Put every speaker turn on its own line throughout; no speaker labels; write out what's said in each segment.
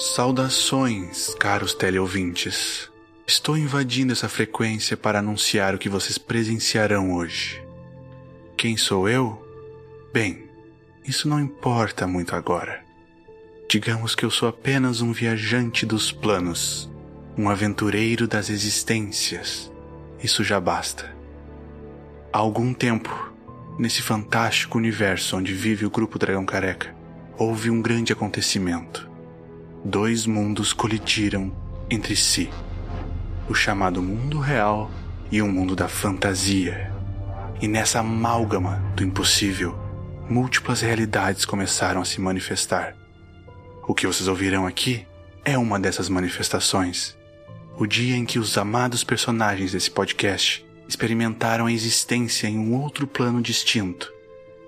Saudações, caros teleouvintes. Estou invadindo essa frequência para anunciar o que vocês presenciarão hoje. Quem sou eu? Bem, isso não importa muito agora. Digamos que eu sou apenas um viajante dos planos, um aventureiro das existências. Isso já basta. Há algum tempo, nesse fantástico universo onde vive o Grupo Dragão Careca, houve um grande acontecimento. Dois mundos colidiram entre si: o chamado mundo real e o mundo da fantasia. E nessa amálgama do impossível, múltiplas realidades começaram a se manifestar. O que vocês ouvirão aqui é uma dessas manifestações. O dia em que os amados personagens desse podcast experimentaram a existência em um outro plano distinto,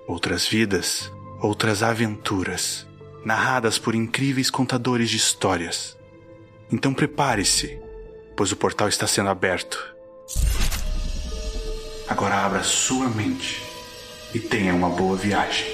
outras vidas, outras aventuras, narradas por incríveis contadores de histórias. Então prepare-se, pois o portal está sendo aberto. Agora abra sua mente e tenha uma boa viagem.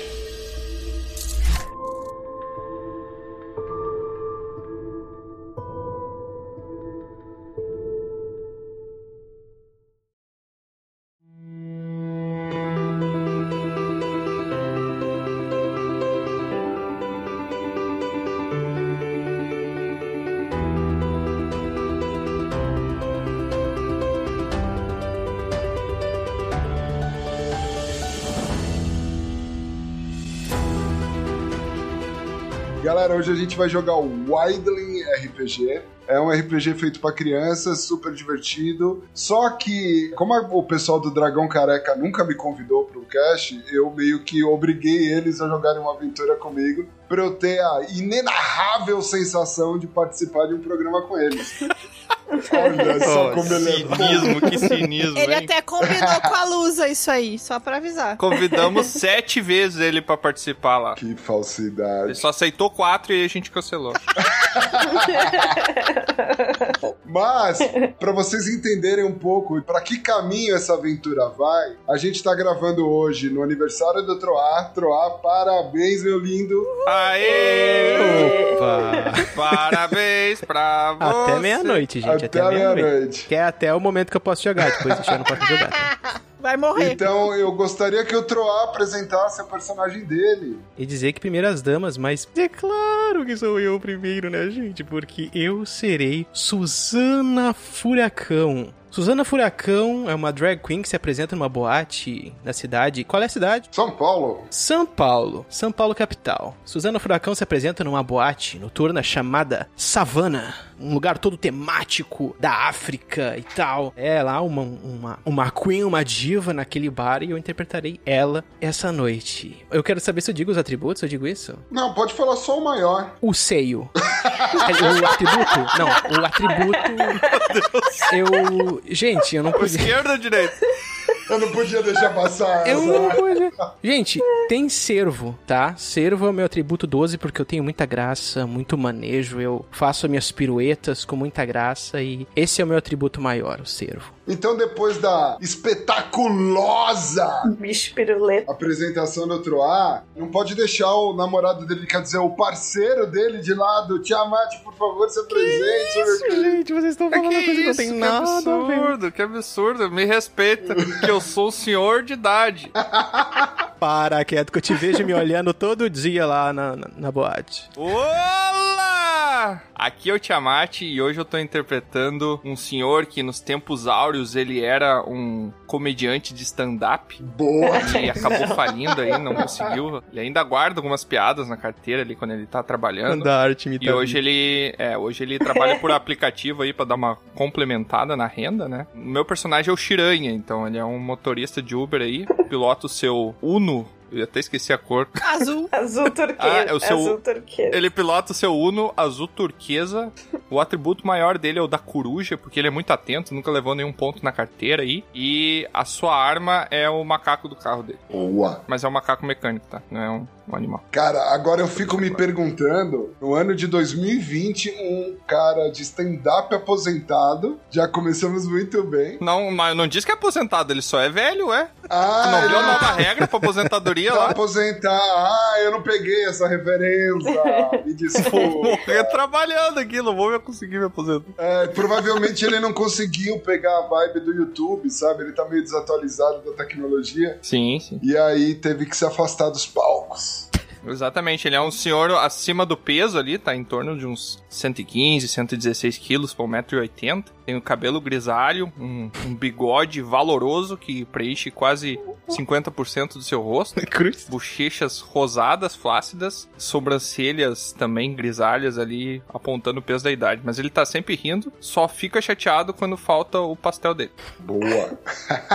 Galera, hoje a gente vai jogar o Wildling RPG. É um RPG feito pra crianças, super divertido. Só que, como a- o pessoal do Dragão Careca nunca me convidou pro cast, eu meio que obriguei eles a jogarem uma aventura comigo pra eu ter a inenarrável sensação de participar de um programa com eles. Olha só
Oh,
como ele é bom.
cinismo, que cinismo,
Ele
hein?
até combinou com a Lusa isso aí, só pra avisar.
Convidamos sete vezes ele pra participar lá.
Que
Ele
falsidade.
só aceitou quatro e a gente cancelou.
Mas, para vocês entenderem um pouco para que caminho essa aventura vai, a gente tá gravando hoje no aniversário do Troá. Troá, parabéns, meu lindo.
Aê!
Opa!
Parabéns pra você.
Até meia-noite, gente. Até,
Até
meia-noite.
meia-noite.
Que é até o momento que eu posso jogar, depois eu já não posso jogar. tá?
Vai morrer.
Então, eu gostaria que o Troá apresentasse a personagem dele.
E dizer que primeiro as damas, mas é claro que sou eu primeiro, né, gente? Porque eu serei Suzana Furacão. Suzana Furacão é uma drag queen que se apresenta numa boate na cidade. Qual é a cidade?
São Paulo.
São Paulo, São Paulo capital. Suzana Furacão se apresenta numa boate noturna chamada Savana, um lugar todo temático da África e tal. É lá uma, uma, uma queen, uma diva naquele bar e eu interpretarei ela essa noite. Eu quero saber se eu digo os atributos, eu digo isso?
Não, pode falar só o maior.
O seio. Quer dizer, o atributo? Não, o atributo. Eu. Gente, eu não
O
podia.
esquerdo ou direito?
Eu não podia deixar passar
É a única
essa.
coisa. Gente, tem servo, tá? Servo é o meu atributo 12 porque eu tenho muita graça, muito manejo, eu faço as minhas piruetas com muita graça e esse é o meu atributo maior, o servo.
Então, depois da espetaculosa
Bicho piruleta.
apresentação do Troá, não pode deixar o namorado dele, quer dizer, o parceiro dele de lado. Tiamat, por favor, se apresente.
gente, vocês estão
que isso, que absurdo, que absurdo. Me respeita, que eu sou o senhor de idade.
Para, quieto, que eu te vejo me olhando todo dia lá na, na, na boate.
Olá! Aqui é o Tiamat e hoje eu tô interpretando um senhor que nos tempos áureos ele era um comediante de stand-up.
Boa.
E acabou falindo aí, não conseguiu. Ele ainda guarda algumas piadas na carteira ali quando ele tá trabalhando.
Andarte, me tá-
E hoje ele, tá é, hoje ele trabalha por aplicativo aí pra dar uma complementada na renda, né? O meu personagem é o Shiranha, então ele é um motorista de Uber aí, pilota o seu Uno, eu até esqueci a cor.
Azul.
Azul turquesa.
Ah, é o seu-
Azul turquesa.
Ele pilota o seu Uno azul turquesa. O atributo maior dele é o da coruja, porque ele é muito atento, nunca levou nenhum ponto na carteira aí. E a sua arma é o macaco do carro dele.
Boa.
Mas é um macaco mecânico, tá? Não é um, o animal.
Cara, agora eu fico me perguntando, no ano de 2020, um cara de stand-up aposentado, já começamos muito bem.
Não, mas não diz que é aposentado, ele só é velho, é?
Ah,
não
ele
viu a nova regra pra aposentadoria
tá
lá?
aposentar. Ah, eu não peguei essa referência. Me
Vou
desculpa.
morrer trabalhando aqui, não vou conseguir me aposentar.
É, provavelmente ele não conseguiu pegar a vibe do YouTube, sabe? Ele tá meio desatualizado da tecnologia.
Sim, sim.
E aí teve que se afastar dos palcos.
Exatamente, ele é um senhor acima do peso ali, tá em torno de uns 115, 116 quilos por 1,80m. Tem o cabelo grisalho, um, um bigode valoroso que preenche quase 50% do seu rosto. Bochechas rosadas, flácidas, sobrancelhas também grisalhas ali, apontando o peso da idade. Mas ele tá sempre rindo, só fica chateado quando falta o pastel dele.
Boa.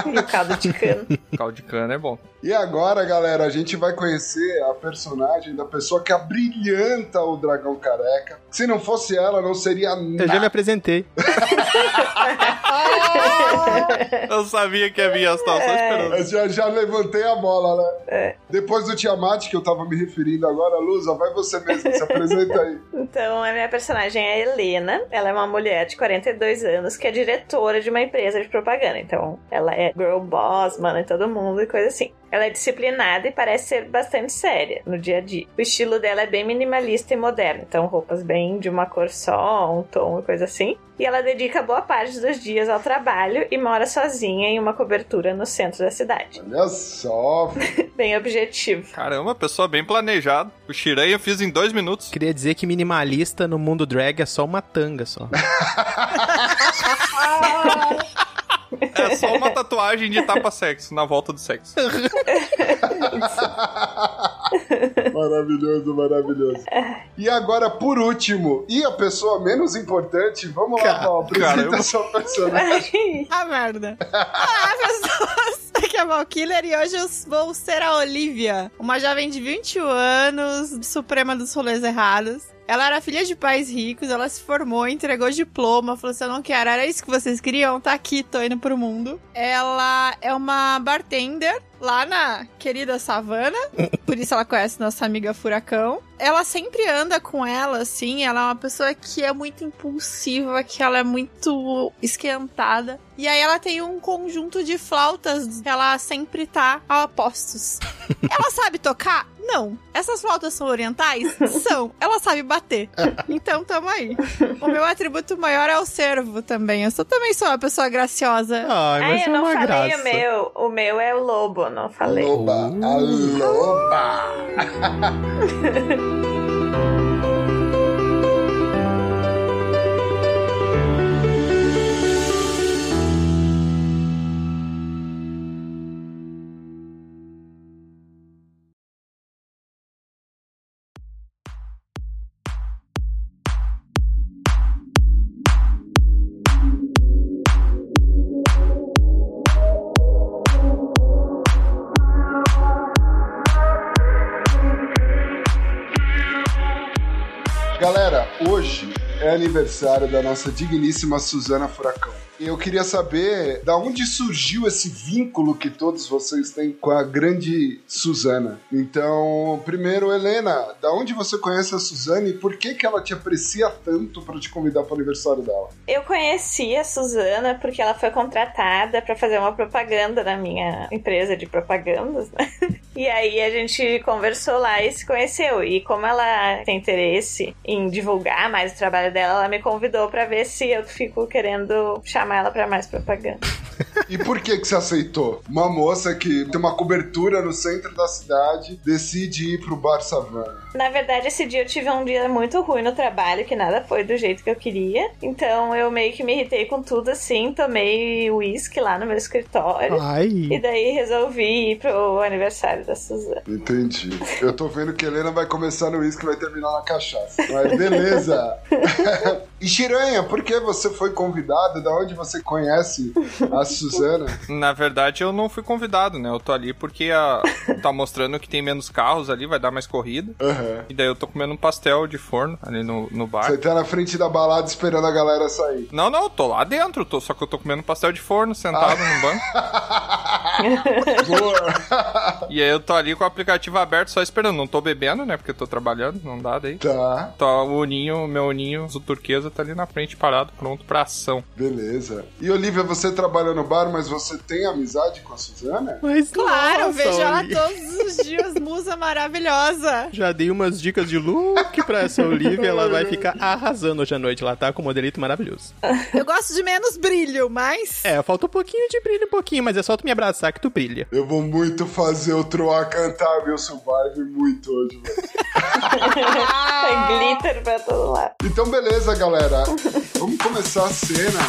E o caldo de cana.
Caldo de cana é bom.
E agora, galera, a gente vai conhecer a personagem da pessoa que abrilhanta o dragão careca. Se não fosse ela, não seria
Eu já me
nada.
apresentei.
Eu sabia que havia as tal, só
É.
esperando.
Eu já, já levantei a bola, né? Depois do Tiamat, que eu tava me referindo agora, Lusa, vai você mesmo, se apresenta aí.
Então, a minha personagem é a Helena. Ela é uma mulher de 42 anos que é diretora de uma empresa de propaganda. Então, ela é girl boss, mano, em todo mundo e coisa assim. Ela é disciplinada e parece ser bastante séria no dia a dia. O estilo dela é bem minimalista e moderno, então roupas bem de uma cor só, um tom e coisa assim. E ela dedica boa parte dos dias ao trabalho e mora sozinha em uma cobertura no centro da cidade.
Olha só,
Bem objetivo.
Caramba, pessoa bem planejada. O Shiran eu fiz em dois minutos.
Queria dizer que minimalista no mundo drag é só uma tanga só.
É só uma tatuagem de tapa sexo na volta do sexo.
maravilhoso, maravilhoso. E agora, por último, e a pessoa menos importante, vamos lá, Val, apresenta
cara, eu-
sua personagem.
Ah, merda. Olá, pessoas. Aqui é a Valkiller e hoje eu vou ser a Olivia, uma jovem de 21 anos, suprema dos rolês errados. Ela era filha de pais ricos, ela se formou, entregou diploma, falou assim, eu não quero, era isso que vocês queriam? Tá aqui, tô indo pro mundo. Ela é uma bartender lá na querida savana, por isso ela conhece nossa amiga Furacão. Ela sempre anda com ela, assim, ela é uma pessoa que é muito impulsiva, que ela é muito esquentada. E aí ela tem um conjunto de flautas, que ela sempre tá a postos. Ela sabe tocar? Não. Essas flautas são orientais? São. Ela sabe bater. Então tamo aí. O meu atributo maior é o servo também. Eu sou, também sou uma pessoa graciosa.
Ai,
Ah,
mas
eu
é
não
uma
falei
graça.
o meu. O meu é o lobo, não falei.
Loba, a loba. Galera, hoje é aniversário da nossa digníssima Suzana Furacão. Eu queria saber da onde surgiu esse vínculo que todos vocês têm com a grande Suzana. Então, primeiro, Helena, da onde você conhece a Suzana e por que que ela te aprecia tanto pra te convidar pro aniversário dela?
Eu conheci a Suzana porque ela foi contratada pra fazer uma propaganda na minha empresa de propagandas, né? E aí a gente conversou lá e se conheceu. E como ela tem interesse em divulgar mais o trabalho dela, ela me convidou pra ver se eu fico querendo chamar ela pra mais propaganda.
E por que que você aceitou? Uma moça que tem uma cobertura no centro da cidade decide ir pro Bar Savana.
Na verdade, esse dia eu tive um dia muito ruim no trabalho, que nada foi do jeito que eu queria. Então eu meio que me irritei com tudo assim, tomei uísque lá no meu escritório. E
Ai.
daí resolvi ir pro aniversário da Suzana.
Entendi. Eu tô vendo que Helena vai começar no uísque e vai terminar na cachaça. Mas beleza! e Chiranha, por que você foi convidado? Da onde você conhece a Suzana?
Na verdade, eu não fui convidado, né? Eu tô ali porque a... tá mostrando que tem menos carros ali, vai dar mais corrida.
Aham.
E daí eu tô comendo um pastel de forno ali no, no bar.
Você tá na frente da balada esperando a galera sair.
Não, não, eu tô lá dentro, tô... só que eu tô comendo um pastel de forno sentado no banco.
Boa.
E aí eu tô ali com o aplicativo aberto, só esperando. Não tô bebendo, né? Porque eu tô trabalhando, não dá daí.
tá,
Tá, o uninho, meu uninho azul turquesa tá ali na frente, parado, pronto pra ação.
beleza. E Olivia, você trabalha no bar, mas você tem amizade com a Suzana?
Mas
Claro,
nossa,
eu vejo ela
Olivia.
todos os dias, musa maravilhosa.
Já dei umas dicas de look pra essa Olivia, ela vai ficar arrasando hoje à noite. Ela tá com um modelito maravilhoso.
Eu gosto de menos brilho, mas.
É, falta um pouquinho de brilho, um pouquinho, mas é só tu me abraçar que tu brilha.
Eu vou muito fazer o Troá cantar meu survive muito hoje, velho.
Tem glitter pra todo lado.
Então, beleza, galera. Vamos começar a cena.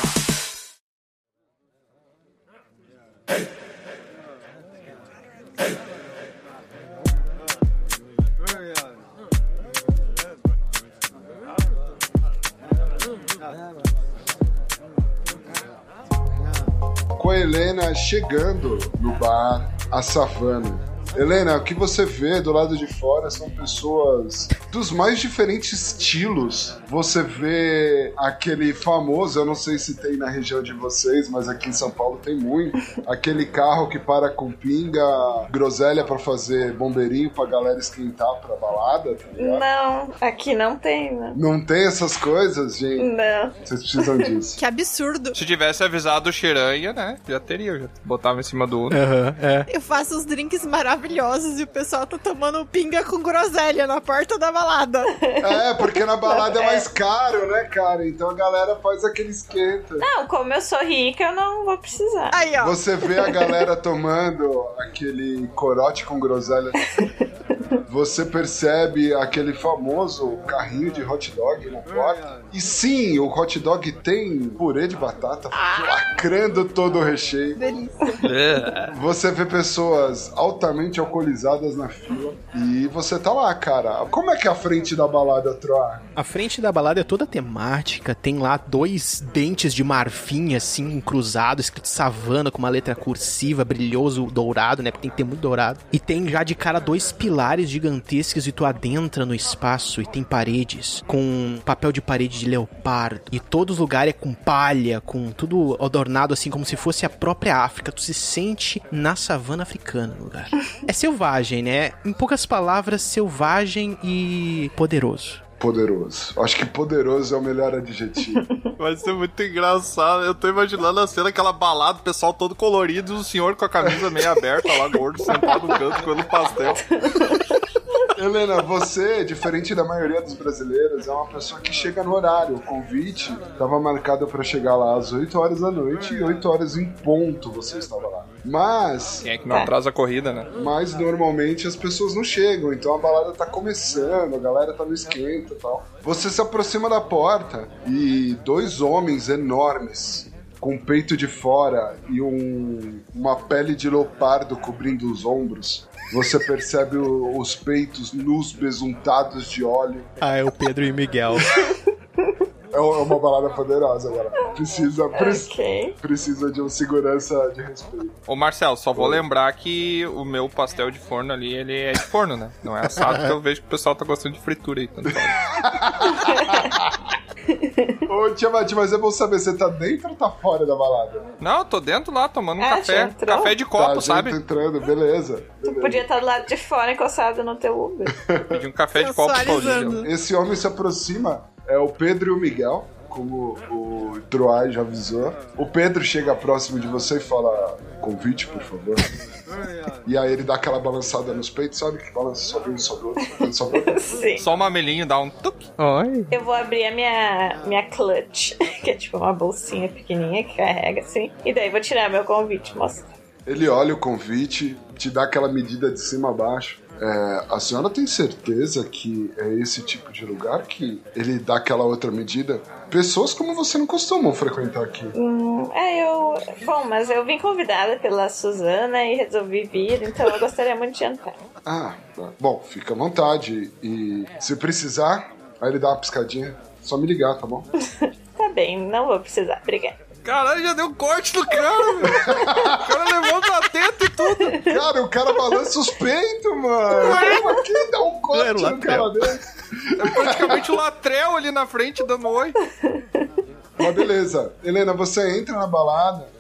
Com a Helena chegando no bar, a savana. Helena, o que você vê do lado de fora são pessoas dos mais diferentes estilos. Você vê aquele famoso, eu não sei se tem na região de vocês, mas aqui em São Paulo tem muito. Aquele carro que para com pinga, groselha pra fazer bombeirinho pra galera esquentar pra balada, tá ligado?
Não, aqui não tem, né?
Não tem essas coisas, gente?
Não.
Vocês precisam disso.
Que absurdo.
Se tivesse avisado o Shiranha, né? Já teria, já botava em cima do Uno.
Aham, é.
Eu faço uns drinks maravilhosos e o pessoal tá tomando pinga com groselha na porta da balada.
É, porque na balada é mais caro, né, cara? Então a galera faz aquele esquenta.
Não, como eu sou rica, eu não vou precisar.
Aí, ó.
Você vê a galera tomando aquele corote com groselha. Você percebe aquele famoso carrinho de hot dog na porta. E sim, o hot dog tem purê de batata lacrando todo o recheio.
Delícia.
Você vê pessoas altamente alcoolizadas na fila. E você tá lá, cara. Como é que é a frente da balada, Troa?
A frente da balada é toda temática, tem lá dois dentes de marfim, assim, cruzado, escrito savana, com uma letra cursiva, brilhoso, dourado, né? Porque tem que ter muito dourado. E tem já de cara dois pilares gigantescos e tu adentra no espaço e tem paredes, com papel de parede de leopardo. E todo lugar é com palha, com tudo adornado, assim, como se fosse a própria África. Tu se sente na savana africana, no lugar. É selvagem, né? Em poucas palavras, selvagem e poderoso.
Poderoso. Acho que poderoso é o melhor adjetivo.
Vai ser muito engraçado. Eu tô imaginando a cena, aquela balada, o pessoal todo colorido, o senhor com a camisa meio aberta lá, gordo, sentado no canto, comendo pastel.
Helena, você, diferente da maioria dos brasileiros, é uma pessoa que chega no horário. O convite estava marcado para chegar lá às 8 horas da noite e 8 horas em ponto você estava lá. Mas,
Quem é que não atrasa a corrida, né?
mas normalmente as pessoas não chegam, então a balada tá começando, a galera tá no esquenta e tal. Você se aproxima da porta e dois homens enormes com o peito de fora e um- uma pele de leopardo cobrindo os ombros. Você percebe o- os peitos nus besuntados de óleo.
Ah, é o Pedro e o Miguel.
É u- é uma balada poderosa agora. Precisa, pre-
Ok.
precisa de um segurança de respeito.
Ô, Marcel, só vou lembrar que o meu pastel de forno ali, ele é de forno, né? Não é assado, que eu vejo que o pessoal tá gostando de fritura aí. Tanto faz.
Ô, Tia Mati, mas é bom saber, você tá dentro ou tá fora da balada?
Não, eu tô dentro lá, tomando um
Ah, já
café.
entrou?
Café de
tá
copo,
junto
sabe?
entrando, beleza. beleza.
Podia estar do lado de fora encostado no teu Uber.
Pedi um café de copo
Sensualizando.
solível.
Esse homem se aproxima, é o Pedro e o Miguel, como o Troá já avisou. O Pedro chega próximo de você e fala: convite, por favor. E aí ele dá aquela balançada nos peitos, sabe? Que balança sobre um, sobre outro, sobre um, sobre outro.
Sim.
Só o mamelinho dá um tuque.
Oi.
Eu vou abrir a minha, minha clutch, que é tipo uma bolsinha pequenininha que carrega assim. E daí vou tirar meu convite e mostrar.
Ele olha o convite, te dá aquela medida de cima a baixo. É, a senhora tem certeza que é esse tipo de lugar que ele dá aquela outra medida? Pessoas como você não costumam frequentar aqui.
Hum, é, eu. Bom, mas eu vim convidada pela Suzana e resolvi vir, então eu gostaria muito de entrar.
Ah, tá. bom, fica à vontade. E se precisar, aí ele dá uma piscadinha. Só me ligar, tá bom?
Tá bem, não vou precisar, obrigada.
Caralho, já deu corte no cara, velho. O cara levou pra teta e tudo.
Cara, o cara balança os peitos, mano. Como aqui dá um
Era
corte
lá
no cara dele?
É praticamente o Latrel ali na frente dando oi.
Mas beleza. Helena, você entra na balada.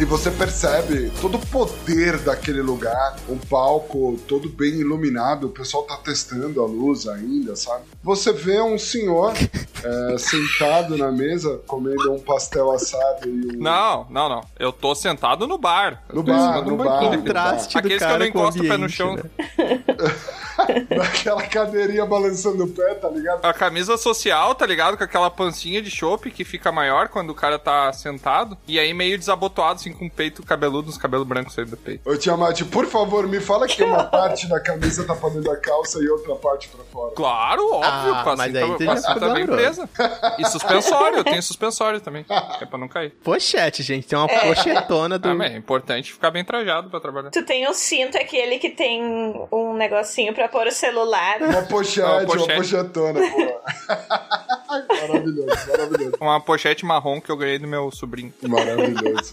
E você percebe todo o poder daquele lugar, um palco todo bem iluminado, o pessoal tá testando a luz ainda, sabe? Você vê um senhor é, sentado na mesa, comendo um pastel assado e um...
Não, não, não. Eu tô sentado no bar.
No
Eu tô em
bar,
cima do
no
banquinho
bar.
daquele
Contraste
do
Aqueles que eu
cara
não
com o
encosto o pé no
ambiente,
chão.
né?
naquela cadeirinha balançando o pé, tá ligado?
A camisa social, tá ligado? Com aquela pancinha de chope que fica maior quando o cara tá sentado. E aí meio desabotoado, assim, com o peito cabeludo, os cabelos brancos saindo do peito.
Ô, Tiamat, por favor, me fala que uma parte da camisa tá pra dentro da calça e outra parte pra fora.
Claro, óbvio,
Ah,
ah,
mas
assim,
aí
tá,
tu já
assim também
dobrou.
presa. E suspensório, eu tenho suspensório também. que É pra não cair.
Pochete, gente. Tem uma pochetona do.
Ah, mas é importante ficar bem trajado pra trabalhar.
Tu tem o cinto, aquele que tem um negocinho pra pôr o celular.
Uma pochete,
Ah,
uma,
uma pochete.
pochetona, pô. maravilhoso, maravilhoso.
Uma pochete marrom que eu ganhei do meu sobrinho.
Maravilhoso.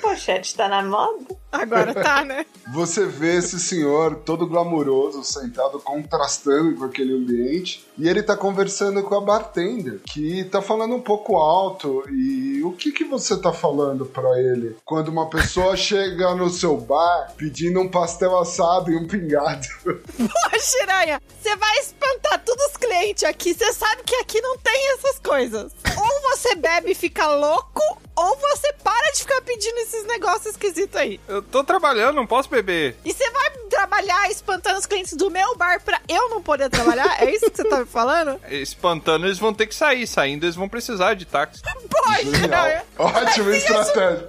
Pochete tá na moda.
Agora tá, né?
Você vê esse senhor todo glamuroso, sentado, contrastando com aquele ambiente, e ele tá conversando com a bartender, que tá falando um pouco alto. E o que que você tá falando pra ele quando uma pessoa chega no seu bar pedindo um pastel assado e um pingado?
Ô, Shiranha, você vai espantar todos os clientes aqui. Você sabe que aqui não tem essas coisas. Ou você bebe e fica louco, ou você para de ficar pedindo esses negócios esquisitos aí.
Eu tô trabalhando, não posso beber.
E você vai trabalhar espantando os clientes do meu bar pra eu não poder trabalhar? É isso que você tá me falando?
Espantando, eles vão ter que sair. Saindo, eles vão precisar de táxi.
Ah, Pô, Shiranha,
Ótima estratégia.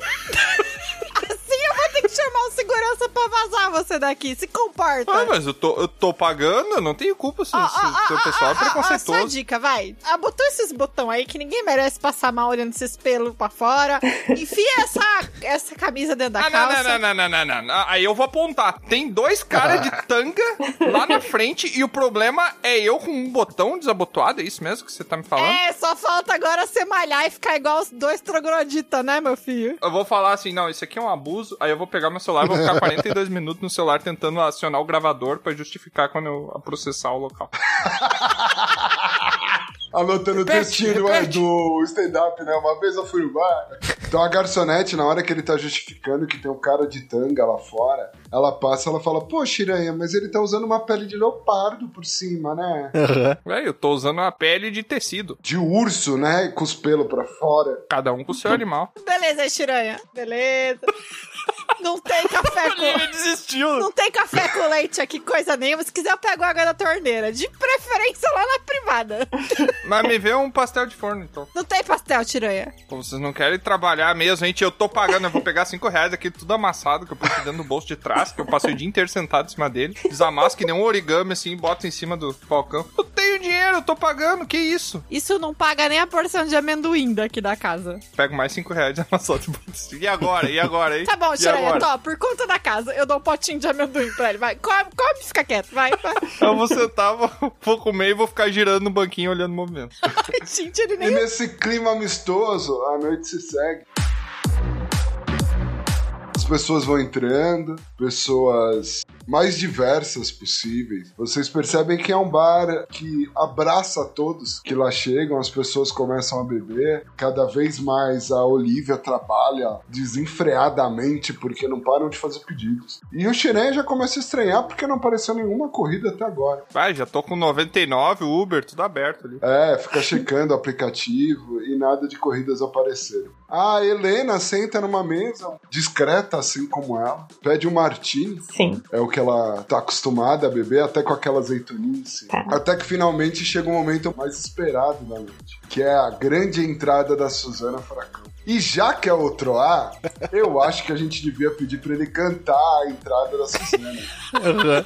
assim eu vou ter que chamar o segurança pra vazar você daqui. Se comporta.
Ah, mas eu tô, eu tô pagando, eu não tenho culpa se,
Ó, ó,
se o
ó,
teu
ó,
pessoal é
ó, ó, ah, Só
preconceituoso.
dica, vai. Ah, botou esses botão aí que ninguém merece passar mal olhando esses pelos pra fora. Enfia essa, essa camisa dentro da
Ah, não,
calça.
não, não, não, não, não, não. Aí eu vou apontar. Tem dois caras de tanga lá na frente e o problema é eu com um botão desabotoado. É isso mesmo que você tá me falando?
É, só falta agora você malhar e ficar igual os dois trogloditas, né, meu filho?
Eu vou falar assim, não, isso aqui é um abuso. Aí eu vou pegar meu celular, vou ficar 42 minutos no celular tentando acionar o gravador pra justificar quando eu processar o local.
Anotando o
Repete,
textinho do,
repete.
do stand-up, né? Uma vez eu fui no bar. Então a garçonete, na hora que ele tá justificando que tem um cara de tanga lá fora, ela passa ela fala: Pô, Shiranha, mas ele tá usando uma pele de leopardo por cima, né?
Véi, eu tô usando a pele de tecido.
De urso, né? Com os pelos pra fora.
Cada um com o seu animal.
Beleza, Chiranha. Beleza. não tem café com...
desistiu.
Não tem café com leite aqui, coisa nenhuma. Se quiser, eu pego água da torneira. De preferência lá na privada.
Mas me vê um pastel de forno, então.
Não tem pastel, Tiranha.
Pô, vocês não querem trabalhar mesmo, gente? Eu tô pagando, eu vou pegar 5 reais aqui, tudo amassado, que eu pus dentro do bolso de trás, que eu passei o dia inteiro sentado em cima dele. Desamasso que nem um origami, assim, bota em cima do balcão. Eu tenho dinheiro, eu tô pagando, que isso?
Isso não paga nem a porção de amendoim daqui da casa.
Pego mais 5 reais de amassado de bolso. E agora? E agora, hein?
Tá bom,
E
Tiranha,
agora?
tô, por conta da casa, eu dou um potinho de amendoim pra ele. Vai, come, come, fica quieto. Vai, vai.
Eu vou sentar, vou, vou comer e vou ficar girando no banquinho olhando o movimento.
Ai, gente, ele
E
nem.
nesse clima amistoso, a noite se segue. As pessoas vão entrando, pessoas mais diversas possíveis. Vocês percebem que é um bar que abraça todos que lá chegam, as pessoas começam a beber. Cada vez mais a Olivia trabalha desenfreadamente porque não param de fazer pedidos. E o Shiren já começa a estranhar porque não apareceu nenhuma corrida até agora.
Vai, já tô com 99, Uber, tudo aberto ali.
É, fica checando o aplicativo e nada de corridas apareceram. A Helena senta numa mesa, discreta assim como ela, pede um martini,
Sim.
é o que ela tá acostumada a beber, até com aquela azeitonice. Até que finalmente chega o momento mais esperado da noite, que é a grande entrada da Suzana Fracão. E já que é outro A, eu acho que a gente devia pedir pra ele cantar a entrada da Suzana.
Não.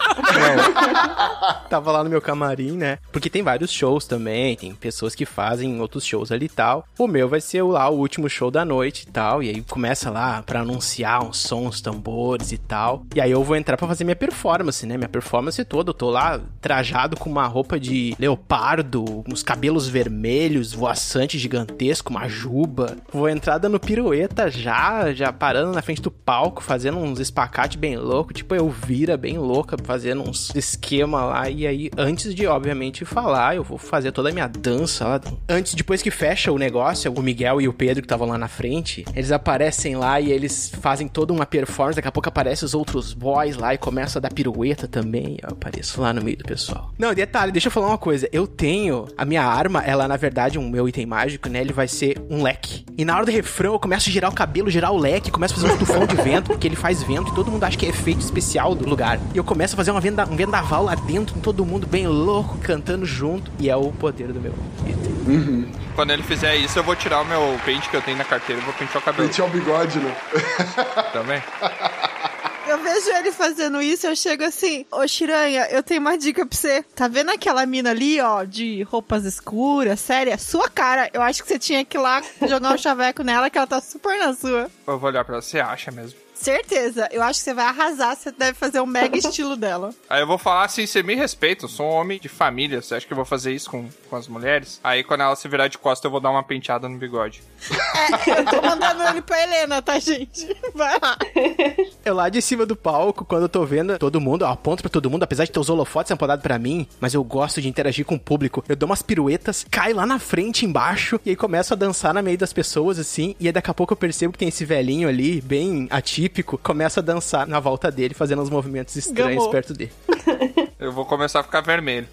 Tava lá no meu camarim, né? Porque tem vários shows também, tem pessoas que fazem outros shows ali e tal. O meu vai ser lá o último show da noite e tal. E aí começa lá pra anunciar uns sons, tambores e tal. E aí eu vou entrar pra fazer minha performance, né? Minha performance toda. Eu tô lá trajado com uma roupa de leopardo, uns cabelos vermelhos, voaçante gigantesco, uma juba. Vou entrar entrada no pirueta já, já parando na frente do palco, fazendo uns espacate bem louco, tipo eu vira bem louca, fazendo uns esquema lá. E aí, antes de, obviamente, falar, eu vou fazer toda a minha dança lá. Antes, depois que fecha o negócio, o Miguel e o Pedro que estavam lá na frente, eles aparecem lá e eles fazem toda uma performance. Daqui a pouco aparecem os outros boys lá e começa a dar pirueta também. Eu apareço lá no meio do pessoal. Não, detalhe, deixa eu falar uma coisa. Eu tenho a minha arma, ela na verdade é um meu item mágico, né? Ele vai ser um leque. E na hora do refrão eu começo a girar o cabelo, girar o leque, começo a fazer um tufão de vento, porque ele faz vento e todo mundo acha que é efeito especial do lugar. E eu começo a fazer uma venda, um vendaval lá dentro, com todo mundo bem louco, cantando junto. E é o poder do meu item.
Quando ele fizer isso, eu vou tirar o meu pente que eu tenho na carteira e vou pentear o cabelo
Pentear o bigode, né?
também.
Eu vejo ele fazendo isso, eu chego assim, ô Chiranha, eu tenho uma dica pra você. Tá vendo aquela mina ali, ó, de roupas escuras, séria? Sua cara, eu acho que você tinha que ir lá jogar um chaveco nela, que ela tá super na sua.
Eu vou olhar pra ela, você acha mesmo?
Certeza, eu acho que você vai arrasar, você deve fazer um mega estilo dela.
Aí eu vou falar assim, você me respeita, eu sou um homem de família, você acha que eu vou fazer isso com, com as mulheres? Aí quando ela se virar de costa, eu vou dar uma penteada no bigode.
É, eu tô mandando ele pra Helena, tá, gente? Vai lá.
Eu É lá de cima do palco, quando eu tô vendo todo mundo, eu aponto pra todo mundo, apesar de ter os holofotes apontados pra mim, mas eu gosto de interagir com o público. Eu dou umas piruetas, caio lá na frente, embaixo, e aí começo a dançar na meio das pessoas, assim, e aí daqui a pouco eu percebo que tem esse velhinho ali, bem atípico, começo a dançar na volta dele, fazendo uns movimentos estranhos
Gamou.
perto dele.
Eu vou começar a ficar vermelho.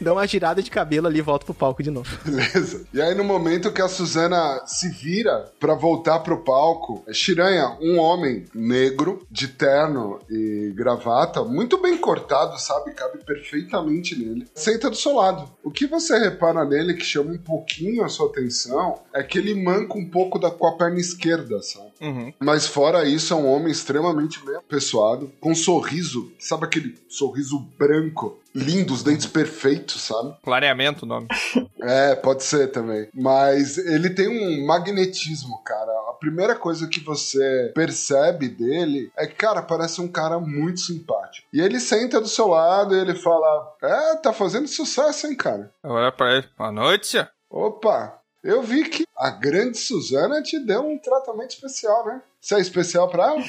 Dou uma girada de cabelo ali e volto pro palco de novo.
Beleza. E aí, no momento que a Suzana se vira pra voltar pro palco, Shiranha, um homem negro, de terno e gravata, muito bem cortado, sabe? Cabe perfeitamente nele. Senta do seu lado. O que você repara nele que chama um pouquinho a sua atenção é que ele manca um pouco da, com a perna esquerda, sabe?
Uhum.
Mas fora isso, é um homem extremamente bem apessoado, com um sorriso, sabe aquele sorriso branco, lindo, os dentes perfeitos, sabe?
Clareamento o nome.
É, pode ser também. Mas ele tem um magnetismo, cara. A primeira coisa que você percebe dele é que, cara, parece um cara muito simpático. E ele senta do seu lado e ele fala: É, tá fazendo sucesso, hein, cara?
Eu olho pra ele, boa noite, senhor."
Opa, eu vi que a grande Suzana te deu um tratamento especial, né? Você é especial pra ela?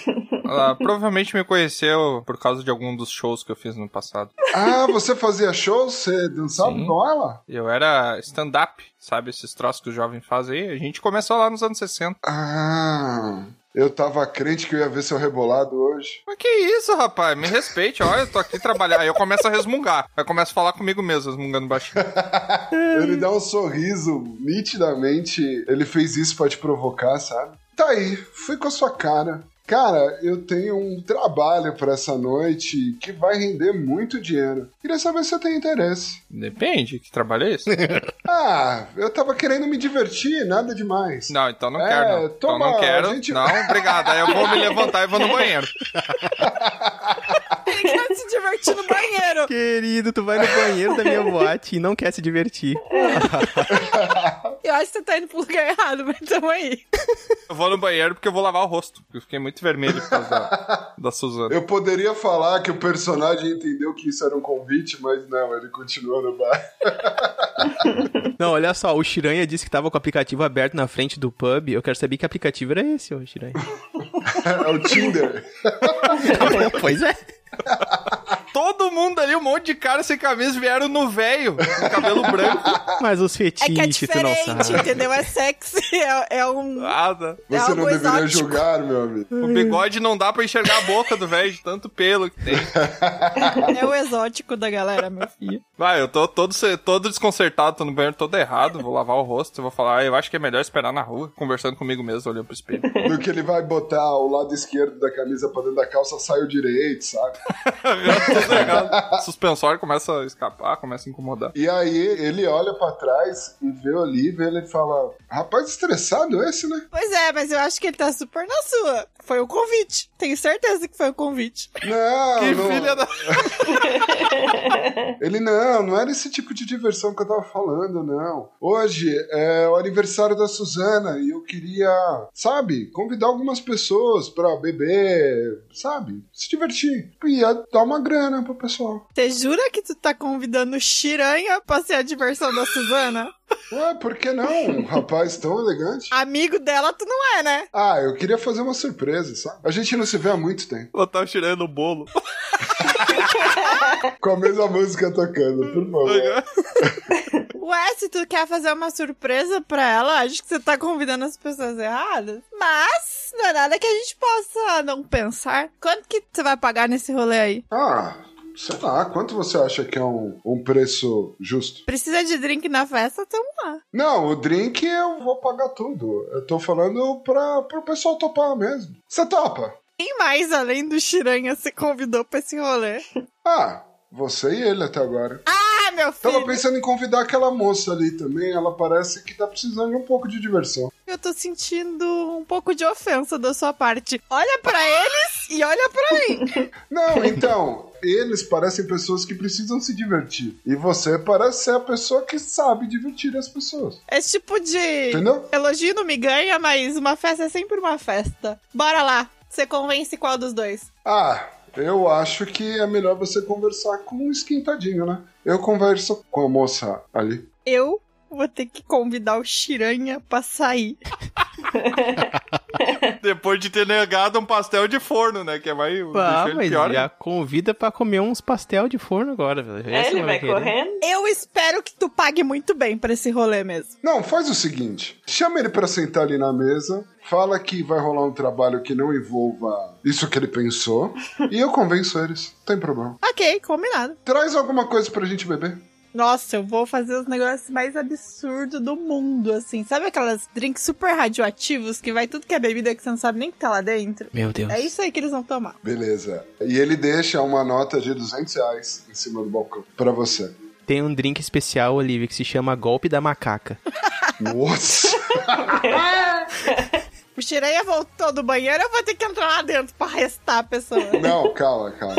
Ela provavelmente me conheceu por causa de algum dos shows que eu fiz no passado.
ah, você fazia shows? Você dançava
Sim.
com ela?
Eu era stand-up, sabe? Esses troços que os jovens fazem aí. A gente começou lá nos anos 60.
Ah, eu tava crente que eu ia ver seu rebolado hoje.
Mas que isso, rapaz? Me respeite, olha, eu tô aqui trabalhar. Aí eu começo a resmungar. Aí eu começo a falar comigo mesmo, resmungando baixinho.
Ele dá um sorriso, nitidamente. Ele fez isso pra te provocar, sabe? Tá aí, fui com a sua cara. Cara, eu tenho um trabalho pra essa noite que vai render muito dinheiro. Queria saber se você tem interesse.
Depende, que trabalho é esse?
Ah, eu tava querendo me divertir, nada demais.
Não, então não
É,
quero, não. então
toma,
não quero.
a gente-
Não, obrigado. Aí eu vou me levantar e vou no banheiro.
Ele quer tá se divertir no banheiro.
Querido, tu vai no banheiro da minha boate e não quer se divertir.
Eu acho que você tá indo pro lugar errado, mas tamo aí.
Eu vou no banheiro porque eu vou lavar o rosto. porque Eu fiquei muito vermelho por causa da, da Suzana.
Eu poderia falar que o personagem entendeu que isso era um convite, mas não, ele continuou no bar.
Não, olha só, o Shiranha disse que tava com o aplicativo aberto na frente do pub. Eu quero saber que aplicativo era esse, ô Shiranha.
É o Tinder.
pois é.
Todo mundo ali, um monte de cara sem camisa, vieram no véio, com cabelo branco.
Mas os
É que é
fetiches, tu não
diferente,
sabe.
entendeu? É sexy, é, é um.
Nada.
É
Você não
algo
deveria
exótico.
julgar, meu amigo.
Ah, tá. O bigode não dá pra enxergar a boca do velho, de tanto pelo que tem.
É o exótico da galera, meu filho.
Vai, eu tô todo, se- todo desconcertado, tô no banheiro todo errado, vou lavar o rosto, vou falar, ah, eu acho que é melhor esperar na rua, conversando comigo mesmo, olhando pro espelho.
No que ele vai botar o lado esquerdo da camisa pra dentro da calça, sai o direito, sabe?
Tudo errado. Tá O Suspensório começa a escapar, começa a incomodar.
E aí ele olha pra trás e vê o Olivia e ele fala: Rapaz, estressado esse, né?
Pois é, mas eu acho que ele tá super na sua. Foi o convite. Tenho certeza que foi o convite.
Não,
Que
não.
filha da...
Ele não, não era esse tipo de diversão que eu tava falando, não. Hoje é o aniversário da Suzana e eu queria, sabe, convidar algumas pessoas pra beber, sabe, se divertir. E ia dar uma grana pro pessoal.
Você jura que tu tá convidando o Chiranha pra ser a diversão da Suzana?
Ué, por que não? Um rapaz tão elegante.
Amigo dela, tu não é, né?
Ah, eu queria fazer uma surpresa, sabe? A gente não se vê há muito tempo.
Ela tava tirando o bolo. tá
Com a mesma música tocando, por favor.
Ué, se tu quer fazer uma surpresa pra ela, acho que você tá convidando as pessoas erradas. Mas, não é nada que a gente possa não pensar. Quanto que você vai pagar nesse rolê aí?
Ah, sei lá, quanto você acha que é um, um preço justo?
Precisa de drink na festa? Tamo lá.
Não, o drink eu vou pagar tudo. Eu tô falando pra, pro pessoal topar mesmo. Você topa?
Quem mais, além do Chiranha, se convidou pra esse rolê?
Ah, você e ele até agora.
Ah, meu filho!
Tava pensando em convidar aquela moça ali também, ela parece que tá precisando de um pouco de diversão.
Eu tô sentindo um pouco de ofensa da sua parte. Olha pra eles e olha pra mim.
Não, então, eles parecem pessoas que precisam se divertir. E você parece ser a pessoa que sabe divertir as pessoas.
Esse tipo de
Entendeu?
elogio não me ganha, mas uma festa é sempre uma festa. Bora lá. Você convence qual dos dois?
Ah, eu acho que é melhor você conversar com um esquentadinho, né? Eu converso com a moça ali.
Eu vou ter que convidar o Chiranha pra sair.
Depois de ter negado um pastel de forno, né? Que é mais.
Pá,
deixa ele
Ah, mas
pior.
já convida pra comer uns pastel de forno agora, velho. Essa
ele
não
vai
querer.
correndo.
Eu espero que tu pague muito bem pra esse rolê mesmo.
Não, faz o seguinte: chama ele pra sentar ali na mesa, fala que vai rolar um trabalho que não envolva isso que ele pensou, e eu convenço eles, não tem problema.
Ok, combinado.
Traz alguma coisa pra gente beber.
Nossa, eu vou fazer os negócios mais absurdos do mundo, assim. Sabe aquelas drinks super radioativos que vai tudo que é bebida que você não sabe nem que tá lá dentro?
Meu Deus.
É isso aí que eles vão tomar.
Beleza. E ele deixa uma nota de 200 reais em cima do balcão pra você.
Tem um drink especial, Olivia, que se chama Golpe da Macaca.
Nossa!
O Shireia voltou do banheiro, eu vou ter que entrar lá dentro pra arrestar a pessoa.
Não, calma, calma.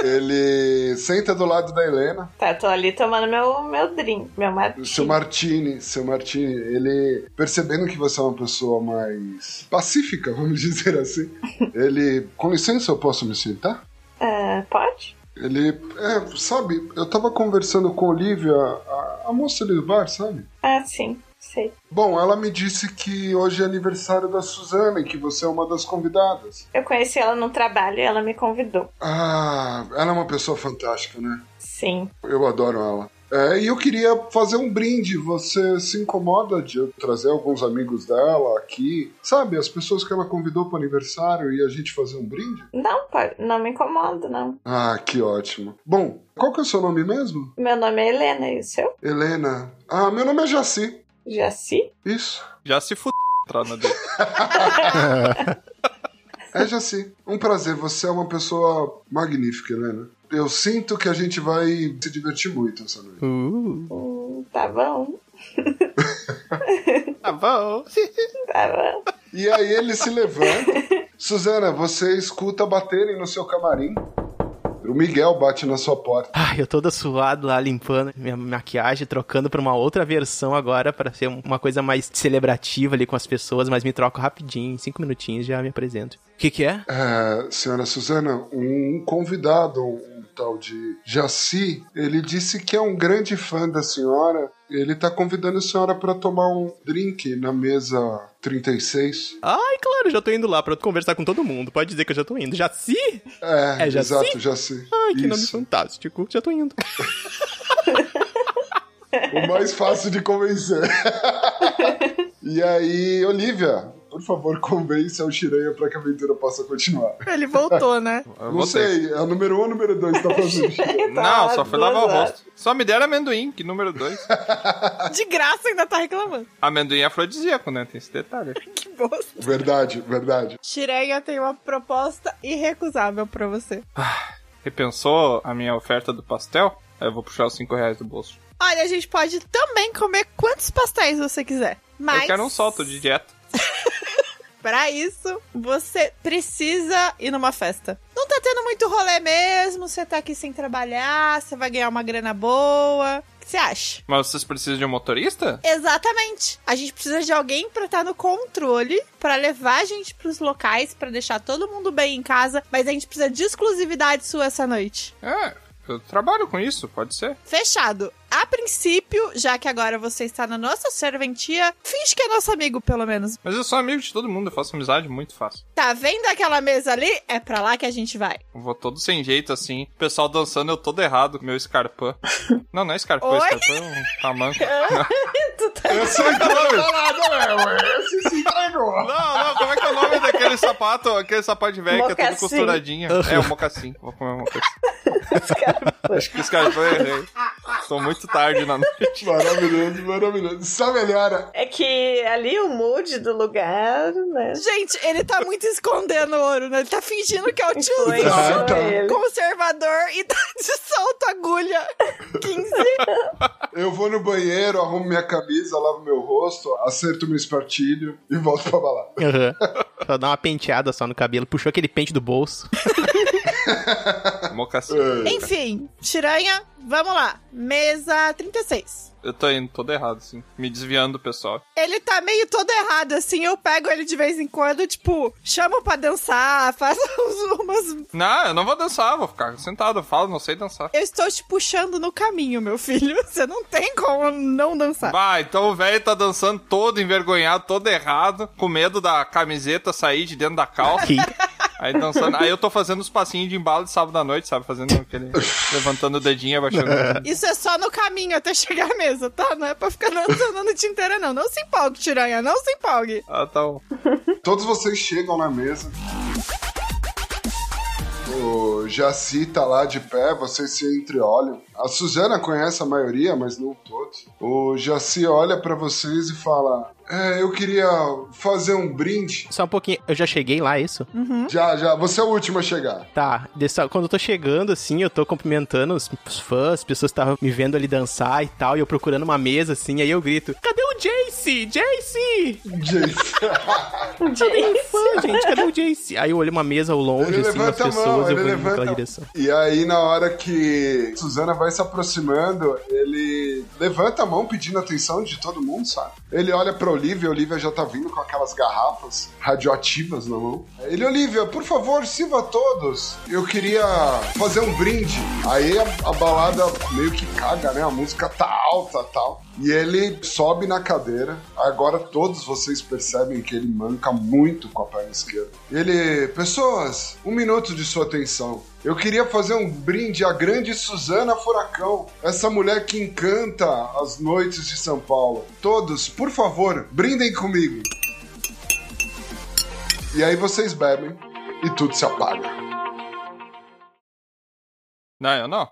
Ele senta do lado da Helena.
Tá, tô ali tomando meu, meu drink, meu
O
martini.
Seu Martini, seu Martini, ele percebendo que você é uma pessoa mais pacífica, vamos dizer assim. Ele, com licença, eu posso me sentar?
Ah, pode?
Ele, é, sabe, eu tava conversando com a Olivia, a, a moça ali do bar, sabe?
Ah, sim, sei.
Bom, ela me disse que hoje é aniversário da Suzana e que você é uma das convidadas.
Eu conheci ela num trabalho e ela me convidou.
Ah, ela é uma pessoa fantástica, né?
Sim.
Eu adoro ela. É, e eu queria fazer um brinde. Você se incomoda de eu trazer alguns amigos dela aqui? Sabe, as pessoas que ela convidou para aniversário e a gente fazer um brinde?
Não, pode, não me incomodo, não.
Ah, que ótimo. Bom, qual que é o seu nome mesmo?
Meu nome é Helena e o seu?
Helena. Ah, meu nome é Jaci.
Jaci?
Isso.
Já se fudeu. entrar na dele.
É Jaci. Um prazer. Você é uma pessoa magnífica, Helena. Eu sinto que a gente vai se divertir muito essa noite.
Uh,
Hum, tá bom,
tá bom.
tá bom.
E aí ele se levanta. Suzana, você escuta baterem no seu camarim. O Miguel bate na sua porta.
Ai, eu toda suado lá, limpando minha maquiagem, trocando pra uma outra versão agora, pra ser uma coisa mais celebrativa ali com as pessoas, mas me troco rapidinho, em cinco minutinhos já me apresento. O que que é?
É, senhora Suzana, um convidado, um tal de Jaci, ele disse que é um grande fã da senhora. Ele tá convidando a senhora para tomar um drink na mesa 36.
Ai, claro, já tô indo lá pra conversar com todo mundo. Pode dizer que eu já tô indo. Já se?
É,
É Jaci?
exato, Jaci.
Ai, que nome
Isso.
fantástico. Já tô indo.
O mais fácil de convencer. e aí, Olivia, por favor, convença o Shiranha para que a aventura possa continuar.
Ele voltou, né?
Eu
não
vou ter.
sei, é o número 1 um, ou número 2 tá fazendo?
Não,
Tá,
só fui
foi
lavar o rosto. Só me deram amendoim, que número 2.
De graça ainda tá reclamando.
amendoim é afrodisíaco, né? Tem esse detalhe.
Que bosta.
verdade, verdade.
Shireia tem uma proposta irrecusável pra você.
Repensou a minha oferta do pastel? Aí eu vou puxar os 5 reais do bolso.
Olha, a gente pode também comer quantos pastéis você quiser. Mas.
Eu quero um sol, tô de dieta.
Pra isso, você precisa ir numa festa. Não tá tendo muito rolê mesmo, você tá aqui sem trabalhar, você vai ganhar uma grana boa. O que você acha?
Mas vocês precisam de um motorista?
Exatamente. A gente precisa de alguém pra estar no controle, pra levar a gente pros locais, pra deixar todo mundo bem em casa, mas a gente precisa de exclusividade sua essa noite.
É, eu trabalho com isso, pode ser.
Fechado. a princípio, já que agora você está na nossa serventia, finge que é nosso amigo, pelo menos.
Mas eu sou amigo de todo mundo, eu faço amizade muito fácil.
Tá vendo aquela mesa ali? É pra lá que a gente vai.
Eu vou todo sem jeito, assim. O pessoal dançando, eu todo errado, meu escarpã. Não, não é escarpã,
Oi?
escarpã é um tamanco.
Tu tá-
Eu sou encaralhado, meu. é, Esse se entregou.
Não, não, como é que é o nome daquele sapato? Aquele sapato de velho que é todo
Mocassim.
costuradinho. É, o mocassim. Vou comer um mocassim. Acho que escarpã eu errei. Tô muito tarde na noite.
Maravilhoso, maravilhoso. Só melhora.
É que ali o mood do lugar, né?
Gente, ele tá muito escondendo ouro, né? Ele tá fingindo que é o tio
Ah,
Influenciou
tá.
ele.
conservador e tá de solto agulha 15.
Eu vou no banheiro, arrumo minha camisa, lavo meu rosto, acerto meu espartilho e volto pra balada.
Uhum. Só dá uma penteada só no cabelo. Puxou aquele pente do bolso.
Mocassim.
É.
Enfim, Tiranha, vamos lá. Mesa 36.
Eu tô indo todo errado, assim. Me desviando do pessoal.
Ele tá meio todo errado, assim. Eu pego ele de vez em quando, tipo, chamo pra dançar, faço uns- umas.
Não, eu não vou dançar, vou ficar sentado. Eu falo, não sei dançar.
Eu estou te puxando no caminho, meu filho. Você não tem como não dançar.
Bah, então o velho tá dançando todo envergonhado, todo errado, com medo da camiseta sair de dentro da calça.
Que-
Aí dançando. Aí eu tô fazendo os passinhos de embalo de sábado à noite, sabe? Fazendo aquele. levantando o dedinho e abaixando. o dedinho.
Isso é só no caminho até chegar à mesa, tá? Não é pra ficar dançando a noite inteira, não. Não se empolgue, Tiranha, não se empolgue.
Ah, tá bom.
Todos vocês chegam na mesa. O Jaci tá lá de pé, vocês se entreolham. A Suzana conhece a maioria, mas não todos. O Jaci olha pra vocês e fala: É, eu queria fazer um brinde.
Só um pouquinho. Eu já cheguei lá, é isso?
Já, já, você é o último a chegar.
Tá, dessa- quando eu tô chegando, assim, eu tô cumprimentando os, os fãs, as pessoas que estavam me vendo ali dançar e tal, e eu procurando uma mesa, assim, aí eu grito, cadê o Jace? Jace!
Jace.
Fã, gente, cadê o Jace? Aí eu olho uma mesa ao longe, assim, das pessoas, eu vou indo naquela direção.
E aí, na hora que Suzana vai se aproximando, ele levanta a mão pedindo atenção de todo mundo, sabe? Ele olha pra Olivia, a Olivia já tá vindo com aquelas garrafas radioativas na mão. Ele, Olivia, por favor, sirva a todos. Eu queria fazer um brinde. Aí a, a balada meio que caga, né? A música tá alta tal. E ele sobe na cadeira. Agora todos vocês percebem que ele manca muito com a perna esquerda. Ele, pessoas, um minuto de sua atenção. Eu queria fazer um brinde à grande Suzana Furacão, essa mulher que encanta as noites de São Paulo. Todos, por favor, brindem comigo. E aí vocês bebem e tudo se apaga.
Não, eu não.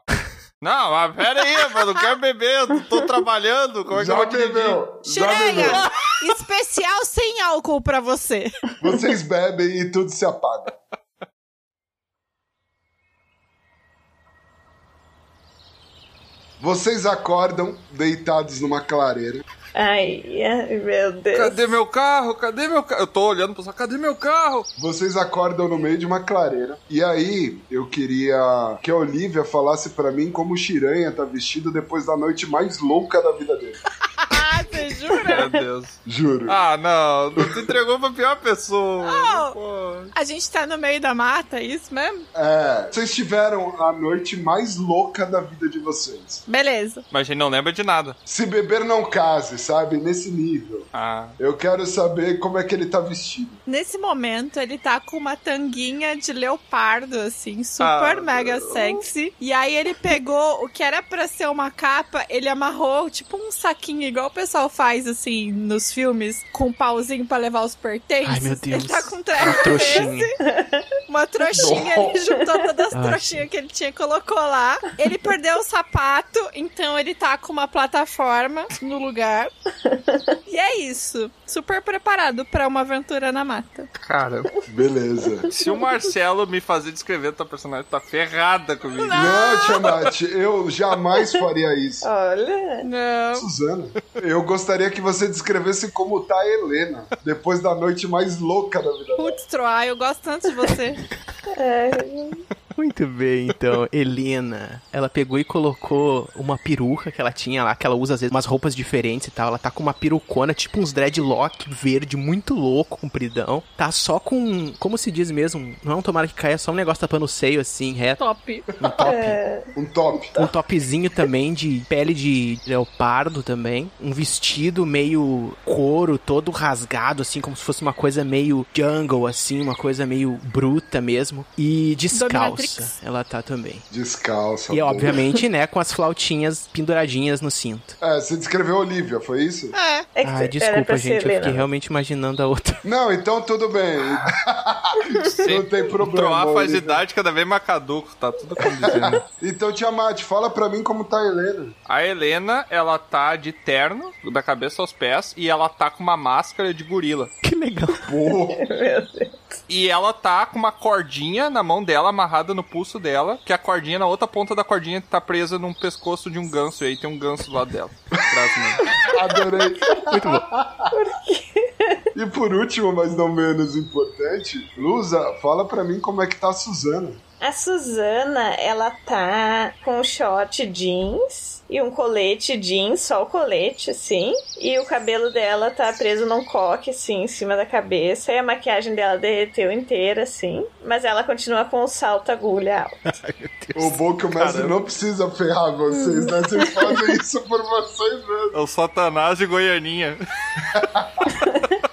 Não, mas pera aí, mano. Eu quero beber, eu tô trabalhando. Como é que
Já
eu vou te beber?
bebeu, já bebeu.
Tiranha, especial sem álcool pra você.
Vocês bebem e tudo se apaga. Vocês acordam deitados numa clareira.
Ai, ai, meu Deus.
Cadê meu carro? Cadê meu carro? Eu tô olhando pro pessoal, cadê meu carro?
Vocês acordam no meio de uma clareira. E aí, eu queria que a Olivia falasse pra mim como o Chiranha tá vestido depois da noite mais louca da vida dele.
Ah, você jura?
Meu Deus.
Juro.
Ah, não. Tu entregou pra pior pessoa.
Não.
Pô.
A gente tá no meio da mata, é isso mesmo?
É, vocês tiveram a noite mais louca da vida de vocês.
Beleza.
Mas a gente não lembra de nada.
Se beber não case, sabe? Nesse nível.
Ah.
Eu quero saber como é que ele tá vestido.
Nesse momento, ele tá com uma tanguinha de leopardo, assim, super
Ah,
mega sexy. E aí ele pegou o que era pra ser uma capa, ele amarrou, tipo um saquinho, igual o pessoal faz, assim, nos filmes, com um pauzinho pra levar os pertences.
Ai, meu Deus.
Ele tá com um treco desse.
Trouxinha.
Uma trouxinha, ele juntou todas as
Ai,
trouxinhas que ele tinha e colocou lá. Ele perdeu o sapato, então ele tá com uma plataforma no lugar. E é isso. Super preparado pra uma aventura na mata.
Cara,
Beleza.
se o Marcelo me fazer descrever tua personagem, tá ferrada comigo.
Não, Tiamat, eu jamais faria isso.
Olha.
Não.
Suzana, eu gostaria que você descrevesse como tá a Helena depois da noite mais louca da vida dela.
Putz, Troá, eu gosto tanto de você.
É,
Muito bem, então, Helena, ela pegou e colocou uma peruca que ela tinha lá, que ela usa às vezes umas roupas diferentes e tal. Ela tá com uma perucona, tipo uns dreadlock verde, muito louco, compridão. Tá só com, como se diz mesmo, não é um tomara que caia, é só um negócio tapando o seio assim, reto,
Top.
um top.
Um top.
Um topzinho também de pele de leopardo também. Um vestido meio couro, todo rasgado, assim, como se fosse uma coisa meio jungle, assim, uma coisa meio bruta mesmo. E descalça.
Dominatrix.
Ela tá também.
Descalça.
E
boa.
obviamente, né, com as flautinhas penduradinhas no cinto.
É, você descreveu Olivia, foi isso?
É.
É que
Ai,
era
desculpa,
pra ser
gente. Eu fiquei
Helena.
realmente imaginando a outra.
Não, então tudo bem. Não tem problema.
Troar faz
Olivia.
idade cada vez mais caduco, tá tudo condizendo.
Então, Tiamat, fala pra mim como tá a Helena.
A Helena, ela tá de terno, da cabeça aos pés, e ela tá com uma máscara de gorila.
Que legal.
Boa.
E ela tá com uma cordinha na mão dela, amarrada no pulso dela, que a cordinha, na outra ponta da cordinha, tá presa num pescoço de um ganso, e aí tem um ganso do lado dela. atrás dela.
Adorei. Muito bom. E por último, mas não menos importante, Lusa, fala pra mim como é que tá a Suzana.
A Suzana, ela tá com um short jeans e um colete jeans, só o colete, assim. E o cabelo dela tá preso num coque, assim, em cima da cabeça. E a maquiagem dela derreteu inteira, assim. Mas ela continua com o salto agulha alto.
O bom é que o mestre não precisa ferrar vocês, né? Vocês fazem isso por vocês mesmos.
É o Satanás de Goianinha.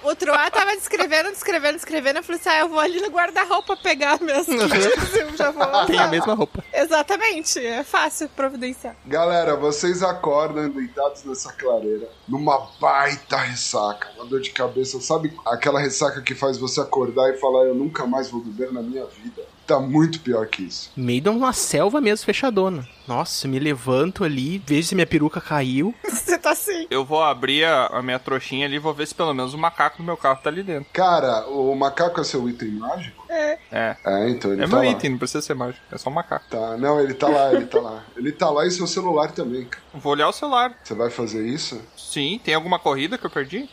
O Troá tava descrevendo, descrevendo, descrevendo. Eu falei assim: ah, eu vou ali no guarda-roupa pegar minhas kits. Eu já vou.
Tem a mesma roupa.
Exatamente. É fácil providenciar.
Galera, vocês acordam deitados nessa clareira, numa baita ressaca, uma dor de cabeça, sabe aquela ressaca que faz você acordar e falar eu nunca mais vou beber na minha vida? Tá muito pior que isso.
Meio de uma selva mesmo, fechadona. Nossa, me levanto ali, vejo se minha peruca caiu.
Você tá assim.
Eu vou abrir a, a minha trouxinha ali e vou ver se pelo menos o macaco do meu carro tá ali dentro.
Cara, o macaco é seu item mágico?
É.
É, então ele
É
tá
meu
lá.
item, não precisa ser mágico, é só um macaco.
Tá, não, ele tá lá, ele tá lá. Ele tá lá e seu celular também, cara.
Vou olhar o celular.
Você vai fazer isso?
Sim, tem alguma corrida que eu perdi?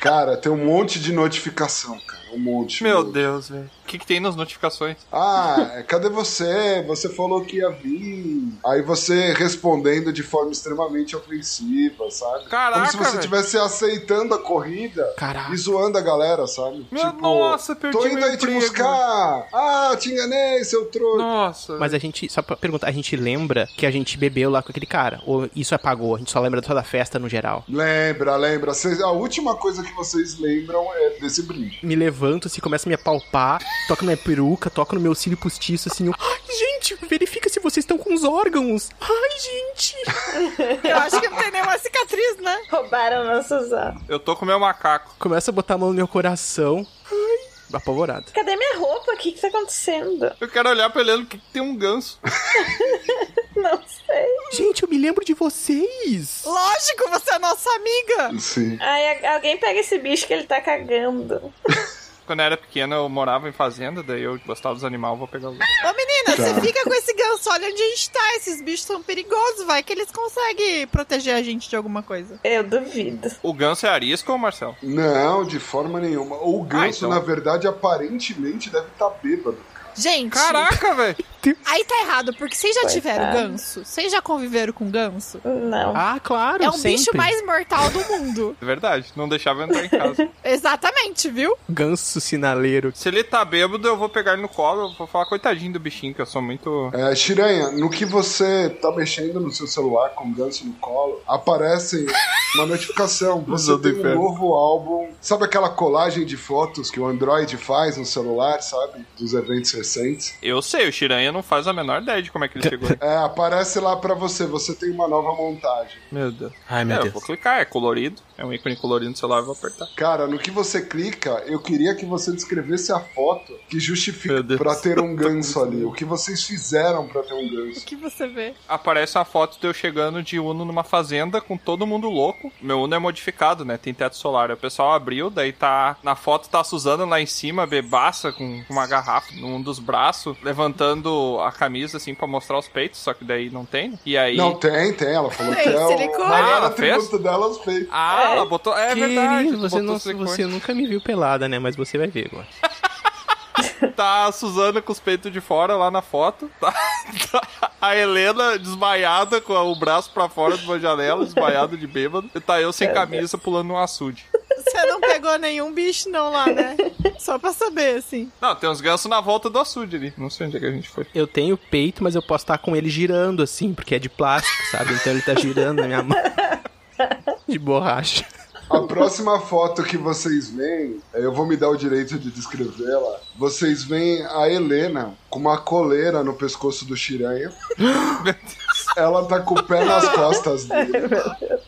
Cara, tem um monte de notificação, cara. Um monte.
Meu
mesmo.
Deus, velho. O que, que tem nas notificações?
Ah, cadê você? Você falou que ia vir. Aí você respondendo de forma extremamente ofensiva, sabe?
Caraca,
Como se você
velho.
estivesse aceitando a corrida
Caraca.
e zoando a galera, sabe? Tipo,
Meu- nossa, perdi
Tô indo
meu
aí te
emprego."
buscar. Ah, te enganei, seu trouxa.
Nossa.
Mas a gente, só pra perguntar, a gente lembra que a gente bebeu lá com aquele cara? Ou isso apagou? A gente só lembra só da festa no geral?
Lembra, lembra. Cês- a última coisa que vocês lembram é desse brinde.
Me levanto, assim, começa a me apalpar, toca na minha peruca, toca no meu cílio postiço, assim, eu, ai, gente, verifica se vocês estão com os órgãos. Ai, gente.
Eu acho que não tem nenhuma cicatriz, né?
Roubaram nosso salto.
Eu tô com o meu macaco.
Começa a botar a mão no meu coração. Ai, apavorado.
Cadê minha roupa? O que que tá acontecendo?
Eu quero olhar pra Helena, porque tem um ganso.
Não sei.
Gente, eu me lembro de vocês.
Lógico, você é nossa amiga.
Sim.
Ai, a- alguém pega esse bicho que ele tá cagando.
Quando eu era pequena, eu morava em fazenda, daí eu gostava dos animais, eu vou pegar o ganso.
Ô menina,
Tá.
você fica com esse ganso, olha onde a gente tá. Esses bichos são perigosos, vai que eles conseguem proteger a gente de alguma coisa.
Eu duvido.
O ganso é arisco ou Marcel?
Não, de forma nenhuma. O ganso,
então.
na verdade, aparentemente deve estar bêbado.
Gente,
Caraca, velho.
aí tá errado, porque vocês já tiveram
Coitado.
ganso? Vocês já conviveram com ganso?
Não.
Ah, claro,
é um
sempre.
bicho mais mortal do mundo.
É verdade, não deixava eu entrar em casa.
Exatamente, viu?
Ganso sinaleiro.
Se ele tá bêbado, eu vou pegar ele no colo, eu vou falar, coitadinho do bichinho, que eu sou muito.
É, Shiranha, no que você tá mexendo no seu celular com o ganso no colo, aparece uma notificação. Você
Usando
tem um
inferno.
novo álbum. Sabe aquela colagem de fotos que o Android faz no celular, sabe? Dos eventos recentes.
Eu sei, o Shiranha não faz a menor ideia de como é que ele chegou. aí.
É, aparece lá pra você. Você tem uma nova montagem.
meu Deus.
Ai,
é, eu vou clicar, é colorido. É um ícone colorido no celular, eu vou apertar.
Cara, no que você clica, eu queria que você descrevesse a foto que justifica
Meu Deus.
pra ter um ganso ali. O que vocês fizeram pra ter um ganso.
O que você vê?
Aparece uma foto de eu chegando de Uno numa fazenda com todo mundo louco. Meu Uno é modificado, né? Tem teto solar. O pessoal abriu, daí tá. Na foto tá a Suzana lá em cima, bebaça, com com uma garrafa num dos braços, levantando a camisa assim pra mostrar os peitos, só que daí não tem. né? E aí.
Não, tem, tem. Ela falou
Tem
que é o
silicone.
maior
Ah,
atributo delas feito.
Ah, ela botou. É
Querido,
verdade.
você,
botou
não,
silicone.
você nunca me viu pelada, né? Mas você vai ver agora.
Tá a Suzana com os peitos de fora lá na foto. Tá, tá a Helena desmaiada com o braço pra fora de uma janela, desmaiada de bêbado. E tá eu sem camisa pulando um açude.
Você não pegou nenhum bicho, não, lá, né? Só pra saber, assim.
Não, tem uns gansos na volta do açude ali. Não sei onde é que a gente foi.
Eu tenho peito, mas eu posso estar com ele girando assim, porque é de plástico, sabe? Então ele tá girando na minha mão. De borracha.
A próxima foto que vocês veem, eu vou me dar o direito de descrevê-la. Vocês veem a Helena com uma coleira no pescoço do Chiranha. Ela tá com o pé nas costas dele,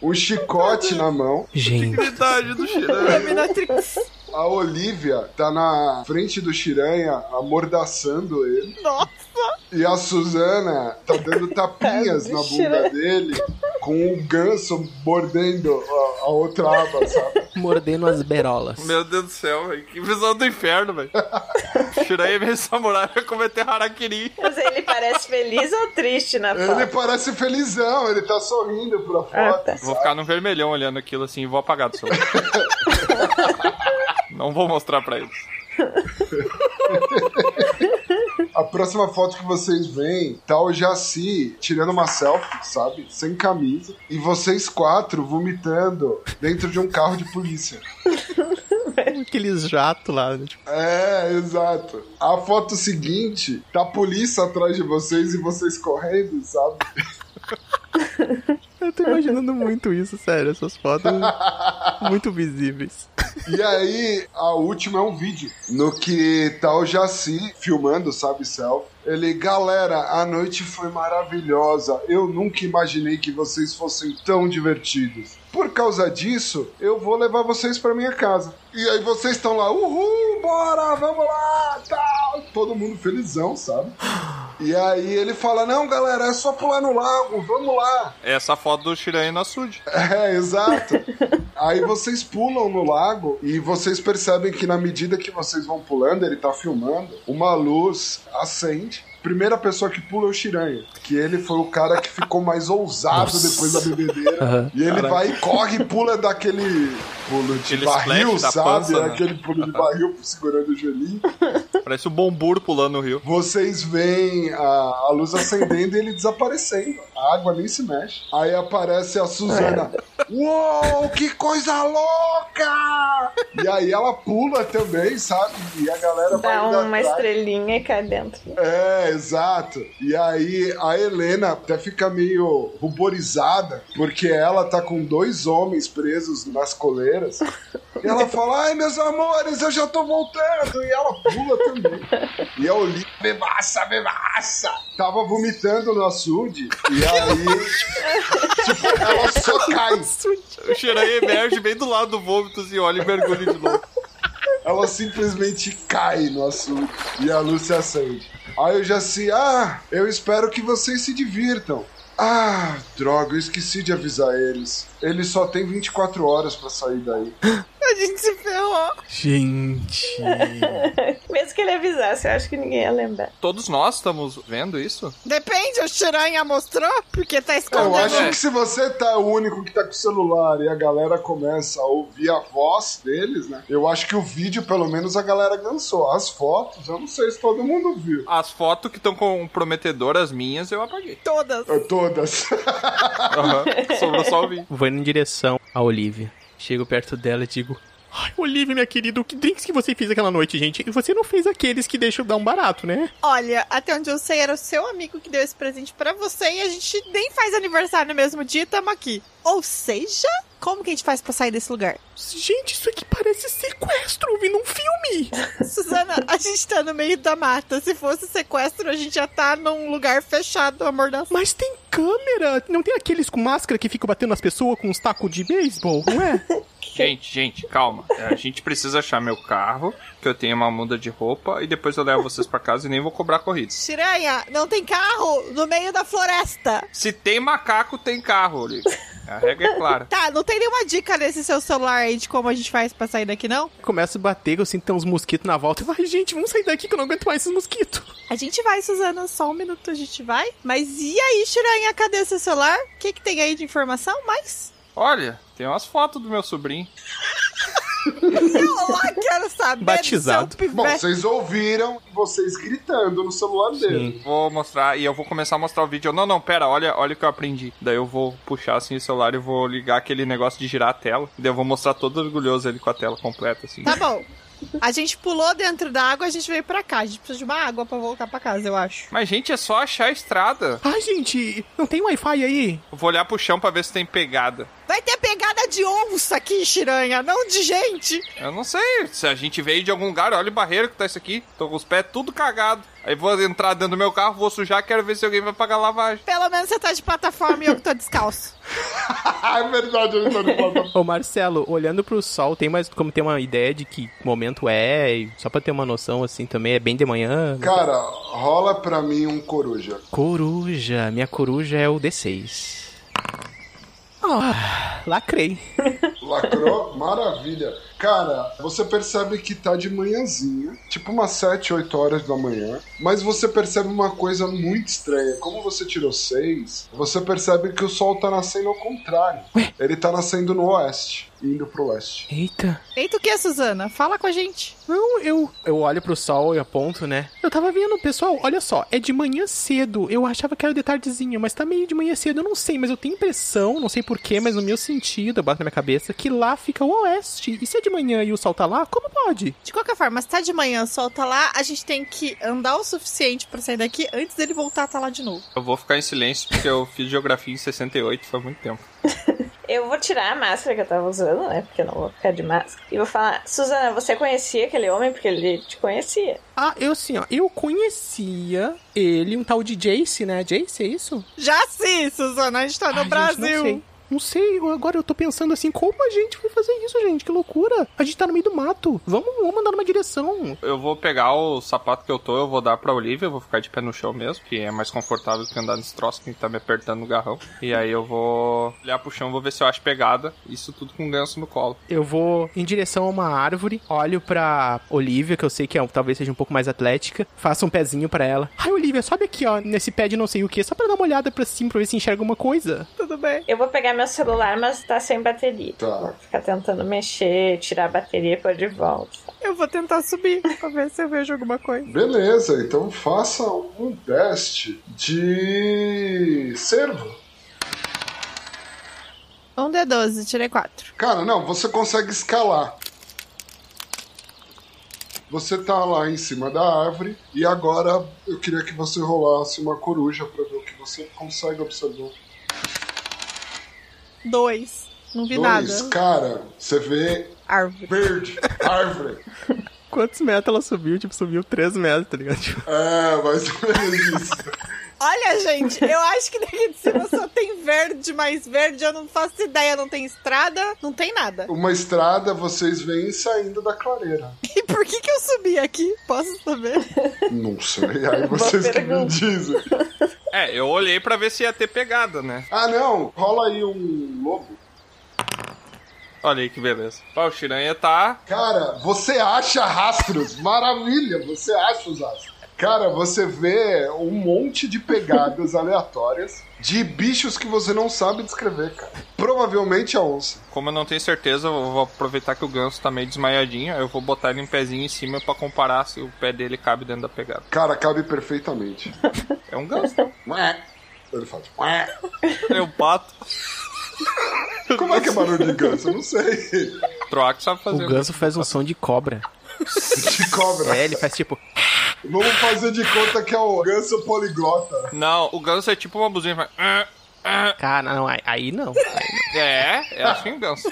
um chicote na mão.
Gente.
Verdade do Xirã.
Dominatrix.
A Olivia tá na frente do Chiranha, amordaçando ele.
Nossa.
E a Suzana tá dando tapinhas na bunda dele, com o ganso mordendo a, a outra aba, sabe?
Mordendo as berolas.
Meu Deus do céu, velho. Que visão do inferno, velho. Shirei veio é samurai pra cometer harakiri.
Mas ele parece feliz ou triste na foto?
Ele parece felizão, ele tá sorrindo pra
Ah,
foto.
tá.
Vou ficar no vermelhão olhando aquilo assim e vou apagar do celular. Não vou mostrar pra eles.
A próxima foto que vocês veem tá o Jaci tirando uma selfie, sabe? Sem camisa. E vocês quatro vomitando dentro de um carro de polícia.
Aqueles jatos lá, né? Tipo,
É, exato. A foto seguinte tá a polícia atrás de vocês e vocês correndo, sabe?
eu tô imaginando muito isso, sério. Essas fotos muito visíveis.
E aí, a última é um vídeo. No que tá o Jaci filmando, sabe, selfie. Ele, galera, a noite foi maravilhosa. Eu nunca imaginei que vocês fossem tão divertidos. Por causa disso, eu vou levar vocês pra minha casa. E aí vocês estão lá, uhul, bora, vamos lá, tal. Todo mundo felizão, sabe? E aí ele fala, não, galera, é só pular no lago, vamos lá.
É Essa foto do Shirei no açude.
É, exato. Aí vocês pulam no lago e vocês percebem que na medida que vocês vão pulando, ele tá filmando, uma luz acende. Primeira pessoa que pula é o Shiranha, que ele foi o cara que ficou mais ousado depois da bebedeira.
Aham.
E ele vai e corre e pula daquele pulo de
Aquele
barril,
splash da
sabe?
pança, né?
Aquele pulo de barril segurando o joelhinho.
Parece o Bomburo pulando o rio.
Vocês veem a, a luz acendendo e ele desaparecendo. A água nem se mexe. Aí aparece a Suzana.
É.
Uou, que coisa louca! E aí ela pula também, sabe? E a galera vai
Dá
indo
uma
atrás.
estrelinha e cai dentro.
É, exato. E aí a Helena até fica meio ruborizada, porque ela tá com dois homens presos nas coleiras. E ela fala: Ai, meus amores, eu já tô voltando. E ela pula também. E a Olivia, bebaça, bebaça, tava vomitando no açude. E aí, tipo, ela só cai.
O Shirei emerge bem do lado do vômito e olha e mergulha de novo.
Ela simplesmente cai no açude e a luz se acende. Aí eu já sei, ah, eu espero que vocês se divirtam. Ah, droga, eu esqueci de avisar eles. Eles só têm 24 horas pra sair daí.
A gente se ferrou.
Gente.
Mesmo que ele avisasse, eu acho que ninguém ia lembrar.
Todos nós estamos vendo isso?
Depende, o Shiranha mostrou, porque tá
Eu
escondendo.
acho que se você tá o único que tá com o celular e a galera começa a ouvir a voz deles, né? Eu acho que o vídeo, pelo menos, a galera cansou. As fotos, eu não sei se todo mundo viu.
As fotos que estão comprometedoras minhas eu apaguei.
Todas.
Eh, Todas.
Aham. Sobrou só o vinho.
Vou indo em direção à Olivia. Chego perto dela e digo: Ai, Olivia, minha querida, que drinks que você fez aquela noite, gente? E você não fez aqueles que deixam dar um barato, né?
Olha, até onde eu sei, era o seu amigo que deu esse presente pra você e a gente nem faz aniversário no mesmo dia e tamo aqui. Ou seja, como que a gente faz pra sair desse lugar?
Gente, isso aqui parece sequestro vindo um filme.
Suzana, a gente tá no meio da mata. Se fosse sequestro, a gente já tá num lugar fechado, amor da
Mas tem câmera. Não tem aqueles com máscara que ficam batendo nas pessoas com uns tacos de beisebol, não é?
Gente, gente, calma. É, A gente precisa achar meu carro, que eu tenho uma muda de roupa, e depois eu levo vocês pra casa e nem vou cobrar corrida.
Tiranha, não tem carro no meio da floresta.
Se tem macaco, tem carro, Olivia. A regra é clara.
Tá, não tem nenhuma dica nesse seu celular aí de como a gente faz pra sair daqui, não?
Começa a bater, eu sinto uns mosquitos na volta. Ai, gente, vamos sair daqui que eu não aguento mais esses mosquitos.
A gente vai, Suzana, só um minuto a gente vai. Mas e aí, Tiranha, cadê seu celular? O que, que tem aí de informação? Mais?
Olha, tem umas fotos do meu sobrinho.
Eu lá quero saber
Batizado.
do seu
Bom,
pivete.
vocês ouviram vocês gritando no celular dele.
Vou mostrar e eu vou começar a mostrar o vídeo. Eu, Não, não, pera, olha, olha o que eu aprendi. Daí eu vou puxar assim o celular e vou ligar aquele negócio de girar a tela. Daí eu vou mostrar todo orgulhoso ele com a tela completa, assim.
Tá bom. A gente pulou dentro da água, a gente veio pra cá. A gente precisa de uma água pra voltar pra casa, eu acho.
Mas, gente, é só achar a estrada.
Ai, gente, não tem Wi-Fi aí?
Eu vou olhar pro chão pra ver se tem pegada.
Vai ter pegada de onça aqui, Chiranha, não de gente.
Eu não sei se a gente veio de algum lugar. Olha o barreiro que tá isso aqui. Tô com os pés tudo cagado. Aí vou entrar dentro do meu carro, vou sujar, quero ver se alguém vai pagar a lavagem.
Pelo menos você tá de plataforma e eu que tô descalço.
Ah, é verdade, ele tá no plataforma.
Ô, Marcelo, olhando pro sol, tem mais como ter uma ideia de que momento é? E Só pra ter uma noção, assim, também é bem de manhã. né?
Cara, rola pra mim um coruja.
Coruja. Minha coruja é o D6. Ah, lacrei.
Lacrou, maravilha. Cara, você percebe que tá de manhãzinha, tipo umas 7, 8 horas da manhã, mas você percebe uma coisa muito estranha. Como você tirou 6, você percebe que o sol tá nascendo ao contrário. Ele tá nascendo no oeste, indo pro leste.
Eita.
Eita o que, Suzana? Fala com a gente.
Não, eu, eu olho pro sol e aponto, né? Eu tava vendo, pessoal, olha só, é de manhã cedo. Eu achava que era de tardezinha, mas tá meio de manhã cedo. Eu não sei, mas eu tenho impressão, não sei porquê, mas no meu sentido, eu bato na minha cabeça, que lá fica o oeste. E se é de manhã e o sol tá lá, como pode?
De qualquer forma, se tá de manhã, o sol tá lá, a gente tem que andar o suficiente pra sair daqui antes dele voltar a tá lá de novo.
Eu vou ficar em silêncio porque eu fiz geografia em 68, faz muito tempo.
Eu vou tirar a máscara que eu tava usando, né? Porque eu não vou ficar de máscara. E vou falar, Suzana, você conhecia aquele homem? Porque ele te conhecia.
Ah, eu assim, ó, eu conhecia ele, um tal de Jace, né? Jace, é isso?
Já sim, Suzana, a gente tá no
Ai, gente,
Brasil.
não sei. Não sei, eu- agora eu tô pensando assim, como a gente foi fazer isso, gente? Que loucura. A gente tá no meio do mato. Vamos, vamos andar numa direção.
Eu vou pegar o sapato que eu tô, eu vou dar pra Olivia, eu vou ficar de pé no chão mesmo, que é mais confortável que andar nesse troço que tá me apertando no garrão. E aí eu vou olhar pro chão, vou ver se eu acho pegada. Isso tudo com ganso no colo.
Eu vou em direção a uma árvore, olho pra Olivia, que eu sei que é, talvez seja um pouco mais atlética, faço um pezinho pra ela. Ai, Olivia, sobe aqui, ó, nesse pé de não sei o que, só pra dar uma olhada pra cima, pra ver se enxerga alguma coisa.
Tudo bem.
Eu vou pegar meu celular, mas tá sem bateria.
Tá.
Vou ficar tentando mexer, tirar a bateria e pôr de volta.
Eu vou tentar subir pra ver se eu vejo alguma coisa.
Beleza, então faça um teste de servo.
Um D12, tirei quatro.
Cara, não, você consegue escalar. Você tá lá em cima da árvore e agora eu queria que você rolasse uma coruja pra ver o que você consegue observar.
Dois. Não vi
Dois,
nada.
cara, você vê
Árvore.
verde, árvore.
Quantos metros ela subiu? Tipo, subiu 3 metros, tá ligado?
É, mais ou menos isso.
Olha, gente, eu acho que daqui de cima só tem verde, mais verde eu não faço ideia. Não tem estrada, não tem nada.
Uma estrada vocês vêm saindo da clareira.
E por que que eu subi aqui? Posso saber?
Não sei, aí vocês que me
pergunta.
dizem.
É, eu olhei pra ver se ia ter pegada, né?
Ah, não, rola aí um lobo.
Olha aí que beleza. Ó, o Chiranha tá.
Cara, você acha rastros, maravilha, você acha os rastros. Cara, você vê um monte de pegadas aleatórias de bichos que você não sabe descrever, cara. Provavelmente a onça.
Como eu não tenho certeza, eu vou aproveitar que o ganso tá meio desmaiadinho. aí Eu vou botar ele um pezinho em cima pra comparar se o pé dele cabe dentro da pegada.
Cara, cabe perfeitamente.
É um ganso, né?
Ele tipo, faz.
É um pato.
Como é que é barulho de ganso? Eu não sei.
Troca sabe
O
fazer.
ganso faz um som de cobra.
De cobra.
É, ele faz tipo.
Vamos fazer de conta que é o ganso poliglota.
Não, o ganso é tipo uma buzina. Faz... "Ah, ah".
Cara, não, aí- aí não.
É, é assim ganso.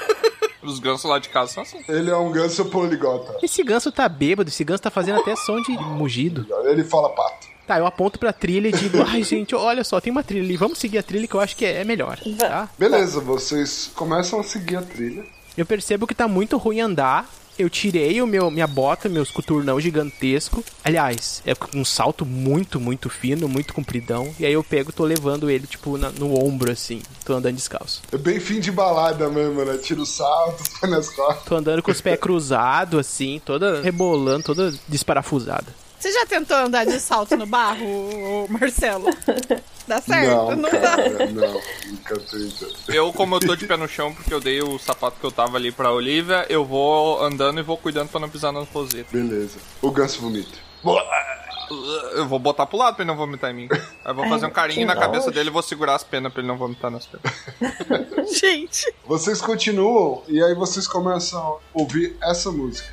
Os gansos lá de casa são assim.
Ele é um ganso poliglota.
Esse ganso tá bêbado, esse ganso tá fazendo até som de mugido.
Ele fala pato.
Tá, eu aponto pra trilha e digo, ai gente, olha só, tem uma trilha ali, vamos seguir a trilha que eu acho que é é melhor, tá?
Beleza, vocês começam a seguir a trilha.
Eu percebo que tá muito ruim andar. Eu tirei o meu minha bota, meu escuturnão gigantesco. Aliás, é um salto muito, muito fino, muito compridão. E aí eu pego, e tô levando ele, tipo, na- no ombro, assim. Tô andando descalço.
É bem fim de balada mesmo, né? Tira o salto, põe nas costas.
Tô andando com os pés cruzados, assim, toda rebolando, toda desparafusada.
Você já tentou andar de salto no barro, ô, Marcelo? Dá certo?
Não,
dá.
cara, não. Nunca tentei.
Eu, como eu tô de pé no chão, porque eu dei o sapato que eu tava ali pra Olivia, eu vou andando e vou cuidando pra não pisar na roseta.
Beleza. O Ganso vomita.
Eu vou botar pro lado pra ele não vomitar em mim. Aí eu vou
Ai,
fazer um carinho
É, que
na cabeça
nojo.
dele e vou segurar as penas pra ele não vomitar nas penas.
Gente.
Vocês continuam e aí vocês começam a ouvir essa música.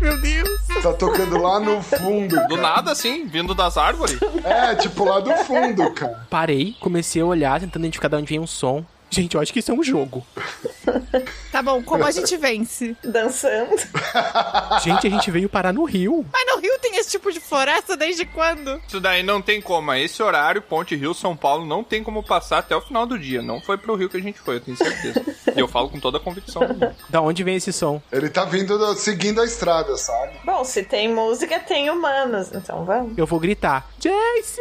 Meu Deus.
Tá tocando lá no fundo. cara.
Do nada, assim, vindo das árvores.
É, tipo lá do fundo, cara.
Parei, comecei a olhar, tentando identificar de onde vem um som. Gente, eu acho que isso é um jogo.
Tá bom, como a gente vence?
Dançando.
Gente, a gente veio parar no rio.
Mas no Rio tem esse tipo de floresta desde quando?
Isso daí não tem como. é Esse horário, Ponte Rio, São Paulo, não tem como passar até o final do dia. Não foi pro Rio que a gente foi, eu tenho certeza. e eu falo com toda a convicção. do mundo.
Da onde vem esse som?
Ele tá vindo do- seguindo a estrada, sabe?
Bom, se tem música, tem humanos. Então vamos.
Eu vou gritar. Jace!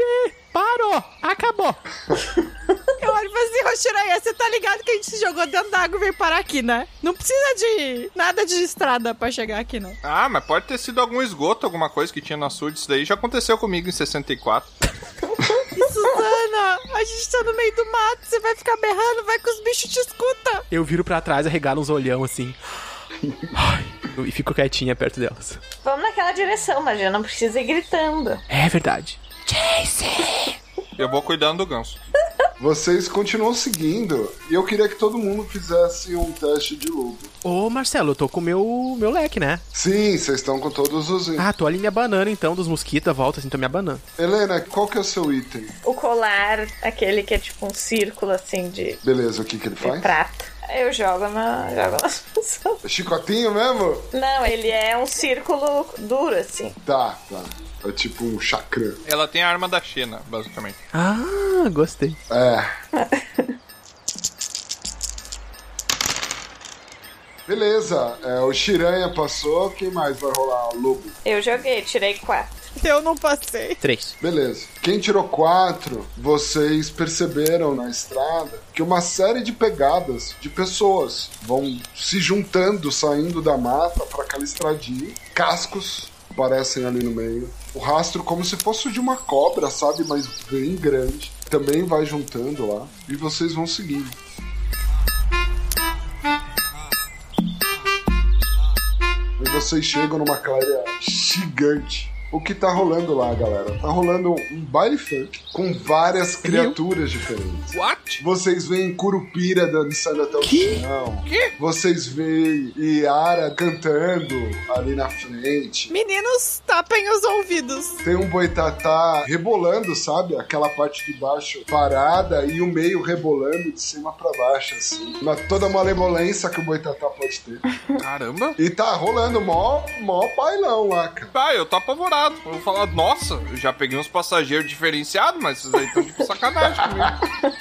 Parou! Acabou!
Eu olho e falo assim, ô Shiraya, você tá ligado que a gente se jogou dentro da água e veio parar aqui, né? Não precisa de nada de estrada pra chegar aqui, né?" não.
Ah, mas pode ter sido algum esgoto, alguma coisa que tinha no açude. Isso daí já aconteceu comigo em 64.
E Suzana, a gente tá no meio do mato, você vai ficar berrando, vai que os bichos te escutam.
Eu viro pra trás, arregalo uns olhão assim. Ai, e fico quietinha perto delas.
Vamos naquela direção, mas já não precisa ir gritando.
É verdade.
Eu vou cuidando do ganso.
Vocês continuam seguindo e eu queria que todo mundo fizesse um teste de lobo.
Ô, Marcelo, eu tô com o meu, meu leque, né?
Sim, vocês estão com todos os itens.
Ah, tô ali minha banana então, dos mosquitos, volta assim, tô minha banana.
Helena, qual que é o seu item?
O colar, aquele que é tipo um círculo assim de, de
Beleza, o que, que ele faz?
prata. Eu jogo, na, jogo nas pessoas.
É Chicotinho mesmo?
Não, ele é um círculo duro, assim.
Tá, tá. É tipo um chacrã.
Ela tem a arma da Xena, basicamente.
Ah, gostei.
É. Beleza, é, o Chiranha passou, quem mais vai rolar? O Lobo.
Eu joguei, tirei quatro.
Eu não passei.
Três.
Beleza. Quem tirou quatro, vocês perceberam na estrada que uma série de pegadas de pessoas vão se juntando, saindo da mata para aquela estradinha. Cascos aparecem ali no meio. O rastro como se fosse de uma cobra, sabe? Mas bem grande. Também vai juntando lá. E vocês vão seguindo. E vocês chegam numa clareira gigante. O que tá rolando lá, galera? Tá rolando um baile funk com várias criaturas diferentes.
What?
Vocês veem Curupira dançando até o chão. Vocês veem Iara cantando ali na frente.
Meninos, tapem os ouvidos.
Tem um boitatá rebolando, sabe? Aquela parte de baixo parada e o meio rebolando de cima pra baixo, assim. Na toda a malemolência que o boitatá pode ter.
Caramba.
E tá rolando mó, mó bailão lá, cara.
Ah, eu tô apavorado. Eu vou falar, nossa, eu já peguei uns passageiros diferenciados, mas esses aí estão tipo sacanagem comigo.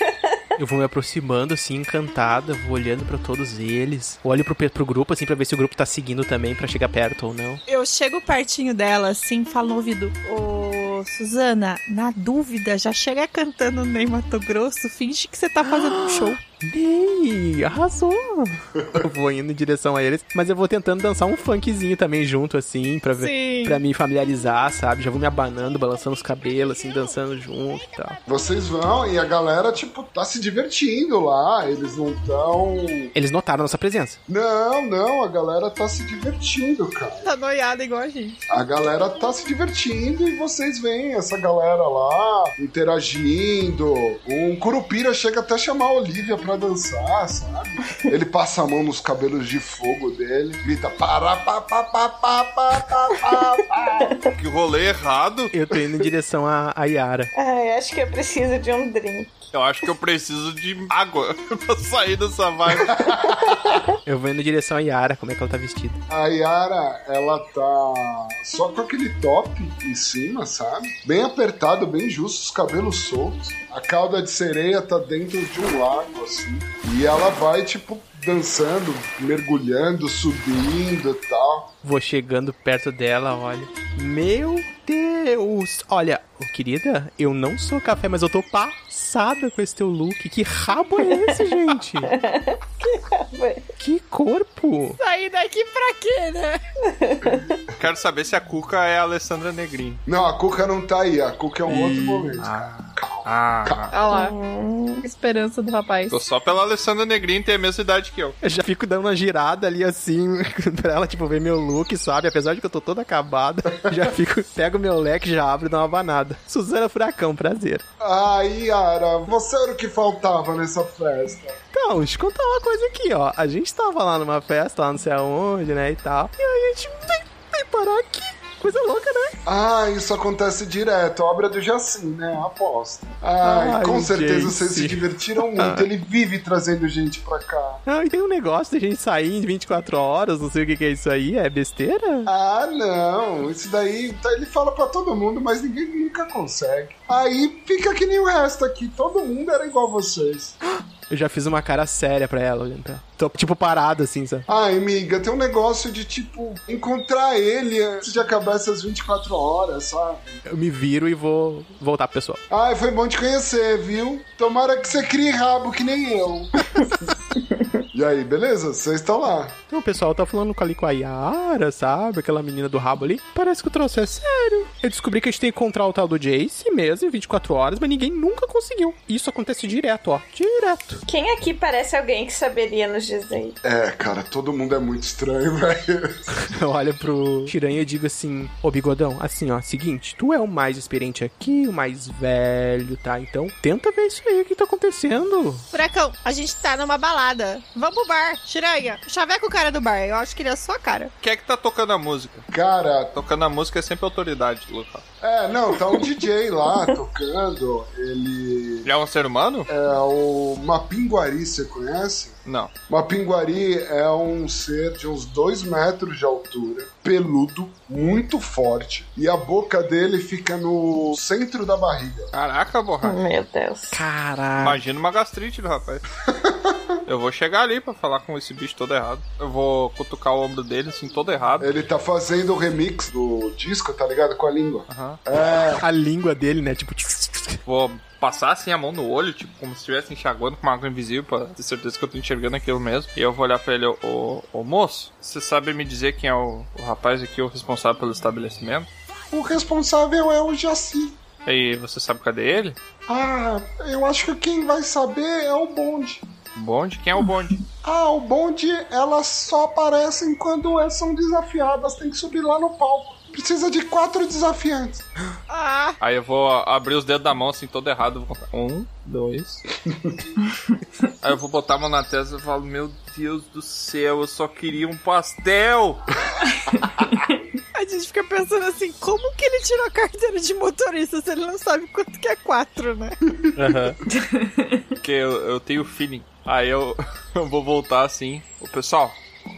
Eu vou me aproximando, assim, encantada, vou olhando pra todos eles. Olho pro, pe- pro grupo, assim, pra ver se o grupo tá seguindo também, pra chegar perto ou não.
Eu chego pertinho dela, assim, falo no ouvido. Ô, Suzana, na dúvida, já chega cantando Ney Mato Grosso, finge que você tá fazendo um show.
Ei, arrasou! eu vou indo em direção a eles, mas eu vou tentando dançar um funkzinho também junto, assim, pra ver.
Sim.
Pra me familiarizar, sabe? Já vou me abanando, balançando os cabelos, assim, dançando junto e tal.
Vocês vão e a galera, tipo, tá se divertindo lá. Eles não tão.
Eles notaram nossa presença.
Não, não, a galera tá se divertindo, cara.
Tá noiada igual a gente.
A galera tá se divertindo e vocês veem essa galera lá interagindo. Um curupira chega até a chamar a Olivia pra dançar, sabe? Ele passa a mão nos cabelos de fogo dele, grita para pa pa pa pa pa pa pa.
Que rolê errado.
Eu tô indo em direção a, a Yara.
É?
Ai, acho que eu preciso de um drink.
Eu acho que eu preciso de água pra sair dessa vibe.
Eu vou indo em direção a Yara, como é que ela tá vestida.
A Yara, ela tá só com aquele top em cima, sabe? Bem apertado, bem justo, os cabelos soltos. A cauda de sereia tá dentro de um lago, assim. E ela vai, tipo, dançando, mergulhando, subindo e tal.
Vou chegando perto dela, olha. Meu Deus! Olha, ô, querida, eu não sou café, mas eu tô passada com esse teu look. Que rabo é esse, gente? que corpo!
Sair daqui pra quê, né?
Quero saber se a Cuca é a Alessandra Negrini.
Não, a Cuca não tá aí. A Cuca é um outro momento.
Ah,
Olha lá. Hum, Esperança do rapaz.
tô só pela Alessandra Negrini ter a mesma idade que eu.
Eu já fico dando uma girada ali assim, pra ela, tipo, ver meu look, sabe? Apesar de que eu tô toda acabada, já fico, pego meu leque, já abro e dou uma banada. Suzana Furacão, prazer.
Ah, Yara, você era o que faltava nessa festa.
Então, deixa eu contar uma coisa aqui, ó. A gente tava lá numa festa, lá não sei aonde, né, e tal. E aí a gente vem, vem parar aqui. Coisa louca, né?
Ah, isso acontece direto. Obra do Jacim, né? Aposto. Ai,
Ai,
com certeza
gente.
vocês se divertiram muito. Ele vive trazendo gente pra cá.
Ah, e tem um negócio da gente sair em 24 horas, não sei o que que é isso aí. É besteira?
Ah, não. Isso daí tá- ele fala pra todo mundo, mas ninguém nunca consegue. Aí fica que nem o resto aqui. Todo mundo era igual vocês.
Eu já fiz uma cara séria pra ela, olhando pra ela. Tô, tipo, parado assim, sabe?
Ai, amiga, tem um negócio de, tipo, encontrar ele antes de acabar essas 24 horas, sabe?
Eu me viro e vou voltar pro pessoal.
Ai, foi bom te conhecer, viu? Tomara que você crie rabo que nem eu. e aí, beleza? Vocês estão lá.
Então, o pessoal tá falando com- ali com a Yara, sabe? Aquela menina do rabo ali. Parece que o troço é sério. Eu descobri que a gente tem que encontrar o tal do Jace mesmo em 24 horas, mas ninguém nunca conseguiu. Isso acontece direto, ó. Direto.
Quem aqui parece alguém que saberia nos dizer?
É, cara, todo mundo é muito estranho, velho.
Eu olho pro Tiranha e digo assim: Ô bigodão, assim, ó, seguinte, tu é o mais experiente aqui, o mais velho, tá? Então tenta ver isso aí, o que tá acontecendo?
Furacão, a gente tá numa balada. Vamos pro bar, tiranha. Chaveca o cara do bar. Eu acho que ele é a sua cara.
Quem é que tá tocando a música?
Cara,
Tocando a música é sempre autoridade, Luca.
é, não, tá um DJ lá tocando. Ele
Ele é um ser humano?
é o Mapinguari, você conhece?
Não.
Mapinguari é um ser de uns dois metros de altura, peludo, muito forte, e a boca dele fica no centro da barriga.
Caraca, borracha.
Meu Deus.
Caraca.
Imagina uma gastrite do rapaz. Eu vou chegar ali pra falar com esse bicho todo errado. Eu vou cutucar o ombro dele, assim, todo errado.
Ele tá fazendo o remix do disco, tá ligado? Com a língua.
Aham.
A língua dele, né? Tipo.
Vou passar, assim, a mão no olho, tipo, como se estivesse enxaguando com uma água invisível, pra ter certeza que eu tô enxergando aquilo mesmo. E eu vou olhar pra ele, ô, ô, ô, moço, você sabe me dizer quem é o, o rapaz aqui, o responsável pelo estabelecimento?
O responsável é o Jaci.
E você sabe cadê ele?
Ah, eu acho que quem vai saber é o Bond.
O Bonde? Quem é o bonde?
Ah, o bonde, elas só aparecem quando elas são desafiadas, tem que subir lá no palco. Precisa de quatro desafiantes.
Ah,
Aí eu vou abrir os dedos da mão assim, todo errado. Vou contar. Um, dois. Aí eu vou botar a mão na testa e falo: Meu Deus do céu, eu só queria um pastel.
a gente fica pensando assim, como que ele tirou a carteira de motorista se ele não sabe quanto que é quatro, né?
Porque eu, eu tenho feeling. Aí eu, eu vou voltar assim. Ô pessoal,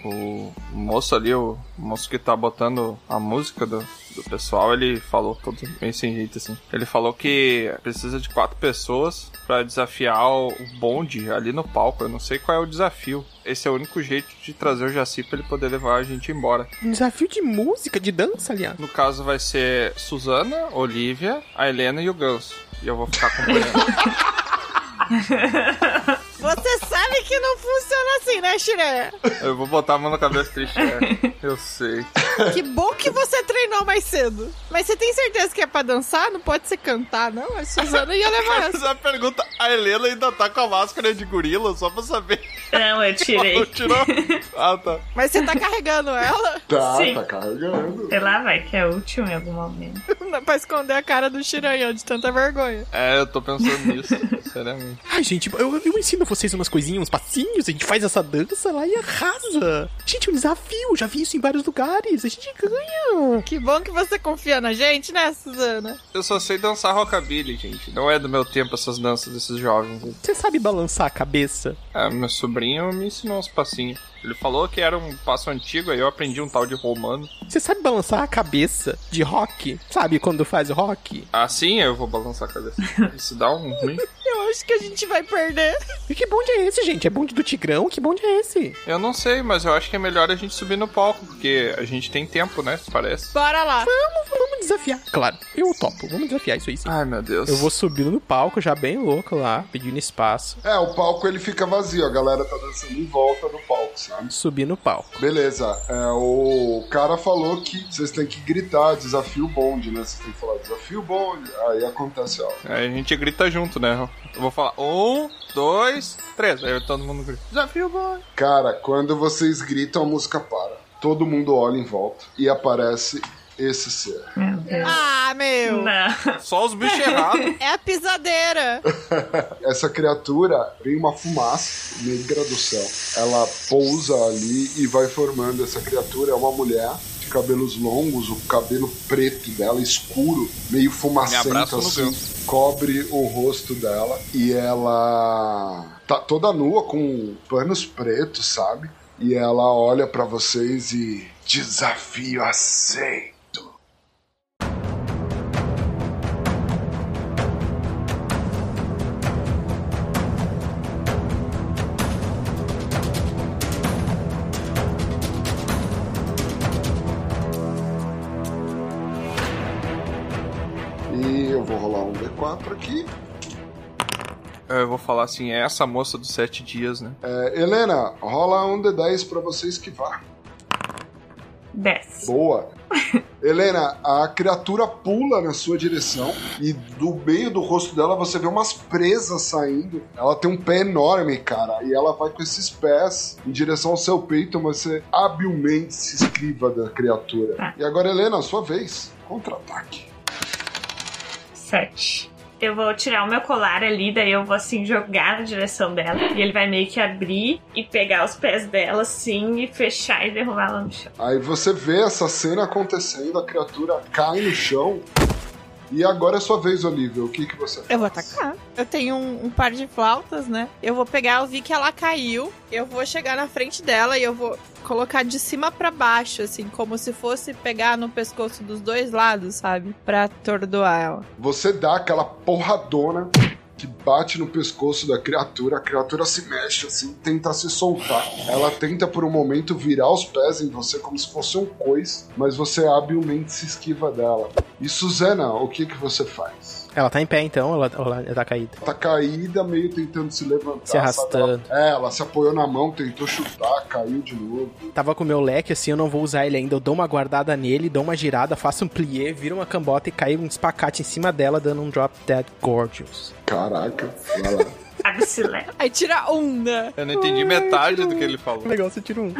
o moço ali, o moço que tá botando a música do, do pessoal, ele falou todo meio sem jeito assim. Ele falou que precisa de quatro pessoas pra desafiar o o bonde ali no palco. Eu não sei qual é o desafio. Esse é o único jeito de trazer o Jaci pra ele poder levar a gente embora.
Um desafio de música, de dança, aliás.
No caso vai ser Suzana, Olivia, a Helena e o Ganso. E eu vou ficar acompanhando.
Você sabe que não funciona assim, né, Shiranha?
Eu vou botar a mão na cabeça triste, cara. Eu sei.
Que bom que você treinou mais cedo. Mas você tem certeza que é pra dançar? Não pode ser cantar, não? A Suzana ia levar essa.
Essa pergunta, a Helena ainda tá com a máscara de gorila, só pra saber.
Não, eu
Ela
tirei.
tirou. Ah, tá.
Mas você tá carregando ela
Tá,
Sim.
tá carregando.
Sei lá, vai que é útil em algum momento.
pra esconder a cara do Shiranha de tanta vergonha.
É, eu tô pensando nisso, sinceramente.
Ai, gente, eu, eu ensino vocês umas coisinhas, uns passinhos, a gente faz essa dança lá e arrasa. Gente, um desafio, já vi isso em vários lugares, a gente ganha.
Que bom que você confia na gente, né, Suzana?
Eu só sei dançar rockabilly, gente. Não é do meu tempo essas danças desses jovens.
Você sabe balançar a cabeça?
É, meu sobrinho me ensinou uns passinhos. Ele falou que era um passo antigo, aí eu aprendi um tal de romano.
Você sabe balançar a cabeça de rock? Sabe quando faz rock?
Ah, Assim eu vou balançar a cabeça. Isso dá um ruim.
Eu
bonde que a gente vai perder.
E que bonde é esse, gente? É bonde do Tigrão? Que bonde é esse?
Eu não sei, mas eu acho que é melhor a gente subir no palco, porque a gente tem tempo, né? Parece.
Bora lá.
Vamos, vamos desafiar. Claro, eu topo. Vamos desafiar isso aí sim.
Ai, meu Deus.
Ah, Eu vou subindo no palco, já bem louco lá, pedindo espaço.
É, o palco ele fica vazio, a galera tá dançando em volta do palco, sabe?
Subir no palco.
Beleza, é, o cara falou que vocês têm que gritar desafio bonde, né? Vocês têm que falar desafio bonde, aí acontece algo.
Aí a gente grita junto, né? Eu vou falar um, dois, três. Aí todo mundo grita. Desafio bom.
Cara, quando vocês gritam, a música para. Todo mundo olha em volta e aparece esse ser.
Meu Deus.
Ah, meu.
Não.
Só os bichos errados.
É a pisadeira.
Essa criatura vem uma fumaça negra do céu. Ela pousa ali e vai formando. Essa criatura é uma mulher de cabelos longos, o cabelo preto dela, escuro, meio
Me abraça
fumacento
no
assim,
canto.
cobre o rosto dela e ela tá toda nua com panos pretos, sabe? E ela olha pra vocês e desafio aceito. E eu vou rolar um D4 aqui.
Eu vou falar assim, é essa moça dos sete dias, né?
É, Helena, rola um D10 pra você esquivar.
Desce.
Boa. Helena, a criatura pula na sua direção e do meio do rosto dela você vê umas presas saindo. Ela tem um pé enorme, cara, e ela vai com esses pés em direção ao seu peito, mas você habilmente se esquiva da criatura. E agora, Helena, sua vez. Contra-ataque.
Sete. Eu vou tirar o meu colar ali, daí eu vou assim jogar na direção dela. E ele vai meio que abrir e pegar os pés dela assim e fechar e derrubar ela no chão.
Aí você vê essa cena acontecendo, a criatura cai no chão. E agora é sua vez, Olivia. O que, que você faz?
Eu vou atacar. Eu tenho um, um par de flautas, né? Eu vou pegar, eu vi que ela caiu. Eu vou chegar na frente dela e eu vou colocar de cima pra baixo, assim, como se fosse pegar no pescoço dos dois lados, sabe? Pra atordoar ela.
Você dá aquela porradona que bate no pescoço da criatura, a criatura se mexe assim, tenta se soltar. Ela tenta por um momento virar os pés em você como se fosse um coice, mas você habilmente se esquiva dela. E Suzana, o que que você faz?
Ela tá em pé então, ela, ela tá caída.
Tá caída, meio tentando se levantar.
Se arrastando.
sabe? Ela, é, ela se apoiou na mão, tentou chutar, caiu de novo.
Tava com o meu leque assim, eu não vou usar ele ainda. Eu dou uma guardada nele, dou uma girada, faço um plié, viro uma cambota e caio um espacate em cima dela, dando um drop dead gorgeous.
Caraca, vai lá.
Sabe se leva.
Aí tira onda.
Eu não entendi metade do que ele falou.
Legal, você tira um.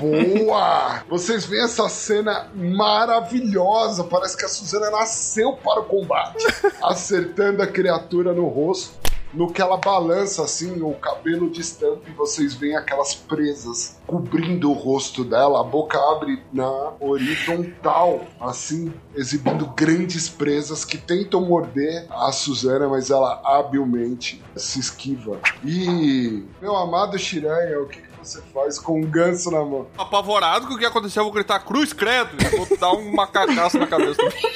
Boa! Vocês veem essa cena maravilhosa. Parece que a Suzana nasceu para o combate, acertando a criatura no rosto. No que ela balança assim, o cabelo de estampa, e vocês veem aquelas presas cobrindo o rosto dela, a boca abre na horizontal, assim, exibindo grandes presas que tentam morder a Suzana, mas ela habilmente se esquiva. E, meu amado Shiranha, o que, que você faz com um ganso na mão?
Apavorado com o que aconteceu, eu vou gritar cruz, credo! e Vou dar um macacaço na cabeça do bicho.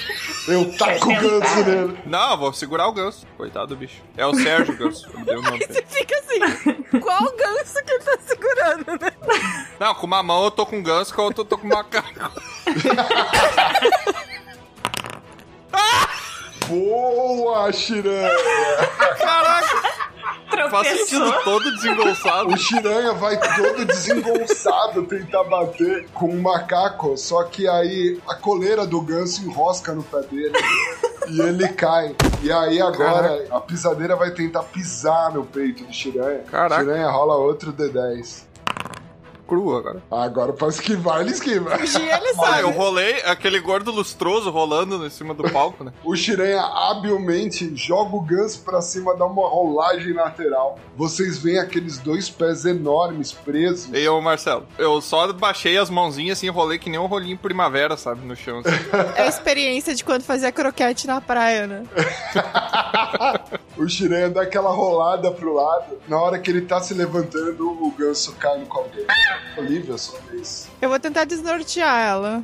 Eu taco o ganso nele.
Não, eu vou segurar o ganso. Coitado do bicho. É o Sérgio Ganso. Eu me dei o nome dele.
Você fica assim, qual ganso que ele tá segurando, né?
Não, com uma mão eu tô com ganso, com a outra eu tô com macaco.
Boa, Shiranha!
Caraca! Faz
Tropeçou.
sentido todo desengolçado.
O Shiranha vai todo desengonçado tentar bater com um macaco, só que aí a coleira do ganso enrosca no pé dele e ele cai. E aí agora a pisadeira vai tentar pisar no peito do Shiranha.
Caraca.
Shiranha rola outro D10.
Crua, cara.
Agora pra esquivar, ele esquiva.
Fugir ele
Ah, eu
sabe.
rolei aquele gordo lustroso rolando em cima do palco, né?
O Shiranha habilmente joga o ganso pra cima, dá uma rolagem lateral. Vocês veem aqueles dois pés enormes presos.
E eu, Marcelo, eu só baixei as mãozinhas assim, rolei que nem um rolinho primavera, sabe, no chão. assim.
É a experiência de quando fazia croquete na praia, né?
O Shiranha dá aquela rolada pro lado. Na hora que ele tá se levantando, o ganso cai no colo dele. Olivia, sua vez.
Eu vou tentar desnortear ela.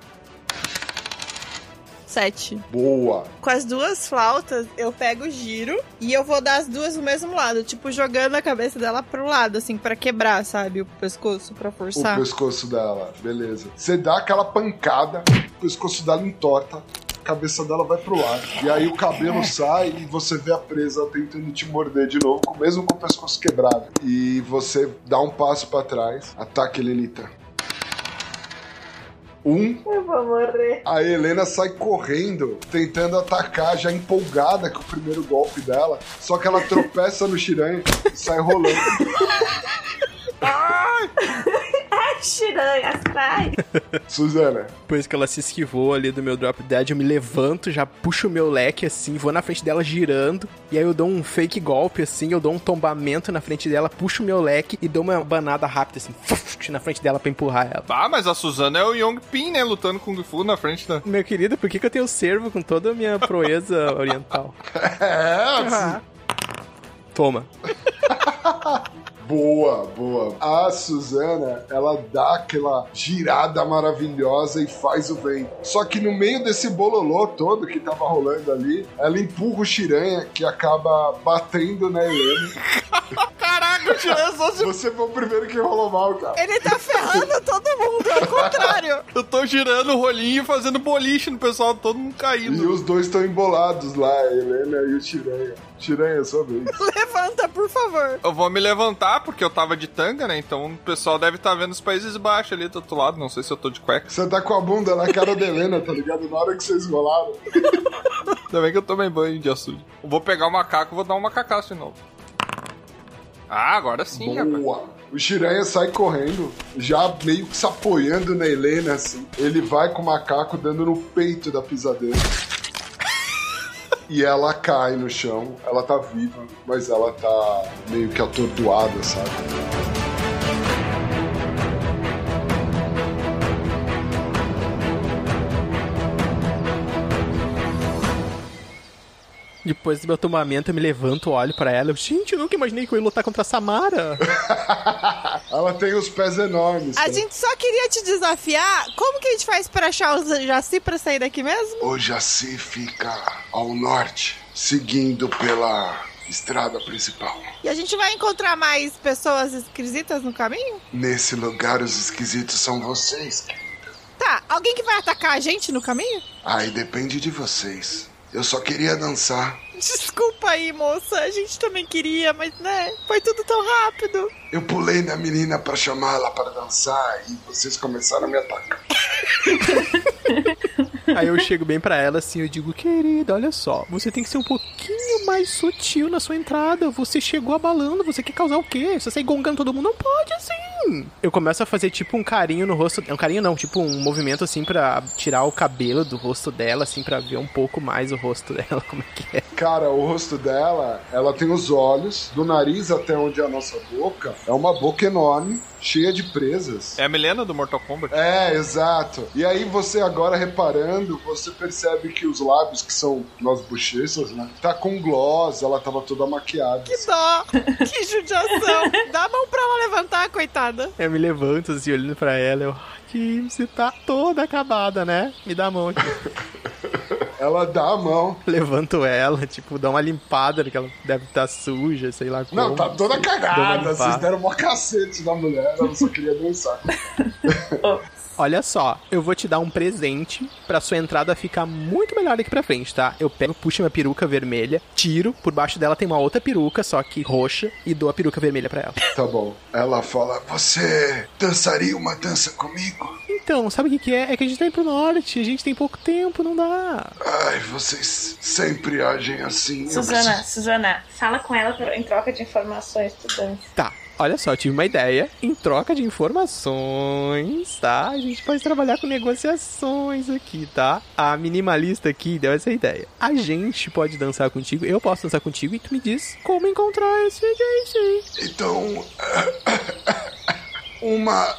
Sete.
Boa.
Com as duas flautas, eu pego o giro e eu vou dar as duas no mesmo lado, tipo, jogando a cabeça dela pro lado, assim, pra quebrar, sabe? O pescoço, pra
O
Tá.
forçar.
pescoço dela, beleza. Você dá aquela pancada, o pescoço dela entorta, a cabeça dela vai pro lado. E aí o
É.
cabelo sai e você vê a presa tentando te morder de novo, com- mesmo com o pescoço quebrado. E você dá um passo pra trás, ataque Lelita. Um,
Eu vou morrer.
a Helena sai correndo, tentando atacar, já empolgada com o primeiro golpe dela. Só que ela tropeça no Shiranha e sai rolando.
Ai, Shiranha, sai!
Suzana,
Depois que ela se esquivou ali do meu drop dead, eu me levanto, já puxo o meu leque assim, vou na frente dela girando, e aí eu dou um fake golpe assim, eu dou um tombamento na frente dela, puxo o meu leque e dou uma banada rápida assim, na frente dela pra empurrar ela.
Ah, mas a Suzana é o Young Pin, né? Lutando com o Gifu na frente da.
Meu querido, por que, que eu tenho servo com toda a minha proeza oriental?
É,
Toma.
Boa, boa. A Suzana, ela dá aquela girada maravilhosa e faz o bem. Só que no meio desse bololô todo que tava rolando ali, ela empurra o Chiranha, que acaba batendo na Helena.
Caraca, eu tirei as duas.
Você foi o primeiro que rolou mal, cara.
Ele tá ferrando todo mundo, ao contrário.
Eu tô girando o rolinho e fazendo boliche no pessoal, todo mundo
E
caindo.
os dois estão embolados lá, a Helena e o Chiranha. Chiranha, sua vez.
Levanta, por favor.
Eu vou me levantar, porque eu tava de tanga, né? Então o pessoal deve estar vendo os Países Baixos ali do outro lado. Não sei se eu tô de cueca.
Você tá com a bunda na cara da Helena, tá ligado? Na hora que vocês rolaram.
Ainda bem que eu tomei banho de açude. Eu Vou pegar o macaco e vou dar um macacaço de novo. Ah, agora sim, rapaz.
Boa. O Shiranha sai correndo, já meio que se apoiando na Helena, assim. Ele vai com o macaco dando no peito da pisadeira. E ela cai no chão. Ela tá viva, mas ela tá meio que atordoada, sabe?
Depois do meu tomamento, eu me levanto, olho pra ela. eu, Gente, eu nunca imaginei que eu ia lutar contra a Samara.
Ela tem os pés enormes.
A
cara.
gente só queria te desafiar. Como que a gente faz pra achar o Jaci pra sair daqui mesmo?
O Jaci fica ao norte, seguindo pela estrada principal.
E a gente vai encontrar mais pessoas esquisitas no caminho?
Nesse lugar, os esquisitos são vocês,
Tá, alguém que vai atacar a gente no caminho?
Aí depende de vocês. Eu só queria dançar.
Desculpa aí, moça. A gente também queria, mas né? Foi tudo tão rápido.
Eu pulei na menina pra chamá-la pra dançar e vocês começaram a me atacar.
Aí eu chego bem pra ela assim, eu digo, querida, olha só, você tem que ser um pouquinho mais sutil na sua entrada. Você chegou abalando, você quer causar o quê? Você sai gongando todo mundo? Não pode assim. Eu começo a fazer tipo um carinho no rosto. Um carinho não, tipo um movimento assim pra tirar o cabelo do rosto dela, assim, pra ver um pouco mais o rosto dela, como é que é.
Cara, o rosto dela, ela tem os olhos, do nariz até onde é a nossa boca, é uma boca enorme, cheia de presas.
É a Milena do Mortal Kombat?
É, exato. E aí você agora reparando, você percebe que os lábios, que são nas bochechas, né? Tá com gloss, ela tava toda maquiada.
Que dó. que judiação. Dá a mão pra ela levantar, coitada.
Eu me levanto assim, olhando pra ela, eu. "Ai, Kim, você tá toda acabada, né? Me dá a mão aqui.
Ela dá a mão.
Levanto ela, tipo, dá uma limpada, porque ela deve estar suja, sei lá como.
Não, tá toda
Dou uma
cagada.
limpada.
Vocês deram mó cacete na mulher, ela só queria dançar.
Olha só, eu vou te dar um presente pra sua entrada ficar muito melhor daqui pra frente, tá? Eu pego, puxo minha peruca vermelha, tiro, por baixo dela tem uma outra peruca, só que roxa, e dou a peruca vermelha pra ela.
Tá bom. Ela fala: Você dançaria uma dança comigo?
Então, sabe o que, que é? É que a gente tá indo pro norte, a gente tem pouco tempo, não dá.
Ai, vocês sempre agem assim. Eu
Suzana,
preciso-
Suzana, fala com ela pra- em troca de informações, tu dança.
Tá, olha só, eu tive uma ideia. Em troca de informações, tá? A gente pode trabalhar com negociações aqui, tá? A minimalista aqui deu essa ideia. A gente pode dançar contigo, eu posso dançar contigo, e tu me diz como encontrar esse gente.
Então. uma.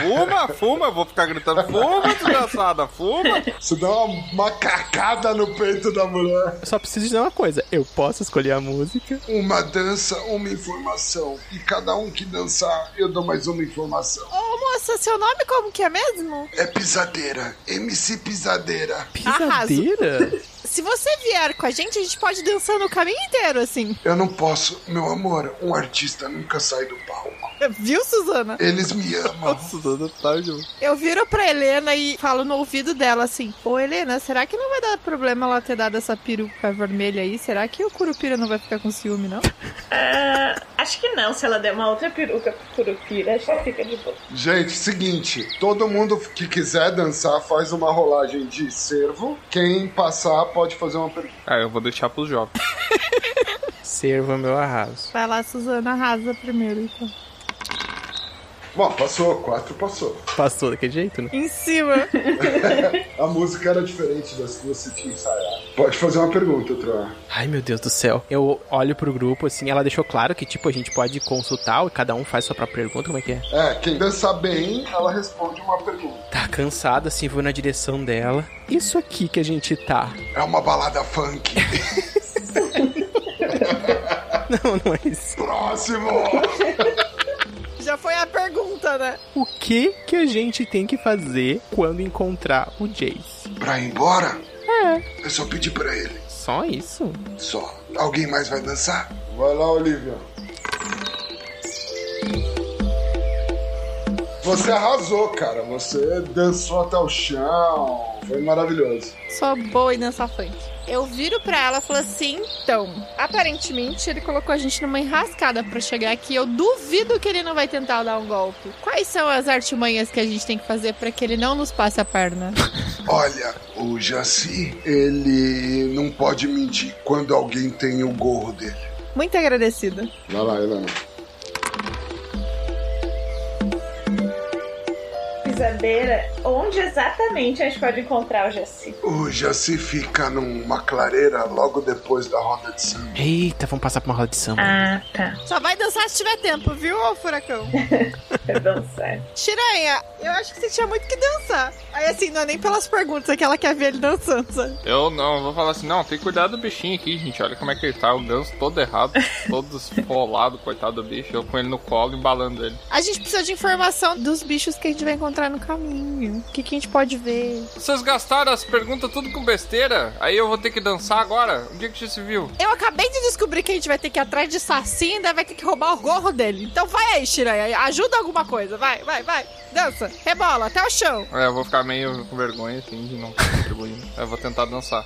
Fuma, fuma, eu vou ficar gritando, fuma, desgraçada, fuma.
Você dá uma macacada no peito da mulher.
Eu só preciso dizer uma coisa: eu posso escolher a música.
Uma dança, uma informação. E cada um que dançar, eu dou mais uma informação.
Ô, moça, seu nome como que é mesmo?
É pisadeira. MC Pisadeira.
Pisadeira?
Se você vier com a gente, a gente pode dançar no caminho inteiro, assim.
Eu não posso, meu amor, um artista nunca sai do palco.
Viu, Suzana?
Eles me amam.
Suzana tá, Ju.
Eu viro pra Helena e falo no ouvido dela assim: Ô Helena, será que não vai dar problema ela ter dado essa peruca vermelha aí? Será que o Curupira não vai ficar com ciúme, não?
Ah, acho que não, se ela der uma outra peruca pro Curupira, já fica de boa.
Gente, seguinte, todo mundo que quiser dançar faz uma rolagem de servo. Quem passar pode fazer uma pergunta.
Ah, eu vou deixar pros jovens.
Serva é meu arraso.
Vai lá, Suzana, arrasa primeiro, então.
Bom, passou, quatro passou.
Passou daquele jeito, né?
Em cima.
A música era diferente das que você tinha ensaiado. Pode fazer uma pergunta, Troa.
Ai, meu Deus do céu. Eu olho pro grupo, assim, ela deixou claro que, tipo, a gente pode consultar, cada um faz sua própria pergunta, como é que é?
É, quem dançar bem, ela responde uma pergunta.
Tá cansada, assim, vou na direção dela. Isso aqui que a gente tá.
É uma balada funk.
Não, não é isso.
Próximo!
Já foi a pergunta, né?
O que que a gente tem que fazer quando encontrar o Jace?
Pra ir embora? É. Eu só pedi pra ele.
Só isso?
Só. Alguém mais vai dançar? Vai lá, Olivia. Você arrasou, cara. Você dançou até o chão. Foi maravilhoso.
Sou boa em dançar funk. Eu viro pra ela e falo assim: então, aparentemente ele colocou a gente numa enrascada pra chegar aqui. Eu duvido que ele não vai tentar dar um golpe. Quais são as artimanhas que a gente tem que fazer pra que ele não nos passe a perna?
Olha, o Jaci, ele não pode mentir quando alguém tem o gorro dele.
Muito agradecida.
Vai lá, Helena.
Pisadeira, onde exatamente a gente pode encontrar o Jaci?
O Jaci fica numa clareira logo depois da roda de samba.
Eita, vamos passar pra uma roda de samba.
Ah, tá.
Só vai dançar se tiver tempo, viu, ô furacão?
Pra dançar.
Tiranha, eu acho que você tinha muito que dançar. Aí assim, não é nem pelas perguntas é que ela quer ver ele dançando. sabe?
Eu não, eu vou falar assim, não, tem que cuidar do bichinho aqui, gente. Olha como é que ele tá. O ganso todo errado, todo esfolado, coitado do bicho. Eu com ele no colo, embalando ele.
A gente precisa de informação dos bichos que a gente vai encontrar no caminho. O que, que a gente pode ver?
Vocês gastaram as perguntas tudo com besteira? Aí eu vou ter que dançar agora? Onde é que você se viu?
Eu acabei de descobrir que a gente vai ter que ir atrás de Saci e ainda vai ter que roubar o gorro dele. Então vai aí, Shiranha. Ajuda alguma coisa. Vai, vai, vai. Dança. Rebola até o chão.
É, eu vou ficar meio com vergonha, assim, de não estar contribuindo. Eu vou tentar dançar.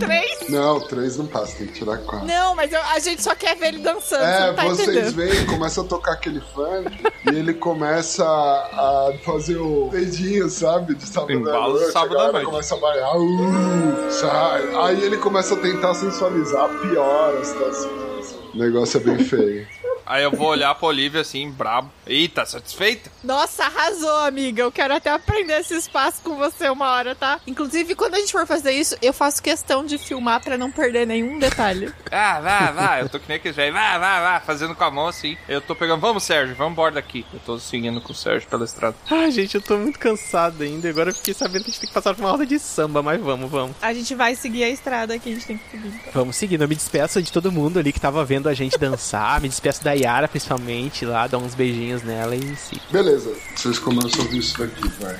Três.
Não, três não passa, tem que tirar quatro.
Não, mas eu- a gente só quer ver ele dançando. você
É,
não tá
vocês
entendendo.
veem, começa a tocar aquele funk e ele começa a fazer o dedinho, sabe? De sábado da
Embalo
noite.
sábado
a
à
galera
noite.
começa a bailar. "Uh", sai. Aí ele começa a tentar sensualizar, piora a situação. assim. O negócio é bem feio.
Aí eu vou olhar pra Olivia assim, brabo. Eita, satisfeita?
Nossa, arrasou, amiga. Eu quero até aprender esse espaço com você uma hora, tá? Inclusive, quando a gente for fazer isso, eu faço questão de filmar pra não perder nenhum detalhe.
Ah, vá, vá. Eu tô que nem aquele velho. Vá, vá, vá. Fazendo com a mão assim. Eu tô pegando. Vamos, Sérgio, vamos embora daqui. Eu tô seguindo com o Sérgio pela estrada.
Ah, gente, eu tô muito cansado ainda. Agora eu fiquei sabendo que a gente tem que passar por uma roda de samba, mas vamos, vamos.
A gente vai seguir a estrada que a gente tem que seguir. então.
Vamos seguindo. Eu me despeço de todo mundo ali que tava vendo a gente dançar. me despeço da Yara, principalmente, lá, dá uns beijinhos nela e sigo.
Beleza, vocês começam a ouvir isso daqui, vai.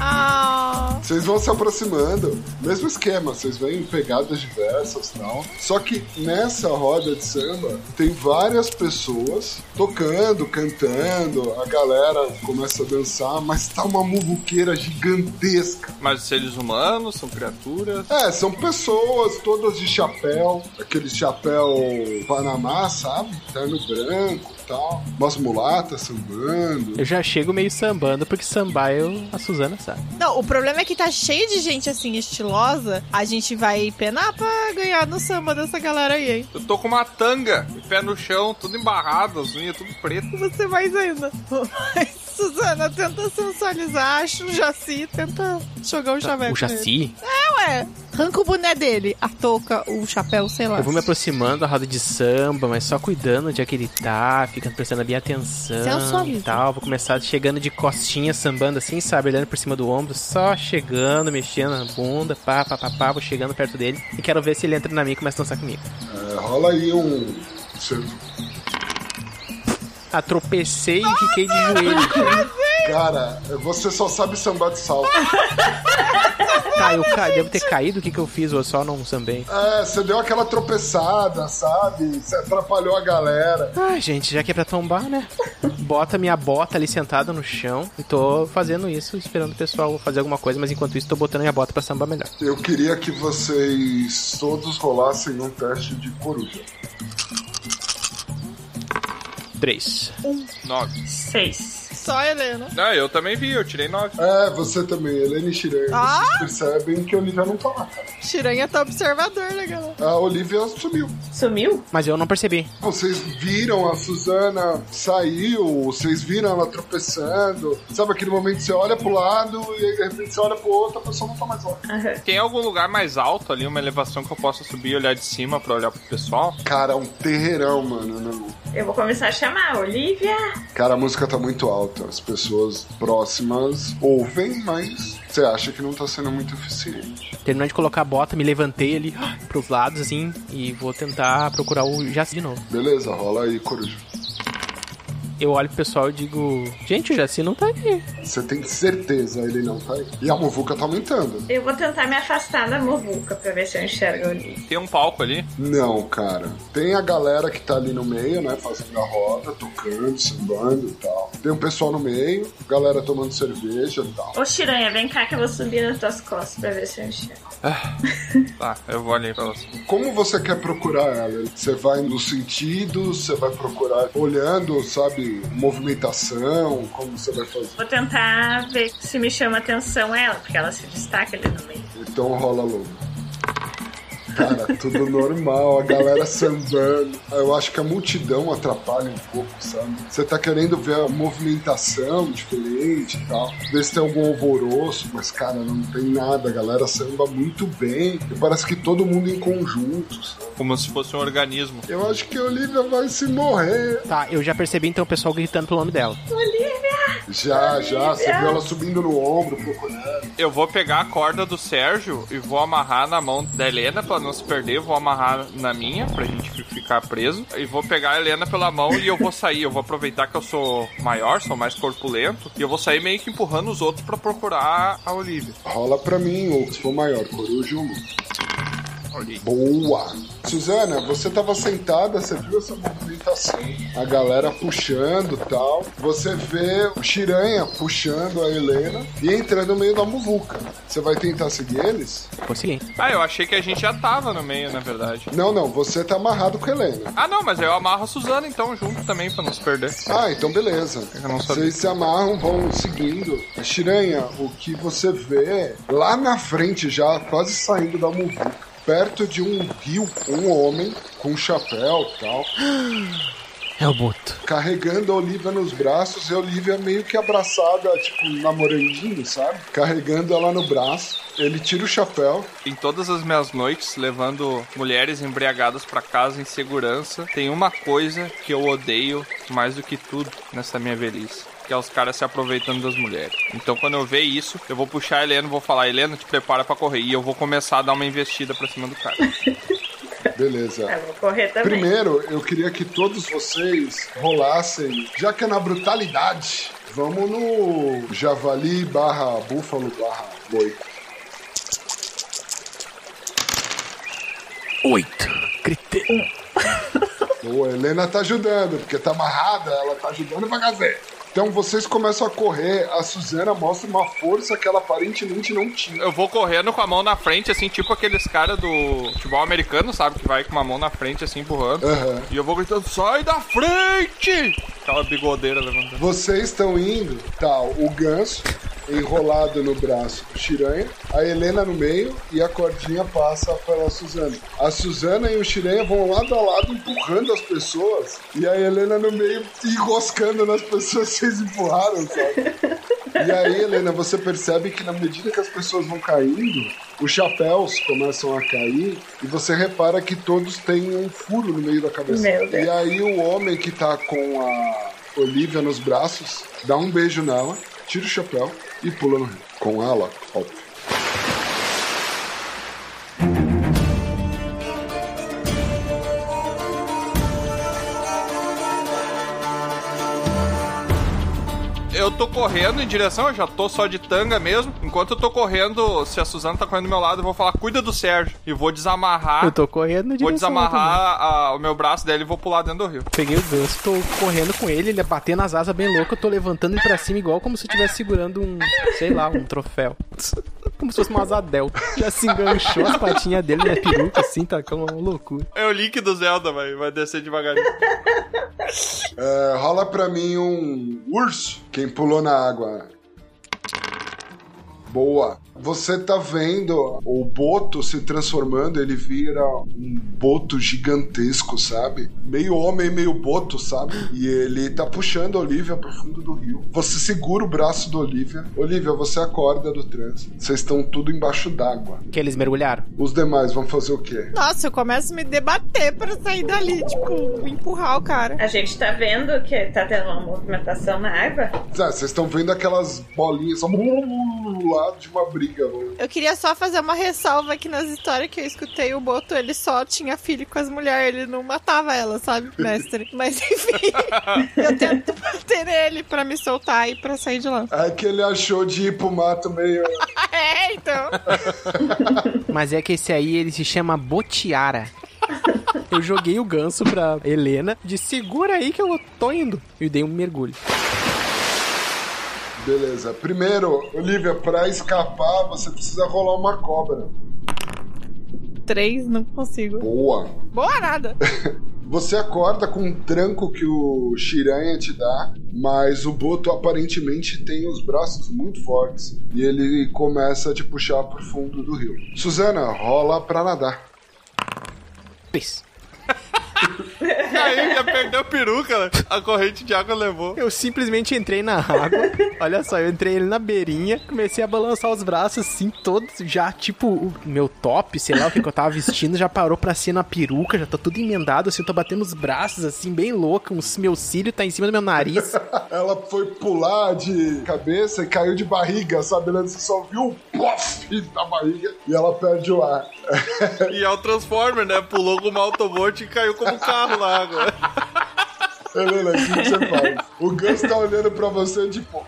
Ah,
Vocês vão se aproximando, mesmo esquema, vocês veem pegadas diversas e tal. Só que nessa roda de samba tem várias pessoas tocando, cantando, a galera começa a dançar, mas tá uma muvuqueira gigantesca.
Mas seres humanos são criaturas.
É, são pessoas todas de chapéu, aquele chapéu Panamá, sabe? Terno branco e tal. Umas mulatas sambando.
Eu já chego meio sambando, porque sambar eu, a Suzana sabe.
não, o problema é que tá cheio de gente assim estilosa. A gente vai penar pra ganhar no samba dessa galera aí, hein?
Eu tô com uma tanga, de pé no chão, tudo embarrado, as unhas tudo preto.
Você mais ainda. Mas Suzana, tenta sensualizar, acha o Jaci, tenta jogar o chaveco
O Jaci,
nele. Ué, arranca o boné dele, a touca, o chapéu, sei lá.
eu vou me aproximando da roda de samba, mas só cuidando de onde é que ele tá, ficando prestando bem atenção
Sensualiza.
e tal. Vou começar chegando de costinha, sambando assim, sabe, olhando por cima do ombro, só chegando, mexendo na bunda, pá, pá, pá, pá, vou chegando perto dele e quero ver se ele entra na minha e começa a dançar comigo.
É, rola aí um. você-
Ah, tropecei e fiquei de joelho.
Cara, você só sabe sambar de salto.
Tá, eu ca... devo ter caído, o que que eu fiz? Ou eu só não sambei?
É, você deu aquela tropeçada, sabe? Você atrapalhou a galera.
Ai, gente, já que é pra tombar, né? Bota minha bota ali sentada no chão e tô fazendo isso, esperando o pessoal fazer alguma coisa, mas enquanto isso tô botando minha bota pra sambar melhor.
Eu queria que vocês todos rolassem um teste de coruja.
Três.
Nove.
Seis.
Só a Helena.
Ah, eu também vi, eu tirei nove.
É, você também, Helene Shirei.
Ah!
Vocês percebem que a Olivia não tá lá, cara.
Chiranha tá observador, né, galera?
A Olivia sumiu.
Sumiu?
Mas eu não percebi.
Vocês viram a Suzana saiu, vocês viram ela tropeçando. Sabe aquele momento que você olha pro lado e aí, de repente você olha pro outro, a pessoa não tá mais lá.
Tem algum lugar mais alto ali, uma elevação que eu possa subir e olhar de cima pra olhar pro pessoal?
Cara, é um terreirão, mano. né, Não.
Eu vou começar a chamar. Olivia!
Cara, a música tá muito alta. As pessoas próximas ouvem, mas você acha que não tá sendo muito eficiente.
Terminando de colocar a bota, me levantei ali ah, pros lados, assim, e vou tentar procurar o Jaci de novo.
Beleza, rola aí, coruja.
Eu olho pro pessoal e digo: Gente, o Jaci não tá aqui.
Você tem certeza ele não tá aí. E a muvuca tá aumentando.
Eu vou tentar me afastar da muvuca pra ver se eu enxergo a Olivia.
Tem um palco ali?
Não, cara. Tem a galera que tá ali no meio, né? Fazendo a roda, tocando, sambando e tal. Tem um pessoal no meio, galera tomando cerveja e tal.
Ô, Chiranha, vem cá que eu vou subir nas tuas costas pra ver se eu enxergo.
Tá, eu vou ali pra você.
Como você quer procurar ela? Você vai nos sentidos, você vai procurar olhando, sabe, movimentação, como você vai fazer.
Vou tentar ver se me chama atenção ela, porque ela se destaca ali no meio.
Então rola logo. Cara, tudo normal, a galera sambando. Eu acho que a multidão atrapalha um pouco, sabe? Você tá querendo ver a movimentação diferente e tal, ver se tem algum alvoroço, mas, cara, não tem nada. A galera samba muito bem, e parece que todo mundo em conjunto, sabe?
Como se fosse um organismo.
Eu acho que a Olivia vai se morrer.
Tá, eu já percebi então o pessoal gritando pelo nome dela.
Já, já, você viu ela subindo no ombro, procurando.
Eu vou pegar a corda do Sérgio e vou amarrar na mão da Helena pra não se perder. Vou amarrar na minha pra gente fi- ficar preso. E vou pegar a Helena pela mão e eu vou sair. Eu vou aproveitar que eu sou maior, sou mais corpulento. E eu vou sair meio que empurrando os outros pra procurar a Olivia.
Rola pra mim, ou se for maior, coruja ou Lu.
Olivia.
Boa! Suzana, você tava sentada, você viu essa movimentação, a galera puxando e tal. Você vê o Chiranha puxando a Helena e entrando no meio da muvuca. Você vai tentar seguir eles?
Consegui.
Ah, eu achei que a gente já tava no meio, na verdade.
Não, não, você tá amarrado com a Helena.
Ah, não, mas eu amarro a Suzana então junto também pra não se perder.
Ah, então beleza.
Eu não sabia.
Vocês se amarram, vão seguindo. Chiranha, o que você vê lá na frente já, quase saindo da muvuca, perto de um rio, um homem com chapéu e tal,
É o Boto.
carregando a Olivia nos braços e a Olivia meio que abraçada, tipo, namorandinho, sabe? Carregando ela no braço. Ele tira o chapéu.
Em todas as minhas noites, levando mulheres embriagadas pra casa em segurança, tem uma coisa que eu odeio mais do que tudo nessa minha velhice. Que é os caras se aproveitando das mulheres. Então, quando eu ver isso, eu vou puxar a Helena, vou falar: Helena, te prepara pra correr. E eu vou começar a dar uma investida pra cima do cara.
Beleza.
Eu É, vou correr também.
Primeiro, eu queria que todos vocês rolassem, já que é na brutalidade, vamos no javali barra búfalo barra boi.
Oito. Gritei.
Boa, a Helena tá ajudando, porque tá amarrada, ela tá ajudando pra fazer. Então vocês começam a correr, a Suzana mostra uma força que ela aparentemente não tinha.
Eu vou correndo com a mão na frente, assim, tipo aqueles caras do futebol americano, sabe? Que vai com uma mão na frente, assim, empurrando.
Aham.
E eu vou gritando: sai da frente! Aquela bigodeira levantando.
Vocês estão indo, tá, o ganso enrolado no braço do Chiranha, a Helena no meio e a cordinha passa pela Suzana. A Suzana e o Chiranha vão lado a lado empurrando as pessoas e a Helena no meio enroscando nas pessoas que vocês empurraram, sabe? E aí, Helena, você percebe que na medida que as pessoas vão caindo, os chapéus começam a cair e você repara que todos têm um furo no meio da cabeça.
Meu Deus.
E aí o homem que tá com a Olivia nos braços dá um beijo nela, tira o chapéu e pula no rio. Com ela, óbvio.
Eu tô correndo em direção, eu já tô só de tanga mesmo. Enquanto eu tô correndo, se a Suzana tá correndo do meu lado, eu vou falar, cuida do Sérgio. E vou desamarrar.
Eu tô correndo de
Vou desamarrar a- o meu braço dele e vou pular dentro do rio.
Peguei o ganso, tô correndo com ele, ele batendo as asas bem louco, eu tô levantando ele pra cima igual como se eu estivesse segurando um, sei lá, um troféu. Como se fosse uma asa delta. Já se enganchou as patinhas dele na peruca, assim, tá com uma loucura.
É o link do Zelda, vai, vai descer devagarinho.
É, rola pra mim um urso, quem pulou na água. Boa. Você tá vendo o boto se transformando, ele vira um boto gigantesco, sabe? Meio homem, meio boto, sabe? E ele tá puxando a Olivia pro fundo do rio. Você segura o braço da Olivia. Olivia, você acorda do trânsito. Vocês estão tudo embaixo d'água.
Que eles mergulharam.
Os demais vão fazer o quê?
Nossa, eu começo a me debater pra sair dali, tipo, empurrar o cara.
A gente tá vendo que tá tendo uma movimentação na água.
Ah, Vocês estão vendo aquelas bolinhas só um lá de uma briga, mano.
Eu queria só fazer uma ressalva aqui nas histórias que eu escutei. O Boto, ele só tinha filho com as mulheres, ele não matava ela, sabe, mestre? Mas enfim, eu tento bater nele pra me soltar e pra sair de lá.
É que ele achou de ir pro mato meio.
Ah, é, então.
Mas é que esse aí, ele se chama Botiara. Eu joguei o ganso pra Helena, de segura aí que eu tô indo. E dei um mergulho.
Beleza. Primeiro, Olivia, pra escapar, você precisa rolar uma cobra.
Três, não consigo.
Boa.
Boa nada.
Você acorda com um tranco que o Shiranha te dá, mas o Boto aparentemente tem os braços muito fortes. E ele começa a te puxar pro fundo do rio. Suzana, rola pra nadar.
Pis.
Aí já perdeu a peruca, né? a corrente de água levou.
Eu simplesmente entrei na água. Olha só, eu entrei ele na beirinha, comecei a balançar os braços assim, todos já, tipo, o meu top, sei lá o que, que eu tava vestindo, já parou pra ser na peruca, já tá tudo emendado, assim, eu tô batendo os braços assim, bem louco, os meu cílio tá em cima do meu nariz.
Ela foi pular de cabeça e caiu de barriga, sabe? Ela só viu um pof da barriga e ela perde o ar.
E é o Transformer, né? Pulou como Autobot e caiu como um carro na água.
Helena, o que você faz? O Gus tá olhando pra você, tipo,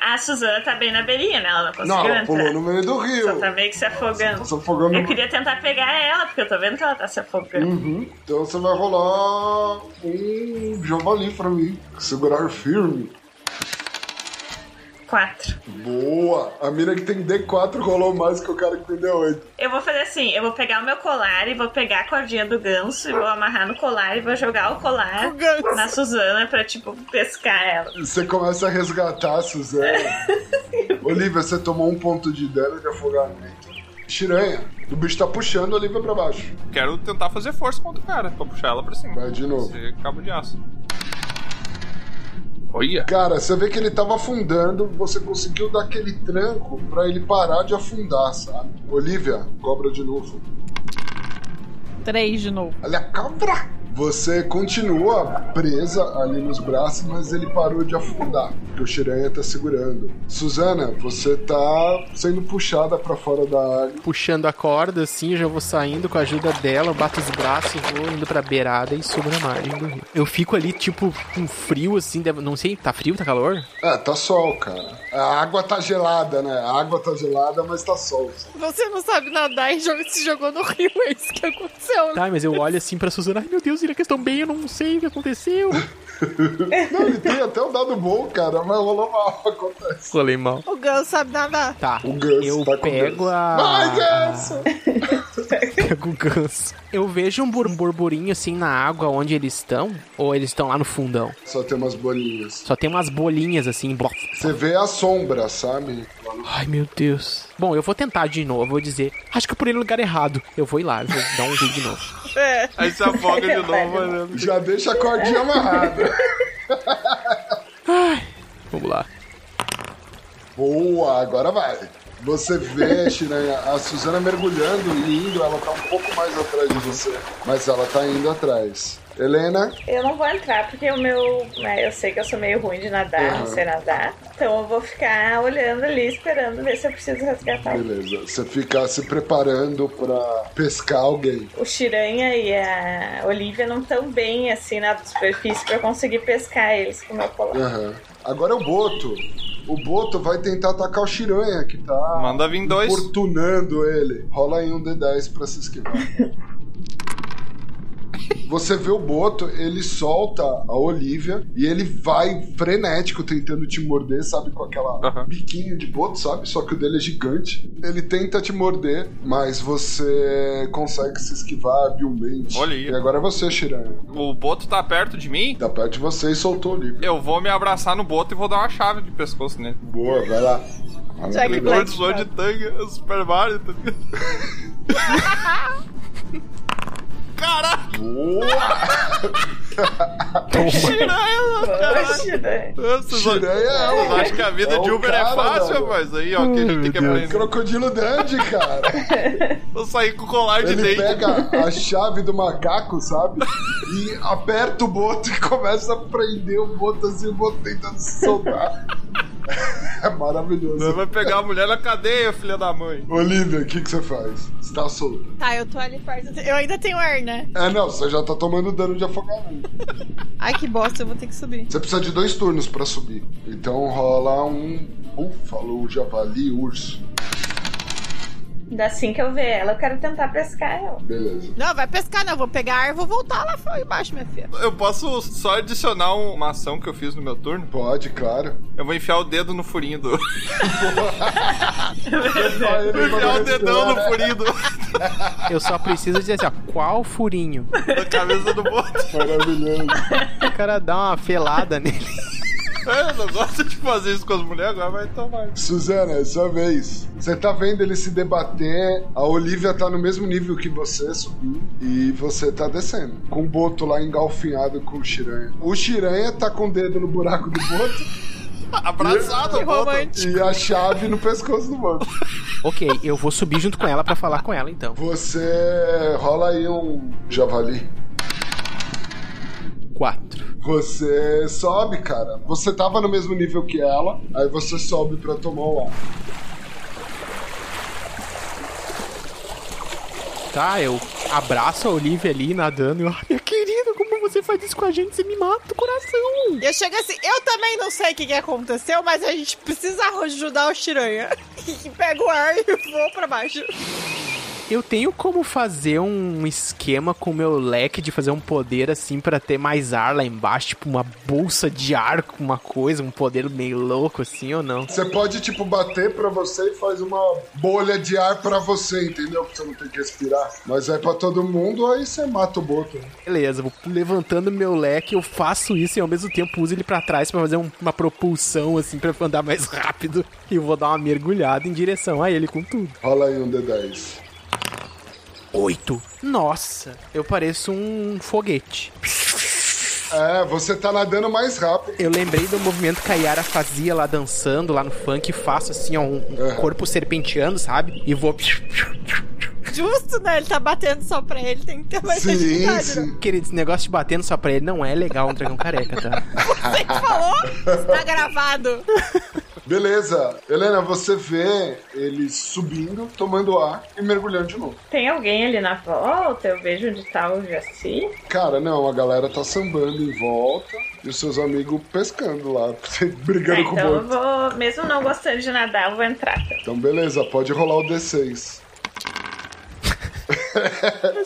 A Suzana tá bem na beirinha, né? Ela não conseguiu
não,
entrar.
ela pulou no meio do
Só
rio.
tá meio que se afogando.
Tá se afogando.
Eu queria tentar pegar ela, porque eu tô vendo que ela tá se afogando.
Uhum. Então você vai rolar um javali pra mim. Segurar firme.
Quatro.
Boa! A mina que tem D4 rolou mais que o cara que tem D8.
Eu vou fazer assim, eu vou pegar o meu colar e vou pegar a cordinha do ganso e vou amarrar no colar e vou jogar o colar
O ganso.
na Suzana pra, tipo, pescar ela.
Você começa a resgatar a Suzana. Olivia, você tomou um ponto de dano de afogamento. Chiranha, o bicho tá puxando a Olivia pra baixo.
Quero tentar fazer força contra o cara, pra puxar ela pra cima.
Vai de novo.
Esse cabo de aço. Olha.
Cara, você vê que ele tava afundando, você conseguiu dar aquele tranco pra ele parar de afundar, sabe? Olivia, cobra de novo.
Três de novo.
Olha a cobra! Você continua presa ali nos braços, mas ele parou de afundar, porque o Shiranha tá segurando. Suzana, você tá sendo puxada pra fora da água.
Puxando a corda assim, já vou saindo com a ajuda dela, eu bato os braços, vou indo pra beirada e subo na margem do rio. Eu fico ali, tipo, com frio assim, deve- não sei, tá frio, tá calor?
É, tá sol, cara. A água tá gelada, né? A água tá gelada, mas tá sol.
Você não sabe nadar e joga- se jogou no rio, é isso que aconteceu. né?
Tá, mas eu olho assim pra Suzana, ai meu Deus, eles estão bem, eu não sei o que aconteceu.
Não, ele tem até um dado bom, cara, mas rolou mal, acontece.
Falei mal.
O Gun sabe nadar.
Tá,
O Gus
eu
tá com
pego
Gus.
a...
Vai, Gus!
Pego com ganso. Eu vejo um bur- burburinho assim na água onde eles estão, ou eles estão lá no fundão.
Só tem umas bolinhas.
Só tem umas bolinhas assim, blof.
Você vê a sombra, sabe?
Ai, meu Deus. Bom, eu vou tentar de novo, eu vou dizer. Acho que eu pulei no lugar errado. Eu vou ir lá, eu vou dar um vídeo de novo.
Aí se afoga de
Vai,
novo, né? mano.
Já deixa a cordinha amarrada.
Vamos lá.
Boa, agora vai. Você vê, Shiranha, a Suzana mergulhando e indo, ela tá um pouco mais atrás de você. Mas ela tá indo atrás. Helena,
Eu não vou entrar porque o meu. né, eu sei que eu sou meio ruim de nadar, não sei nadar. Então eu vou ficar olhando ali, esperando ver se eu preciso resgatar.
beleza. Você fica se preparando pra pescar alguém.
O Chiranha e a Olivia não estão bem assim na superfície pra eu conseguir pescar eles com o meu colar.
Aham. Agora é o Boto. O Boto vai tentar atacar o Shiranha, que tá
Manda vir dois.
importunando ele. Rola aí um D10 pra se esquivar. Você vê o Boto, ele solta a Olivia e ele vai frenético tentando te morder, sabe? Com aquela
Aham.
biquinho de Boto, sabe? Só que o dele é gigante. Ele tenta te morder, mas você consegue se esquivar habilmente.
Olha aí.
E agora é você, Shiranha.
O Boto tá perto de mim.
Tá perto de você e soltou a Olivia.
Eu vou me abraçar no Boto e vou dar uma chave de pescoço nele.
Boa, vai lá.
Jack
Obrigado.
Black.
Gordo zoou de tanga, o Super Mario. tá ligado? Caraca,
Boa!
piranha!
Ô, Chiranha.
Vocês
Piranha é
vocês
o-
acham que a vida
é
de
o
Uber
cara,
é fácil,
velho.
rapaz? Aí, ó, que a gente tem que aprender.
Crocodilo Dandy, cara!
Eu saí com o colar de
Ele
dente.
pega a chave do macaco, sabe? E aperta o boto e começa a prender o boto assim, o boto tentando se soltar. É
Você
maravilhoso.
vai pegar a mulher na cadeia, filha da mãe.
Olivia, o que, que você faz? Você tá solto.
Tá, eu tô ali perto. Eu ainda tenho ar, né?
É, não, você já tá tomando dano de afogamento.
Ai, que bosta, eu vou ter que subir.
Você precisa de dois turnos pra subir. Então rola um búfalo, javali, urso.
Ainda assim que eu ver ela, eu quero tentar pescar ela.
Beleza.
Não, vai pescar, não. Eu Vou pegar ar e vou voltar lá fora embaixo, minha filha.
Eu posso só adicionar uma ação que eu fiz no meu turno?
Pode, claro.
Eu vou enfiar o dedo no furinho do. Vou
Só ele
enfiar
vai
o dedão no
respirar.
furinho do...
Eu só preciso dizer assim, ó, qual furinho?
da cabeça do boto.
Maravilhoso.
O cara dá uma felada nele.
É, Eu não gosto de fazer isso com as mulheres, agora vai tomar.
Suzana, é sua vez. Você tá vendo ele se debater, a Olivia tá no mesmo nível que você, subindo, e você tá descendo. Com o Boto lá engalfinhado com o Chiranha. O Chiranha tá com o dedo no buraco do Boto
Tá Abraçado,
Que
boto.
romântico.
e a chave no pescoço do Boto.
ok, eu vou subir junto com ela pra falar com ela então.
Você rola aí um javali.
Quatro.
Você sobe, cara. Você tava no mesmo nível que ela, aí você sobe pra tomar o ar.
Tá, eu abraço a Olivia ali nadando. e eu, Ai, minha querida, como você faz isso com a gente? Você me mata o coração.
Eu chego assim, eu também não sei o que, que aconteceu, mas a gente precisa ajudar o Chiranha. E pego o ar e vou pra baixo.
Eu tenho como fazer um esquema com o meu leque de fazer um poder assim pra ter mais ar lá embaixo, tipo uma bolsa de ar com uma coisa, um poder meio louco assim ou não?
Você pode, tipo, bater pra você e faz uma bolha de ar pra você, entendeu? Porque você não tem que respirar. Mas aí pra todo mundo, aí você mata o boto. né?
Beleza, vou levantando meu leque, eu faço isso e ao mesmo tempo uso ele pra trás pra fazer um- uma propulsão assim pra andar mais rápido e eu vou dar uma mergulhada em direção a ele com tudo.
Rola aí um D10.
Oito. Nossa, eu pareço um foguete.
É, você tá nadando mais rápido.
Eu lembrei do movimento que a Yara fazia lá dançando, lá no funk, faço assim, ó, um, um
Aham.
corpo serpenteando, sabe? E vou.
Justo, né? Ele tá batendo só pra ele, tem que ter mais
Sim,
agilidade, né?
sim.
Querido, esse negócio de batendo só pra ele não é legal um dragão careca, tá?
Você que falou, tá gravado.
Beleza. Helena, você vê ele subindo, tomando ar e mergulhando de novo.
Tem alguém ali na volta? Eu vejo onde tá o Jaci.
Cara, não, a galera tá sambando em volta e os seus amigos pescando lá, brigando
Ah,
com
então
o
eu
boto.
vou, mesmo não gostando de nadar, eu vou entrar. tá?
Então, beleza, pode rolar o D6.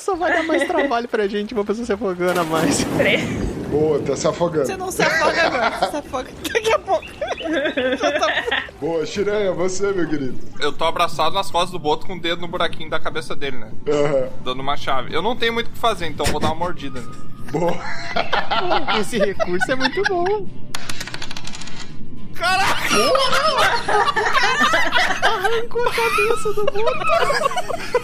Só vai dar mais trabalho pra gente, uma pessoa se afogando a mais.
Três.
Boa, tá se afogando.
Você não se afoga agora, você se afoga daqui a pouco. Eu tô-
Boa, Shiranha, você, meu querido.
Eu tô abraçado nas costas do Boto com o dedo no buraquinho da cabeça dele, né?
Aham,
Dando uma chave. Eu não tenho muito o que fazer, então vou dar uma mordida. né?
Boa.
Esse recurso é muito bom.
Caraca!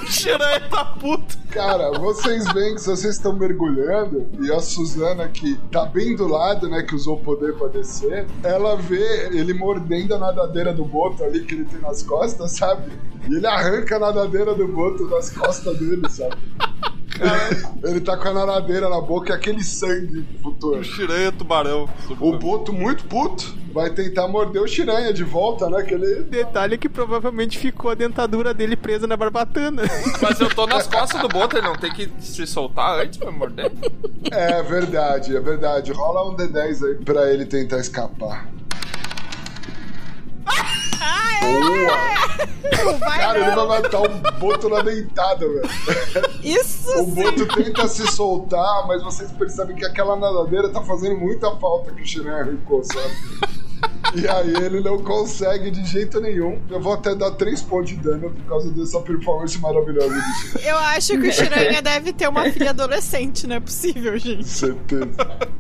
O Xeranha tá puto.
Cara, vocês veem que se vocês estão mergulhando e a Suzana, que tá bem do lado, né, que usou o poder pra descer, ela vê ele mordendo a nadadeira do boto ali que ele tem nas costas, sabe? E ele arranca a nadadeira do boto das costas dele, sabe? ele tá com a nadadeira na boca e aquele sangue
O
flutuando.
Xeranha é tubarão.
O boto, muito puto, vai tentar morder o Shiranha de volta, né? Que ele
Detalhe que provavelmente ficou a dentadura dele presa na barbatana.
Mas eu tô nas costas do Boto, ele não tem que se soltar antes pra me morder.
É verdade, é verdade. Rola um D10 aí pra ele tentar escapar. Boa! Cara, ele vai matar o Boto na dentada, velho.
Isso
O
sim!
Boto tenta se soltar, mas vocês percebem que aquela nadadeira tá fazendo muita falta que o Shiran arrancou, sabe? E aí ele não consegue de jeito nenhum. Eu vou até dar 3 pontos de dano por causa dessa performance maravilhosa do Shiran.
Eu acho que o Shiranha deve ter uma filha adolescente, não é possível, gente.
Certeza.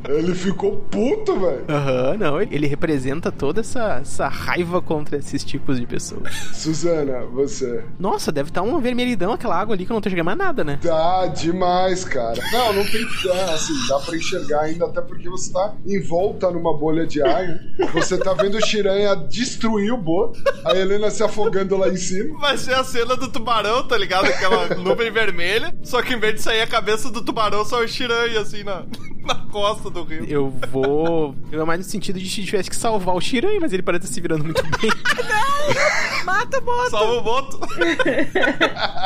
Ele ficou puto, velho.
Aham, não, ele ele representa toda essa, essa raiva contra esses tipos de pessoas.
Suzana, você.
Nossa, deve estar uma vermelhidão aquela água ali que não tá chegando mais nada, né?
Tá demais, cara. Não, não tem é, assim, dá pra enxergar ainda, até porque você tá envolta numa bolha de ar. né? Você tá vendo o Shiranha destruir o boto, a Helena se afogando lá em cima.
Vai ser a cena do tubarão, tá ligado? Aquela nuvem vermelha. Só que em vez de sair a cabeça do tubarão, só o Xeranha, assim, na, na costa do rio.
Eu vou. Eu é mais no sentido de se tivesse que salvar o Shiran, mas ele parece se virando muito bem.
Mata o Boto!
Salva o Boto.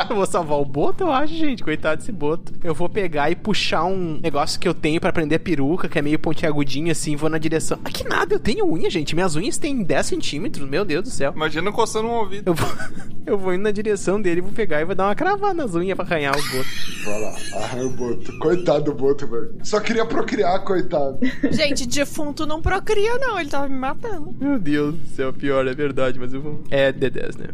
Eu vou salvar o Boto, eu acho, gente. Coitado desse Boto. Eu vou pegar e puxar um negócio que eu tenho pra prender a peruca, que é meio pontiagudinho assim, vou na direção. Ah, que nada, eu tenho unha, gente. Minhas unhas têm 10 centímetros, meu Deus do céu.
Imagina coçando um ouvido.
Eu vou, eu vou indo na direção dele, vou pegar e vou dar uma cravada nas unhas pra arranhar o Boto.
Vai lá, arranha "Ah, o boto. Coitado do boto, velho. Só queria procriar, coitado.
Gente, defunto não procria, não. Ele tava me matando.
Meu Deus do céu, pior, é verdade, mas eu vou. É D10, né?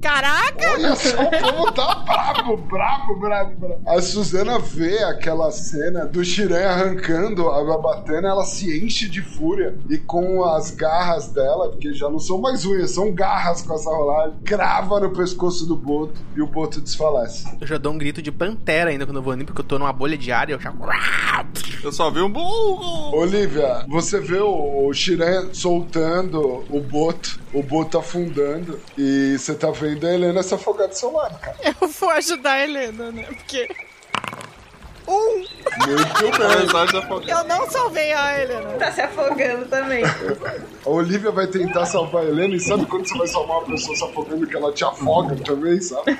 Caraca!
Olha só como tá brabo, brabo, brabo, brabo. A Suzana vê aquela cena do Shiran arrancando a babatana, ela se enche de fúria e com as garras dela, porque já não são mais unhas, são garras com essa rolagem, crava no pescoço do Boto e o Boto desfalece.
Eu já dou um grito de pantera ainda quando eu vou indo, porque eu tô numa bolha de ar e eu já.
Eu só vi um. bu-
Olivia, você vê o, o Shiran soltando o Boto, o Boto afundando e você tá vendo a Helena se afogar do seu lado, cara.
Eu vou ajudar a Helena, né? Porque. Um!
Muito bem.
Eu não salvei a Helena.
Tá se afogando também.
A Olivia vai tentar salvar a Helena e sabe quando você vai salvar uma pessoa se afogando que ela te afoga também, sabe?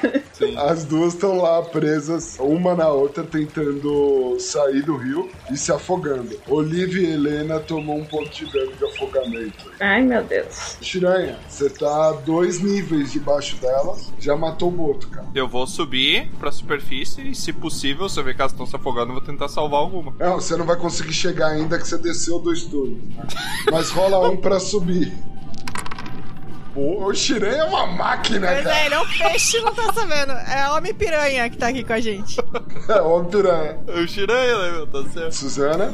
As duas estão lá presas, uma na outra, tentando sair do rio e se afogando. Olivia e Helena tomou um ponto de dano de afogamento.
Ai, meu Deus.
Shiranha, você tá a dois níveis debaixo dela, já matou o boto, cara.
Eu vou subir pra superfície e, se possível, se eu ver que elas estão se afogando, eu vou tentar salvar alguma.
Não, você não vai conseguir chegar ainda que você desceu dois turnos. né? Mas rola um pra subir. Pô, o Shiranha é uma máquina,
Mas
cara.
é, ele é um peixe, não tá sabendo. É homem piranha que tá aqui com a gente.
É, homem piranha.
Eu tirei, né, meu? Tá certo.
Suzana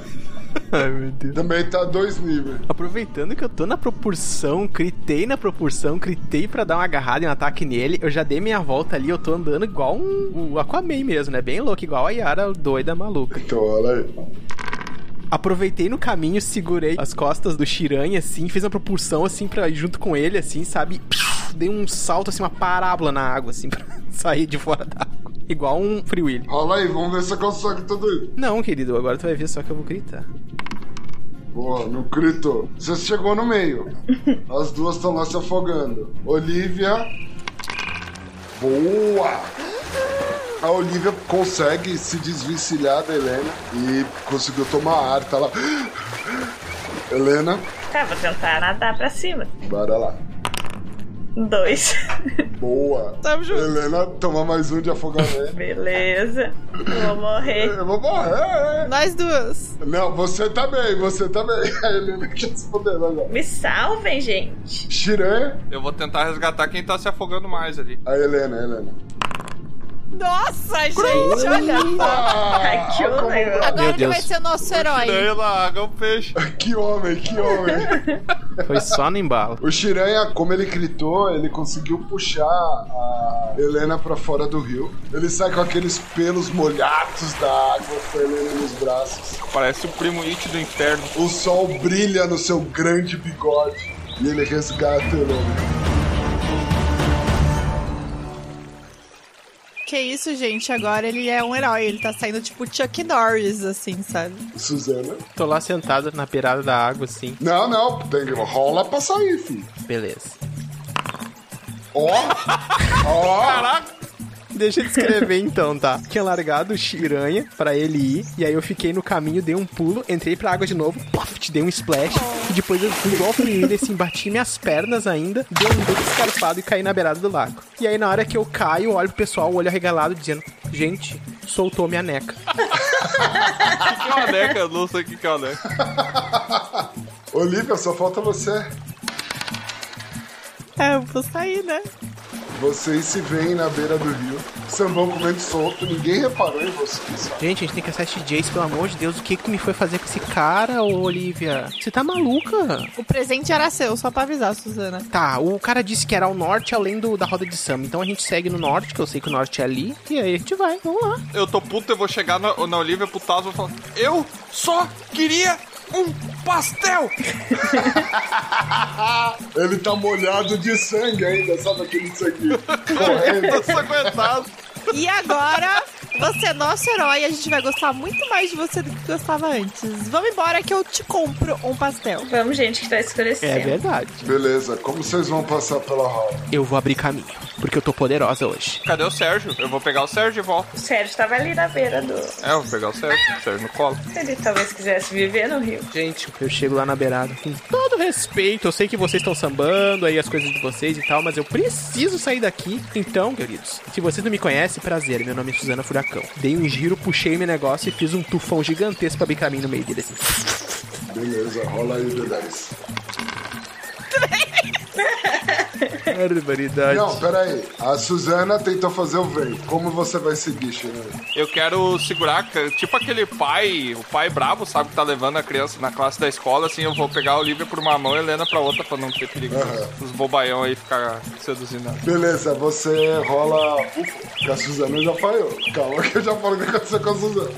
Ai, meu Deus.
também tá a dois níveis.
Aproveitando que eu tô na proporção, critei na proporção, critei pra dar uma agarrada e um ataque nele. Eu já dei minha volta ali, eu tô andando igual um o Aquaman mesmo, né? Bem louco, igual a Yara, doida maluca.
Então, olha aí.
Aproveitei no caminho, segurei as costas do Shiranha, assim, fiz uma propulsão, assim, pra ir junto com ele, assim, sabe? Dei um salto, assim, uma parábola na água, assim, pra sair de fora da água. Igual um Free Willy.
Rola aí, vamos ver se você consegue tudo isso.
Não, querido, agora tu vai ver só que eu vou gritar.
Boa, não gritou. Você chegou no meio. As duas estão lá se afogando. Olivia. Boa! A Olivia consegue se desvencilhar da Helena e conseguiu tomar ar, tá lá. Helena,
Tá, vou tentar nadar pra cima.
bora lá.
Dois.
Boa.
Tamo junto.
Helena, tomar mais um de afogamento.
Beleza. Eu vou morrer.
Eu vou morrer. é.
Nós duas.
Não, você também, você também. A Helena quer se fuder agora.
Me salvem, gente.
Shiran,
Eu vou tentar resgatar quem tá se afogando mais ali.
a Helena, a Helena.
Nossa, gente, olha.
Ah,
Ai, que
como-
horror.
Agora ele vai
Deus.
ser o nosso herói.
Daí lá, água, o peixe.
que homem, que homem.
Foi só no embalo.
O Shiranha, como ele gritou, ele conseguiu puxar a Helena pra fora do rio. Ele sai com aqueles pelos molhados da água com a Helena nos braços.
Parece o primo It do inferno.
O sol brilha no seu grande bigode e ele resgata a Helena.
Que isso, gente, agora ele é um herói. Ele tá saindo tipo Chuck Norris, assim, sabe?
Suzana?
Tô lá sentado na beirada da água, assim.
Não, não, tem, rola pra sair, filho.
Beleza.
Ó, ó,
Deixa eu descrever então, tá? Tinha largado o Chiranha pra ele ir, e aí eu fiquei no caminho, dei um pulo, entrei pra água de novo, pof, te dei um splash, e depois eu fui igual fluindo, assim, bati minhas pernas ainda, dei um duro escarpado e caí na beirada do lago. E aí na hora que eu caio, olho pro pessoal, olho arregalado, dizendo, gente, soltou minha neca.
O que é uma neca? Eu não sei o que é uma neca.
Olivia, só falta você.
É, eu vou sair, né?
Vocês se veem na beira do rio, sambão comendo solto, ninguém reparou em vocês.
Gente, a gente tem que acessar esse Jace, pelo amor de Deus, o que que me foi fazer com esse cara, ô Olivia? Você tá maluca?
O presente era seu, só pra avisar, Suzana.
Tá, o cara disse que era o norte além do, da roda de samba. Então a gente segue no norte, que eu sei que o norte é ali. E aí a gente vai, vamos lá.
Eu tô puto, eu vou chegar na, na Olivia putazo e vou falar: Eu só queria um pastel!
Ele tá molhado de sangue ainda, sabe aquele sangue correndo?
Tô sanguentado.
E agora, você é nosso herói. A gente vai gostar muito mais de você do que gostava antes. Vamos embora que eu te compro um pastel.
Vamos, gente, que tá
É
escurecendo.
verdade.
Beleza, como vocês vão passar pela roda?
Eu vou abrir caminho, porque eu tô poderosa hoje.
Cadê o Sérgio? Eu vou pegar o Sérgio e volto.
O Sérgio tava ali na beira do.
É, eu vou pegar o Sérgio. O Sérgio no colo.
Ele talvez quisesse viver no rio.
Gente, eu chego lá na beirada. Com todo respeito, eu sei que vocês estão sambando aí as coisas de vocês e tal, mas eu preciso sair daqui. Então, queridos, se vocês não me conhecem, prazer. Meu nome é Suzana Furacão. Dei um giro, puxei meu negócio e fiz um tufão gigantesco pra abrir caminho no meio dele assim.
Beleza, rola aí D10.
Barbaridade.
Não, peraí. A Suzana tentou fazer o vento. Como você vai seguir, Shiran?
Eu quero segurar, ca- tipo aquele pai, o pai bravo, sabe, que tá levando a criança na classe da escola, assim, eu vou pegar a Olivia por uma mão e a Helena pra outra pra não ter perigo. Os bobaião aí ficar seduzindo ela.
Beleza, você rola. Ufa, que a Suzana já falhou. Calma que eu já falo o que aconteceu com a Suzana.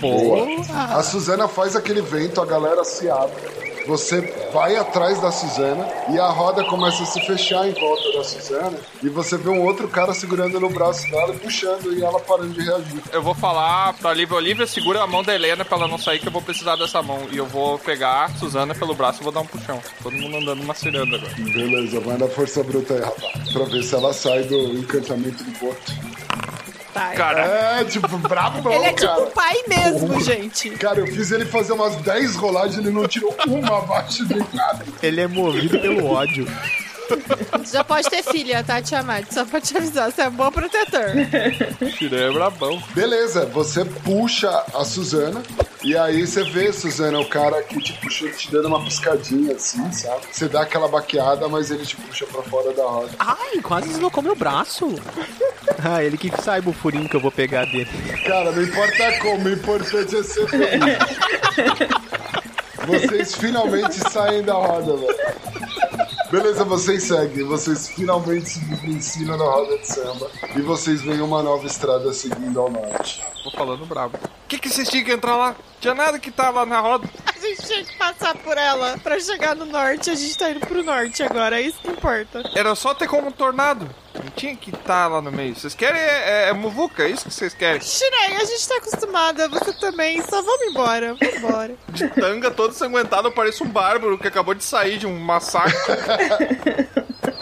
Boa. A Suzana faz aquele vento, a galera se abre. Você vai atrás da Suzana e a roda começa a se fechar em volta da Suzana. E você vê um outro cara segurando no braço dela e puxando e ela parando de reagir.
Eu vou falar pra Olivia, Olivia, segura a mão da Helena pra ela não sair, que eu vou precisar dessa mão. E eu vou pegar a Suzana pelo braço e vou dar um puxão. Todo mundo andando macirando agora.
Beleza, vai na força bruta aí, rapaz. Pra ver se ela sai do encantamento do boto.
Tá.
Cara,
É, tipo, brabo,
Ele é tipo
cara.
o pai mesmo, gente.
Cara, eu fiz ele fazer umas 10 rolagens e ele não tirou uma abaixo do cara.
Ele é movido pelo ódio.
Você já pode ter filha, tá, Tiamat? Só pra te avisar, você é um bom protetor.
tirei é brabão.
Beleza, você puxa a Suzana. E aí você vê, Suzana, o cara que te puxou te dando uma piscadinha assim, sabe? Você dá aquela baqueada, mas ele te puxa pra fora da roda.
Ai, quase deslocou meu braço. Ah, ele que saiba o furinho que eu vou pegar dele.
Cara, não importa como, o importante é ser feliz. Vocês finalmente saem da roda, velho. Beleza, vocês seguem. Vocês finalmente se ensinam na roda de samba. E vocês veem uma nova estrada seguindo ao norte.
Tô falando brabo. O que, que vocês tinham que entrar lá? Tinha nada que tá lá na roda.
A gente tinha que passar por ela pra chegar no norte. A gente tá indo pro norte agora, é isso que importa.
Era só ter como um tornado. Não tinha que estar lá no meio. Vocês querem é, é, é muvuca, é isso que vocês querem.
Shirei, a gente tá acostumada, você também. Só vamos embora, vamos embora.
De tanga todo sanguentado, eu pareço um bárbaro que acabou de sair de um massacre.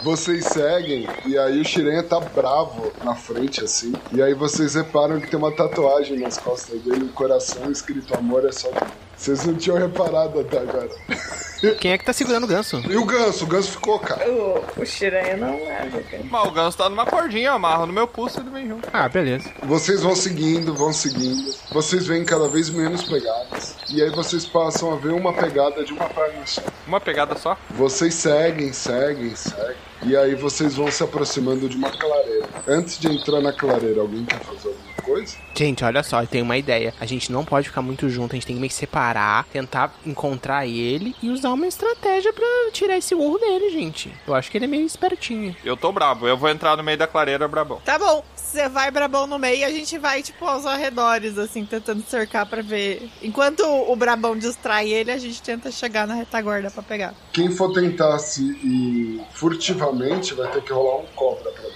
Vocês seguem, e aí o Shirenha tá bravo na frente, assim. E aí vocês reparam que tem uma tatuagem nas costas dele, um coração escrito amor é só de mim. Vocês não tinham reparado até agora.
Quem é que tá segurando o ganso?
E o ganso? O ganso ficou, cara.
O, o Shiranha não leva, cara.
Mas o ganso tá numa cordinha, eu amarro no meu pulso e ele vem junto.
Ah, beleza.
Vocês vão seguindo, vão seguindo. Vocês veem cada vez menos pegadas. E aí vocês passam a ver uma pegada de uma perna só.
Uma pegada só.
Vocês seguem, seguem, seguem. E aí vocês vão se aproximando de uma clareira. Antes de entrar na clareira, alguém quer fazer alguma coisa?
Gente, olha só, eu tenho uma ideia. A gente não pode ficar muito junto, a gente tem que meio que separar, tentar encontrar ele e usar uma estratégia pra tirar esse urro dele, gente. Eu acho que ele é meio espertinho.
Eu tô brabo, eu vou entrar no meio da clareira brabão.
Tá bom, você vai Brabão no meio e a gente vai, tipo, aos arredores, assim, tentando cercar pra ver. Enquanto o Brabão distrai ele, a gente tenta chegar na retaguarda pra pegar.
Quem for tentar se ir furtivamente vai ter que rolar um cobra pra mim.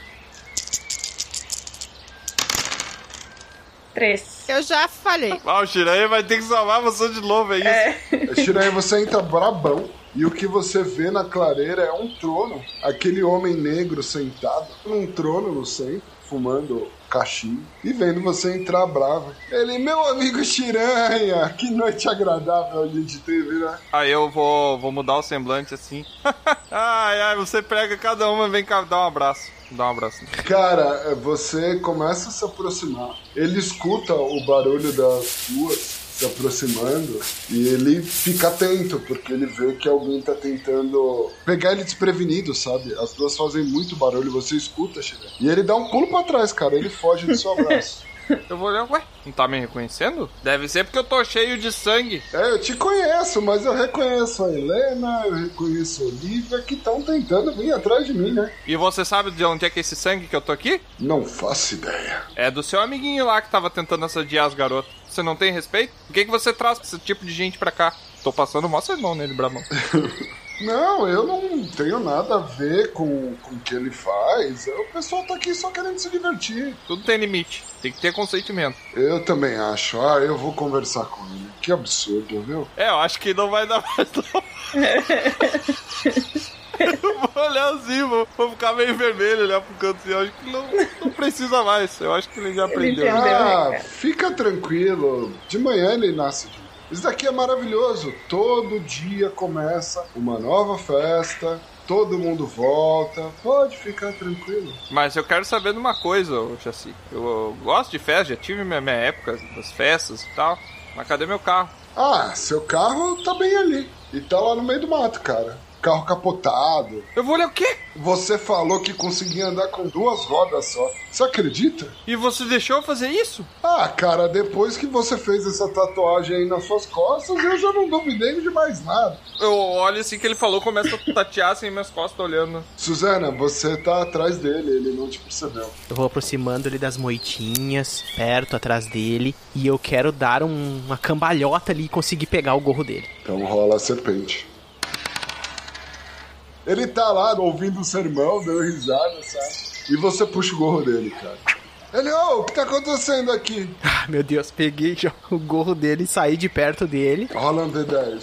Três.
Eu já falei.
Ah, o Shiranha vai ter que salvar você de novo, é isso?
Shiranha, você entra brabão. E o que você vê na clareira é um trono. Aquele homem negro sentado num trono no centro, fumando cachimbo e vendo você entrar bravo. Ele, meu amigo Shiranha, que noite agradável a gente teve, né?
Aí eu vou, vou mudar o semblante assim. ai, ai, você pega cada uma, vem cá, dá um abraço. Dá um abraço.
Cara, é, você começa a se aproximar. Ele escuta o barulho das ruas se aproximando e ele fica atento, porque ele vê que alguém tá tentando pegar ele desprevenido, sabe? As duas fazem muito barulho, você escuta, Shiranha. E ele dá um pulo pra trás, cara, ele foge do seu abraço.
Eu vou olhar, ué, não tá me reconhecendo? Deve ser porque eu tô cheio de sangue.
É, eu te conheço, mas eu reconheço a Helena, eu reconheço a Olivia, que estão tentando vir atrás de mim, né?
E você sabe de onde é que é esse sangue que eu tô aqui?
Não faço ideia.
É do seu amiguinho lá que tava tentando assediar as garotas. Você não tem respeito? Por que, que você traz esse tipo de gente pra cá? Tô passando mó sermão nele, Bramão.
Não, eu não tenho nada a ver com, com o que ele faz. O pessoal tá aqui só querendo se divertir.
Tudo tem limite. Tem que ter consentimento.
Eu também acho. Ah, eu vou conversar com ele. Que absurdo, viu?
É, eu acho que não vai dar mais não. Eu vou olhar assim, vou, vou ficar meio vermelho, olhar pro canto assim. Eu acho que não, não precisa mais. Eu acho que ele já aprendeu.
entendeu. né,
Ah,
cara?
fica tranquilo. De manhã ele nasce de novo. Isso daqui é maravilhoso. Todo dia começa uma nova festa. Todo mundo volta. Pode ficar tranquilo.
Mas eu quero saber de uma coisa, ô Chassi. Eu, eu gosto de festa, já tive minha, minha época das festas e tal. Mas cadê meu carro?
Ah, seu carro tá bem ali. E tá lá no meio do mato, cara. Carro capotado.
Eu vou olhar o quê?
Você falou que conseguia andar com duas rodas só. Você acredita?
E você deixou eu fazer isso?
Ah, cara, depois que você fez essa tatuagem aí nas suas costas, eu já não duvidei de mais nada.
Eu olho assim que ele falou, começa a tatear assim minhas costas olhando.
Suzana, você tá atrás dele, ele não te percebeu.
Eu vou aproximando ele das moitinhas, perto, atrás dele. E eu quero dar um- uma cambalhota ali e conseguir pegar o gorro dele.
Então rola a serpente. Ele tá lá ouvindo o sermão, deu risada, sabe? E você puxa o gorro dele, cara. Ele, ô, o que tá acontecendo aqui?
Ah, meu Deus, peguei já o gorro dele, saí de perto dele.
Rola um D10.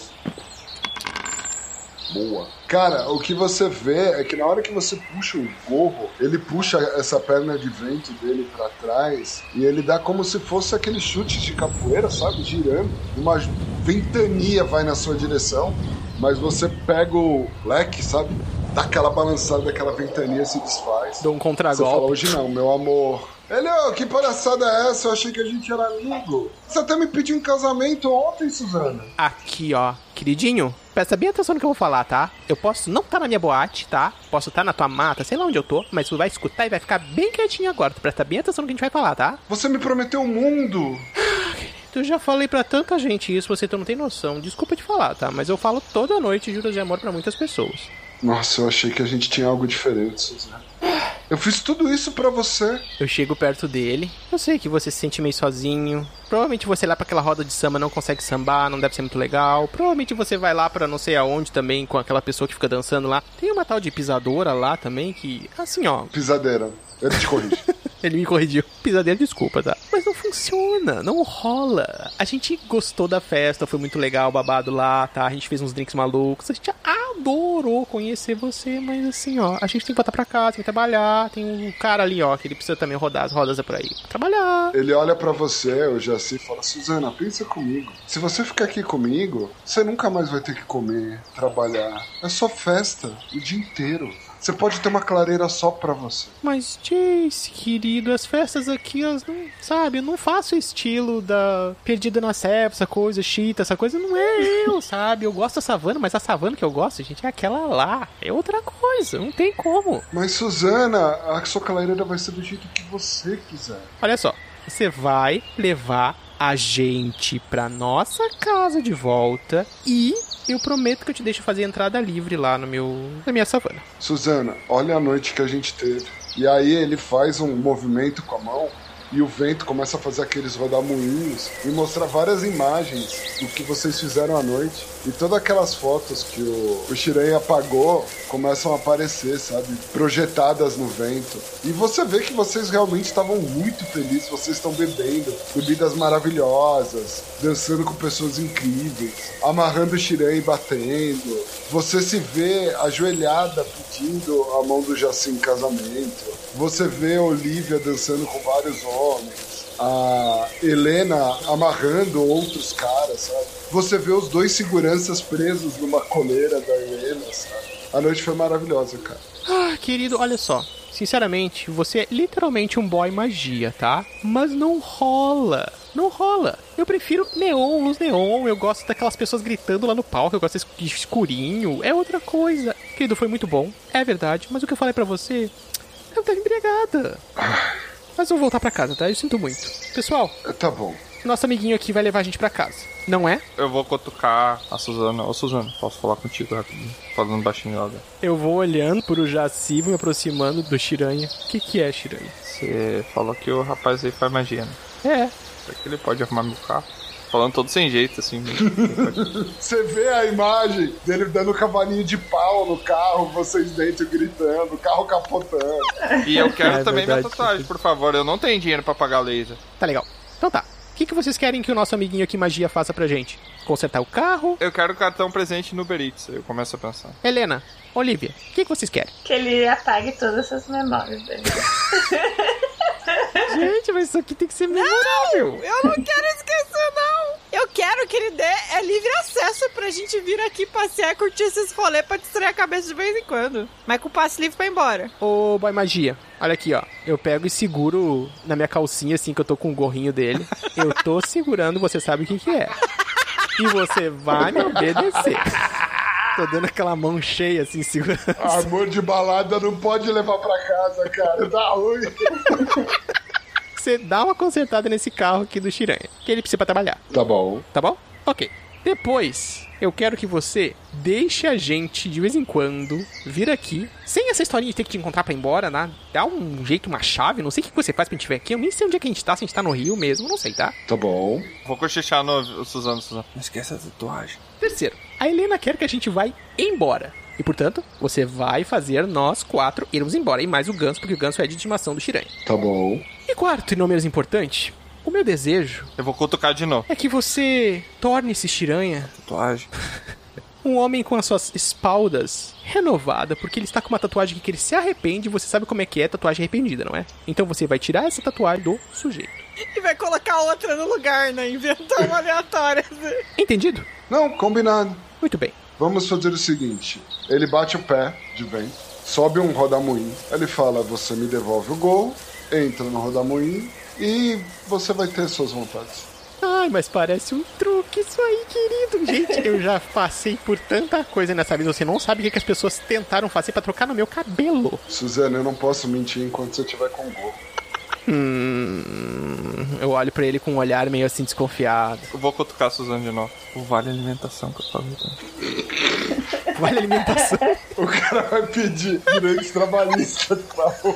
Boa. Cara, o que você vê é que na hora que você puxa o gorro, ele puxa essa perna de vento dele pra trás e ele dá como se fosse aquele chute de capoeira, sabe? Girando. Uma ventania vai na sua direção, mas você pega o leque, sabe? Dá aquela balançada, aquela ventania se desfaz.
Dou
Você fala
um contragolpe.
hoje não, meu amor. Ele, ó, que palhaçada é essa? Eu achei que a gente era amigo. Você até me pediu em casamento ontem, Suzana.
Aqui, ó. Queridinho, presta bem atenção no que eu vou falar, tá? Eu posso não estar na minha boate, tá? Posso estar na tua mata, sei lá onde eu tô, mas tu vai escutar e vai ficar bem quietinho agora. Tu presta bem atenção no que a gente vai falar, tá?
Você me prometeu o mundo.
Tu já falei pra tanta gente isso, você tu não tem noção. Desculpa te falar, tá? Mas eu falo toda noite juras de amor pra muitas pessoas.
Nossa, eu achei que a gente tinha algo diferente, Suzana. Eu fiz tudo isso pra você.
Eu chego perto dele. Eu sei que você se sente meio sozinho. Provavelmente você lá pra aquela roda de samba não consegue sambar, não deve ser muito legal. Provavelmente você vai lá pra não sei aonde também com aquela pessoa que fica dançando lá. Tem uma tal de pisadora lá também que, assim, ó,
Pisadeira. Ele te corrige.
Ele me corrigiu. Pisadeira, desculpa, tá? Mas não funciona, não rola. A gente gostou da festa, foi muito legal, babado lá, tá? A gente fez uns drinks malucos, a gente adorou conhecer você, mas assim, ó, a gente tem que voltar pra casa, tem que trabalhar. Tem um cara ali, ó, que ele precisa também rodar as rodas é por aí. Trabalhar.
Ele olha pra você, o Jaci, e fala: Suzana, pensa comigo. Se você ficar aqui comigo, você nunca mais vai ter que comer, trabalhar. É só festa o dia inteiro. Você pode ter uma clareira só pra você.
Mas, Jace, querido, as festas aqui, elas não. Sabe, eu não faço estilo da Perdida na Serpa, essa coisa, chita, essa coisa. Não é eu, sabe? Eu gosto da savana, mas a savana que eu gosto, gente, é aquela lá. É outra coisa, não tem como.
Mas, Suzana, a sua clareira vai ser do jeito que você quiser.
Olha só, você vai levar a gente pra nossa casa de volta e eu prometo que eu te deixo fazer entrada livre lá no meu na minha savana.
Suzana, olha a noite que a gente teve. E aí ele faz um movimento com a mão e o vento começa a fazer aqueles rodamuinhos e mostrar várias imagens do que vocês fizeram à noite. E todas aquelas fotos que o, o Shirei apagou começam a aparecer, sabe? Projetadas no vento. E você vê que vocês realmente estavam muito felizes, vocês estão bebendo bebidas maravilhosas, dançando com pessoas incríveis, amarrando o Shirei e batendo. Você se vê ajoelhada pedindo a mão do Jacim em casamento. Você vê a Olivia dançando com vários homens, a Helena amarrando outros caras, sabe? Você vê os dois seguranças presos numa coleira da Helena, sabe? A noite foi maravilhosa, cara.
Ah, querido, olha só. Sinceramente, você é literalmente um boy magia, tá? Mas não rola. Não rola. Eu prefiro neon, luz neon. Eu gosto daquelas pessoas gritando lá no palco. Eu gosto desse escurinho. É outra coisa. Querido, foi muito bom. É verdade. Mas o que eu falei pra você. Eu tava embriagada. Mas eu vou voltar pra casa, tá? Eu sinto muito. Pessoal,
Tá bom.
nosso amiguinho aqui vai levar a gente pra casa. Não é?
Eu vou cutucar a Suzana. Ô, Suzana, posso falar contigo rapidinho? Falando baixinho logo.
Eu vou olhando pro Jaci, me aproximando do Shiranha. O que, que é Shiranha?
Você falou que o rapaz aí faz magia, né?
É,
Será que ele pode arrumar meu carro? Falando todo sem jeito, assim.
Você vê a imagem dele dando cavalinho de pau no carro, vocês dentro gritando, carro capotando.
e eu quero
É
também
verdade.
minha tatuagem, por favor. Eu não tenho dinheiro pra pagar laser.
Tá legal. Então tá. O que, que vocês querem que o nosso amiguinho aqui magia faça pra gente? Consertar o carro?
Eu quero cartão presente no Uber Eats. Eu começo a pensar.
Helena, Olivia, o que, que vocês querem?
Que ele apague todas essas memórias dele.
Gente, mas isso aqui tem que ser memorável.
Eu não quero esquecer, não! Eu quero que ele dê é livre acesso pra gente vir aqui passear, curtir esses rolês pra distrair a cabeça de vez em quando. Mas com o passe livre pra ir embora.
Ô, boy magia, olha aqui, ó. Eu pego e seguro na minha calcinha, assim, que eu tô com o gorrinho dele. Eu tô segurando, você sabe o que que é. E você vai me obedecer. Tô dando aquela mão cheia, assim, segurando.
Amor de balada não pode levar pra casa, cara. Dá ruim.
Você dá uma consertada nesse carro aqui do Chiranha, que ele precisa pra trabalhar.
Tá bom.
tá bom? Ok. Depois, eu quero que você deixe a gente, de vez em quando, vir aqui. Sem essa historinha de ter que te encontrar pra ir embora, né? Dá um jeito, uma chave. Não sei o que você faz pra gente vir aqui. Eu nem sei onde é que a gente tá, se a gente tá no Rio mesmo, não sei, tá?
Tá bom.
Vou cochichar no o Suzano, Suzano. Não esquece a tatuagem.
Terceiro, a Helena quer que a gente vá embora. E, portanto, você vai fazer nós quatro irmos embora. E mais o Ganso, porque o Ganso é de intimação do Shiranha.
Tá bom.
E quarto, e não menos importante, o meu desejo
Eu vou cutucar de novo.
é que você torne-se Shiranha
Tatuagem.
um homem com as suas espaldas renovada, porque ele está com uma tatuagem que ele se arrepende, você sabe como é que é tatuagem arrependida, não é? Então você vai tirar essa tatuagem do sujeito.
E vai colocar outra no lugar, né? Inventar uma aleatória. assim.
Entendido?
Não, combinado.
Muito bem.
Vamos fazer o seguinte: ele bate o pé de vento, sobe um rodamuinho. Ele fala: Você me devolve o gol, entra no rodamuinho e você vai ter suas vontades.
Ai, mas parece um truque isso aí, querido. Gente, eu já passei por tanta coisa nessa vida, você não sabe o que, que as pessoas tentaram fazer pra trocar no meu cabelo.
Suzana, eu não posso mentir enquanto você estiver com o gol.
Hum, eu olho pra ele com um olhar meio assim desconfiado.
Eu vou cutucar a Suzana de novo. O vale alimentação que eu falei. tanto.
Vale alimentação.
O cara vai pedir direitos trabalhistas pra você.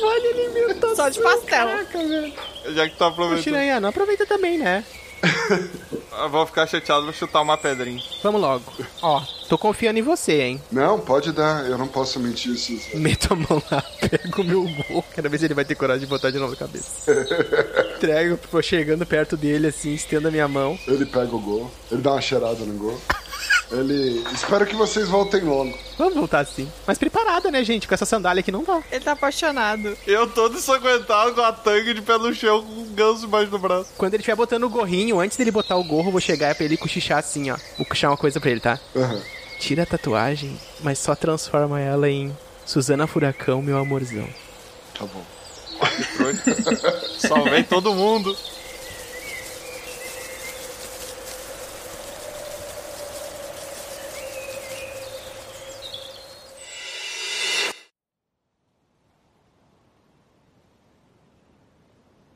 Vale alimentação.
Só de pastel.
tá Caraca, velho.
Já que tu tá
Ô,
aproveitando.
Shirayana, aproveita também, né?
Eu vou ficar chateado, vou chutar uma pedrinha.
Vamos logo. Ó, tô confiando em você, hein?
Não, pode dar, eu não posso mentir, Suzana.
Meto a mão lá, pego o meu gol. Cada vez ele vai ter coragem de botar de novo na cabeça. Entrego, vou chegando perto dele assim, estendo a minha mão.
Ele pega o gol, ele dá uma cheirada no gol. Ele. Espero que vocês voltem logo.
Vamos voltar assim. Mas preparada, né, gente? Com essa sandália aqui não dá.
Ele tá apaixonado.
Eu todo ensanguentado com a tanga de pé no chão com um ganso embaixo do braço.
Quando ele estiver botando o gorrinho, antes dele botar o gorro, eu vou chegar pra ele cochichar assim, ó. Vou cochichar uma coisa pra ele, tá?
Aham.
Tira a tatuagem, mas só transforma ela em Suzana Furacão, meu amorzão.
Tá bom.
Salvei todo mundo.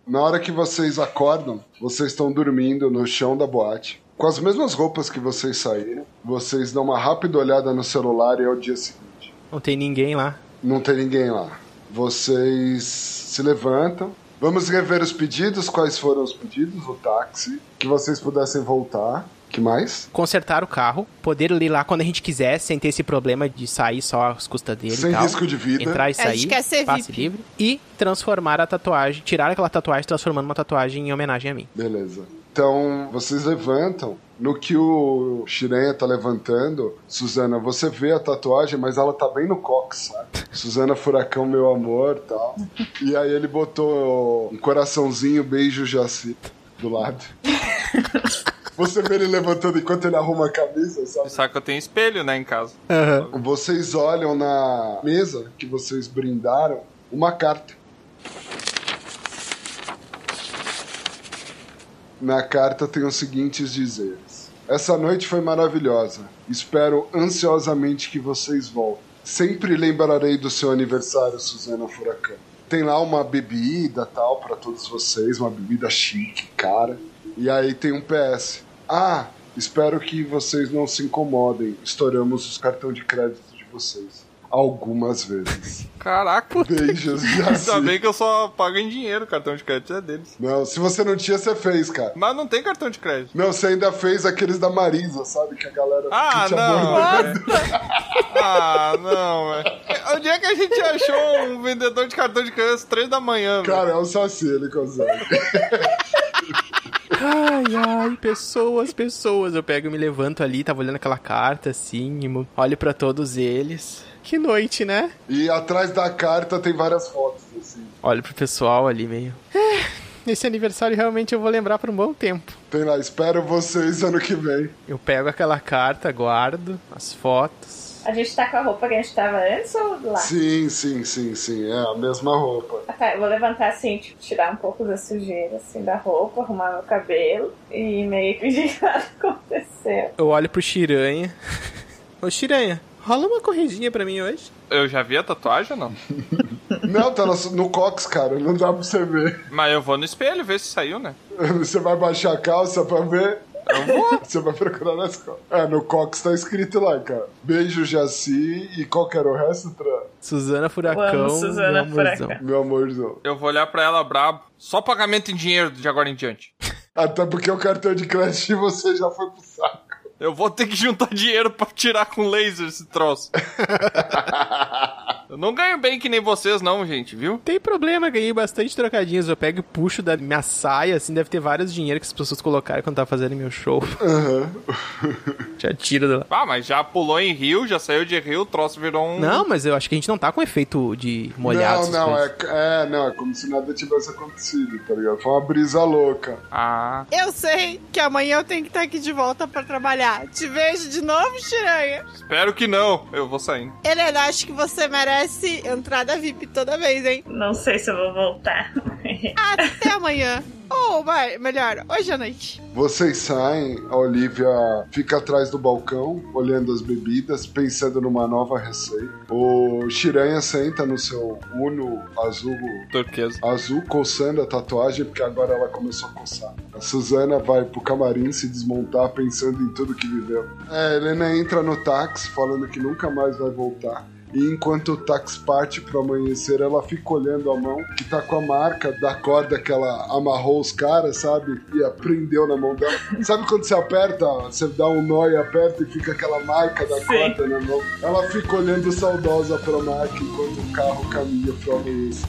Na hora que vocês acordam, vocês estão dormindo no chão da boate. Com as mesmas roupas que vocês saíram, vocês dão uma rápida olhada no celular e é o dia seguinte.
Não tem ninguém lá.
Não tem ninguém lá. Vocês se levantam. Vamos rever os pedidos. Quais foram os pedidos? O táxi. Que vocês pudessem voltar. Que mais?
Consertar o carro, poder ir lá quando a gente quiser, sem ter esse problema de sair só às custas dele
Sem
e tal.
risco de vida.
Entrar e
A gente
sair,
quer ser
passe
VIP.
livre. E transformar a tatuagem, tirar aquela tatuagem, transformando uma tatuagem em homenagem a mim.
Beleza. Então, vocês levantam. No que o Shirenha tá levantando, Suzana, você vê a tatuagem, mas ela tá bem no cox, sabe? Suzana Furacão, meu amor, tal. E aí ele botou um coraçãozinho, beijo Jaci, do lado. Você vê ele levantando enquanto ele arruma a camisa, sabe?
Sabe que eu tenho espelho, né, em casa.
Vocês olham na mesa que vocês brindaram uma carta. Na carta tem os seguintes dizeres: Essa noite foi maravilhosa. Espero ansiosamente que vocês voltem. Sempre lembrarei do seu aniversário, Suzana Furacão. Tem lá uma bebida tal pra todos vocês, uma bebida chique, cara. E aí tem um PS. Ah, espero que vocês não se incomodem. Estouramos os cartões de crédito de vocês algumas vezes.
Caraca.
Beijos.
Ainda
Jaci.
bem que eu só pago em dinheiro, o cartão de crédito é deles.
Não, se você não tinha, você fez, cara.
Mas não tem cartão de crédito.
Não, você ainda fez aqueles da Marisa, sabe? Que a galera.
Ah,
que te
não.
abordou.
é. Ah, não, velho. Onde é que a gente achou um vendedor de cartão de crédito às três da manhã, velho?
Cara, é um saci, ele consegue.
Ai, ai, pessoas, pessoas. Eu pego e me levanto ali, tava olhando aquela carta assim, e mo- olho pra todos eles. Que noite, né?
E atrás da carta tem várias fotos, assim.
Olho pro pessoal ali meio. É, esse aniversário realmente eu vou lembrar por um bom tempo.
Tem lá, espero vocês ano que vem.
Eu pego aquela carta, guardo as fotos.
A gente tá com a roupa que a gente tava antes ou lá?
Sim, sim, sim, sim. É a mesma roupa.
Ah, Tá, eu vou levantar assim, tipo, tirar um pouco da sujeira, assim, da roupa, arrumar meu cabelo e meio que fingir que nada aconteceu.
Eu olho pro Chiranha. Ô Chiranha, rola uma corridinha pra mim hoje.
Eu já vi a tatuagem ou não?
Não, tá no, no cox, cara. Não dá pra você ver.
Mas eu vou no espelho ver se saiu, né?
Você vai baixar a calça pra ver. Você vai procurar na escola. É, no cox tá escrito lá, cara. Beijo, Jaci. E qual que era o resto, Tran?
Suzana Furacão.
Eu amo Suzana
meu amorzão.
Furacão.
Meu amorzão.
Eu vou olhar pra ela brabo. Só pagamento em dinheiro de agora em diante.
Até porque o cartão de crédito de você já foi pro saco.
Eu vou ter que juntar dinheiro pra tirar com laser esse troço. eu não ganho bem que nem vocês, não, gente, viu?
Tem problema, ganhei bastante trocadinhos. Eu pego e puxo da minha saia, assim, deve ter vários dinheiro que as pessoas colocaram quando tava fazendo meu show. Já tiro da.
Ah, mas já pulou em rio, já saiu de rio, o troço virou um.
Não, mas eu acho que a gente não tá com efeito de molhado.
Não,
essas
não,
coisas.
é, é, não, é como se nada tivesse acontecido, tá ligado? Foi uma brisa louca.
Ah.
Eu sei que amanhã eu tenho que estar aqui de volta pra trabalhar. Te vejo de novo, Chiranha.
Espero que não. Eu vou saindo.
Helena, acho que você merece entrada VIP toda vez, hein?
Não sei se eu vou voltar.
Até amanhã. Ou, vai, melhor, hoje à noite.
Vocês saem, a Olivia fica atrás do balcão, olhando as bebidas, pensando numa nova receita. O Shiranha senta no seu Uno azul,
Turquesa.
azul coçando a tatuagem, porque agora ela começou a coçar. A Suzana vai pro camarim se desmontar, pensando em tudo que viveu. É, a Helena entra no táxi, falando que nunca mais vai voltar. E enquanto o táxi parte pro amanhecer, ela fica olhando a mão, que tá com a marca da corda que ela amarrou os caras, sabe? E aprendeu na mão dela. Sabe quando você aperta, você dá um nó e aperta e fica aquela marca da corda na mão? Ela fica olhando saudosa pra marca enquanto o carro caminha pro amanhecer.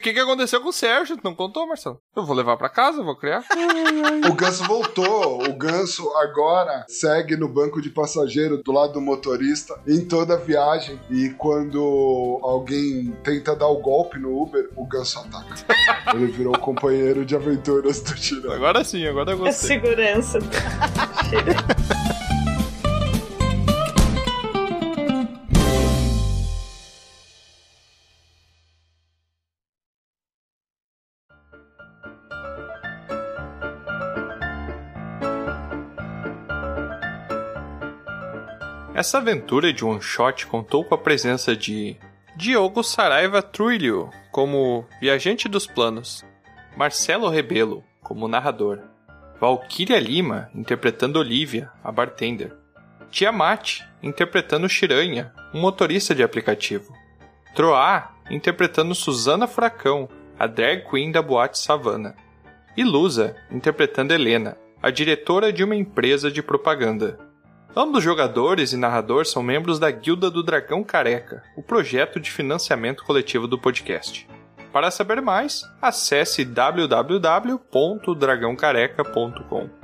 O que, que aconteceu com o Sérgio? Tu Não contou, Marcelo? Eu vou levar pra casa, eu vou criar.
O Ganso voltou. O Ganso agora segue no banco de passageiro do lado do motorista em toda a viagem. E quando alguém tenta dar o golpe no Uber, o Ganso ataca. Ele virou o companheiro de aventuras do Tirão.
Agora sim, agora eu
A
gostei.
segurança.
Essa aventura de one shot contou com a presença de Diogo Saraiva Trulio como viajante dos planos, Marcelo Rebelo como narrador, Valquíria Lima interpretando Olivia, a bartender, Tiamat interpretando Chiranha, um motorista de aplicativo, Troá interpretando Suzana Furacão, a drag queen da boate Savana, e Lusa interpretando Helena, a diretora de uma empresa de propaganda. Ambos os jogadores e narrador são membros da Guilda do Dragão Careca, o projeto de financiamento coletivo do podcast. Para saber mais, acesse www.dragãocareca.com.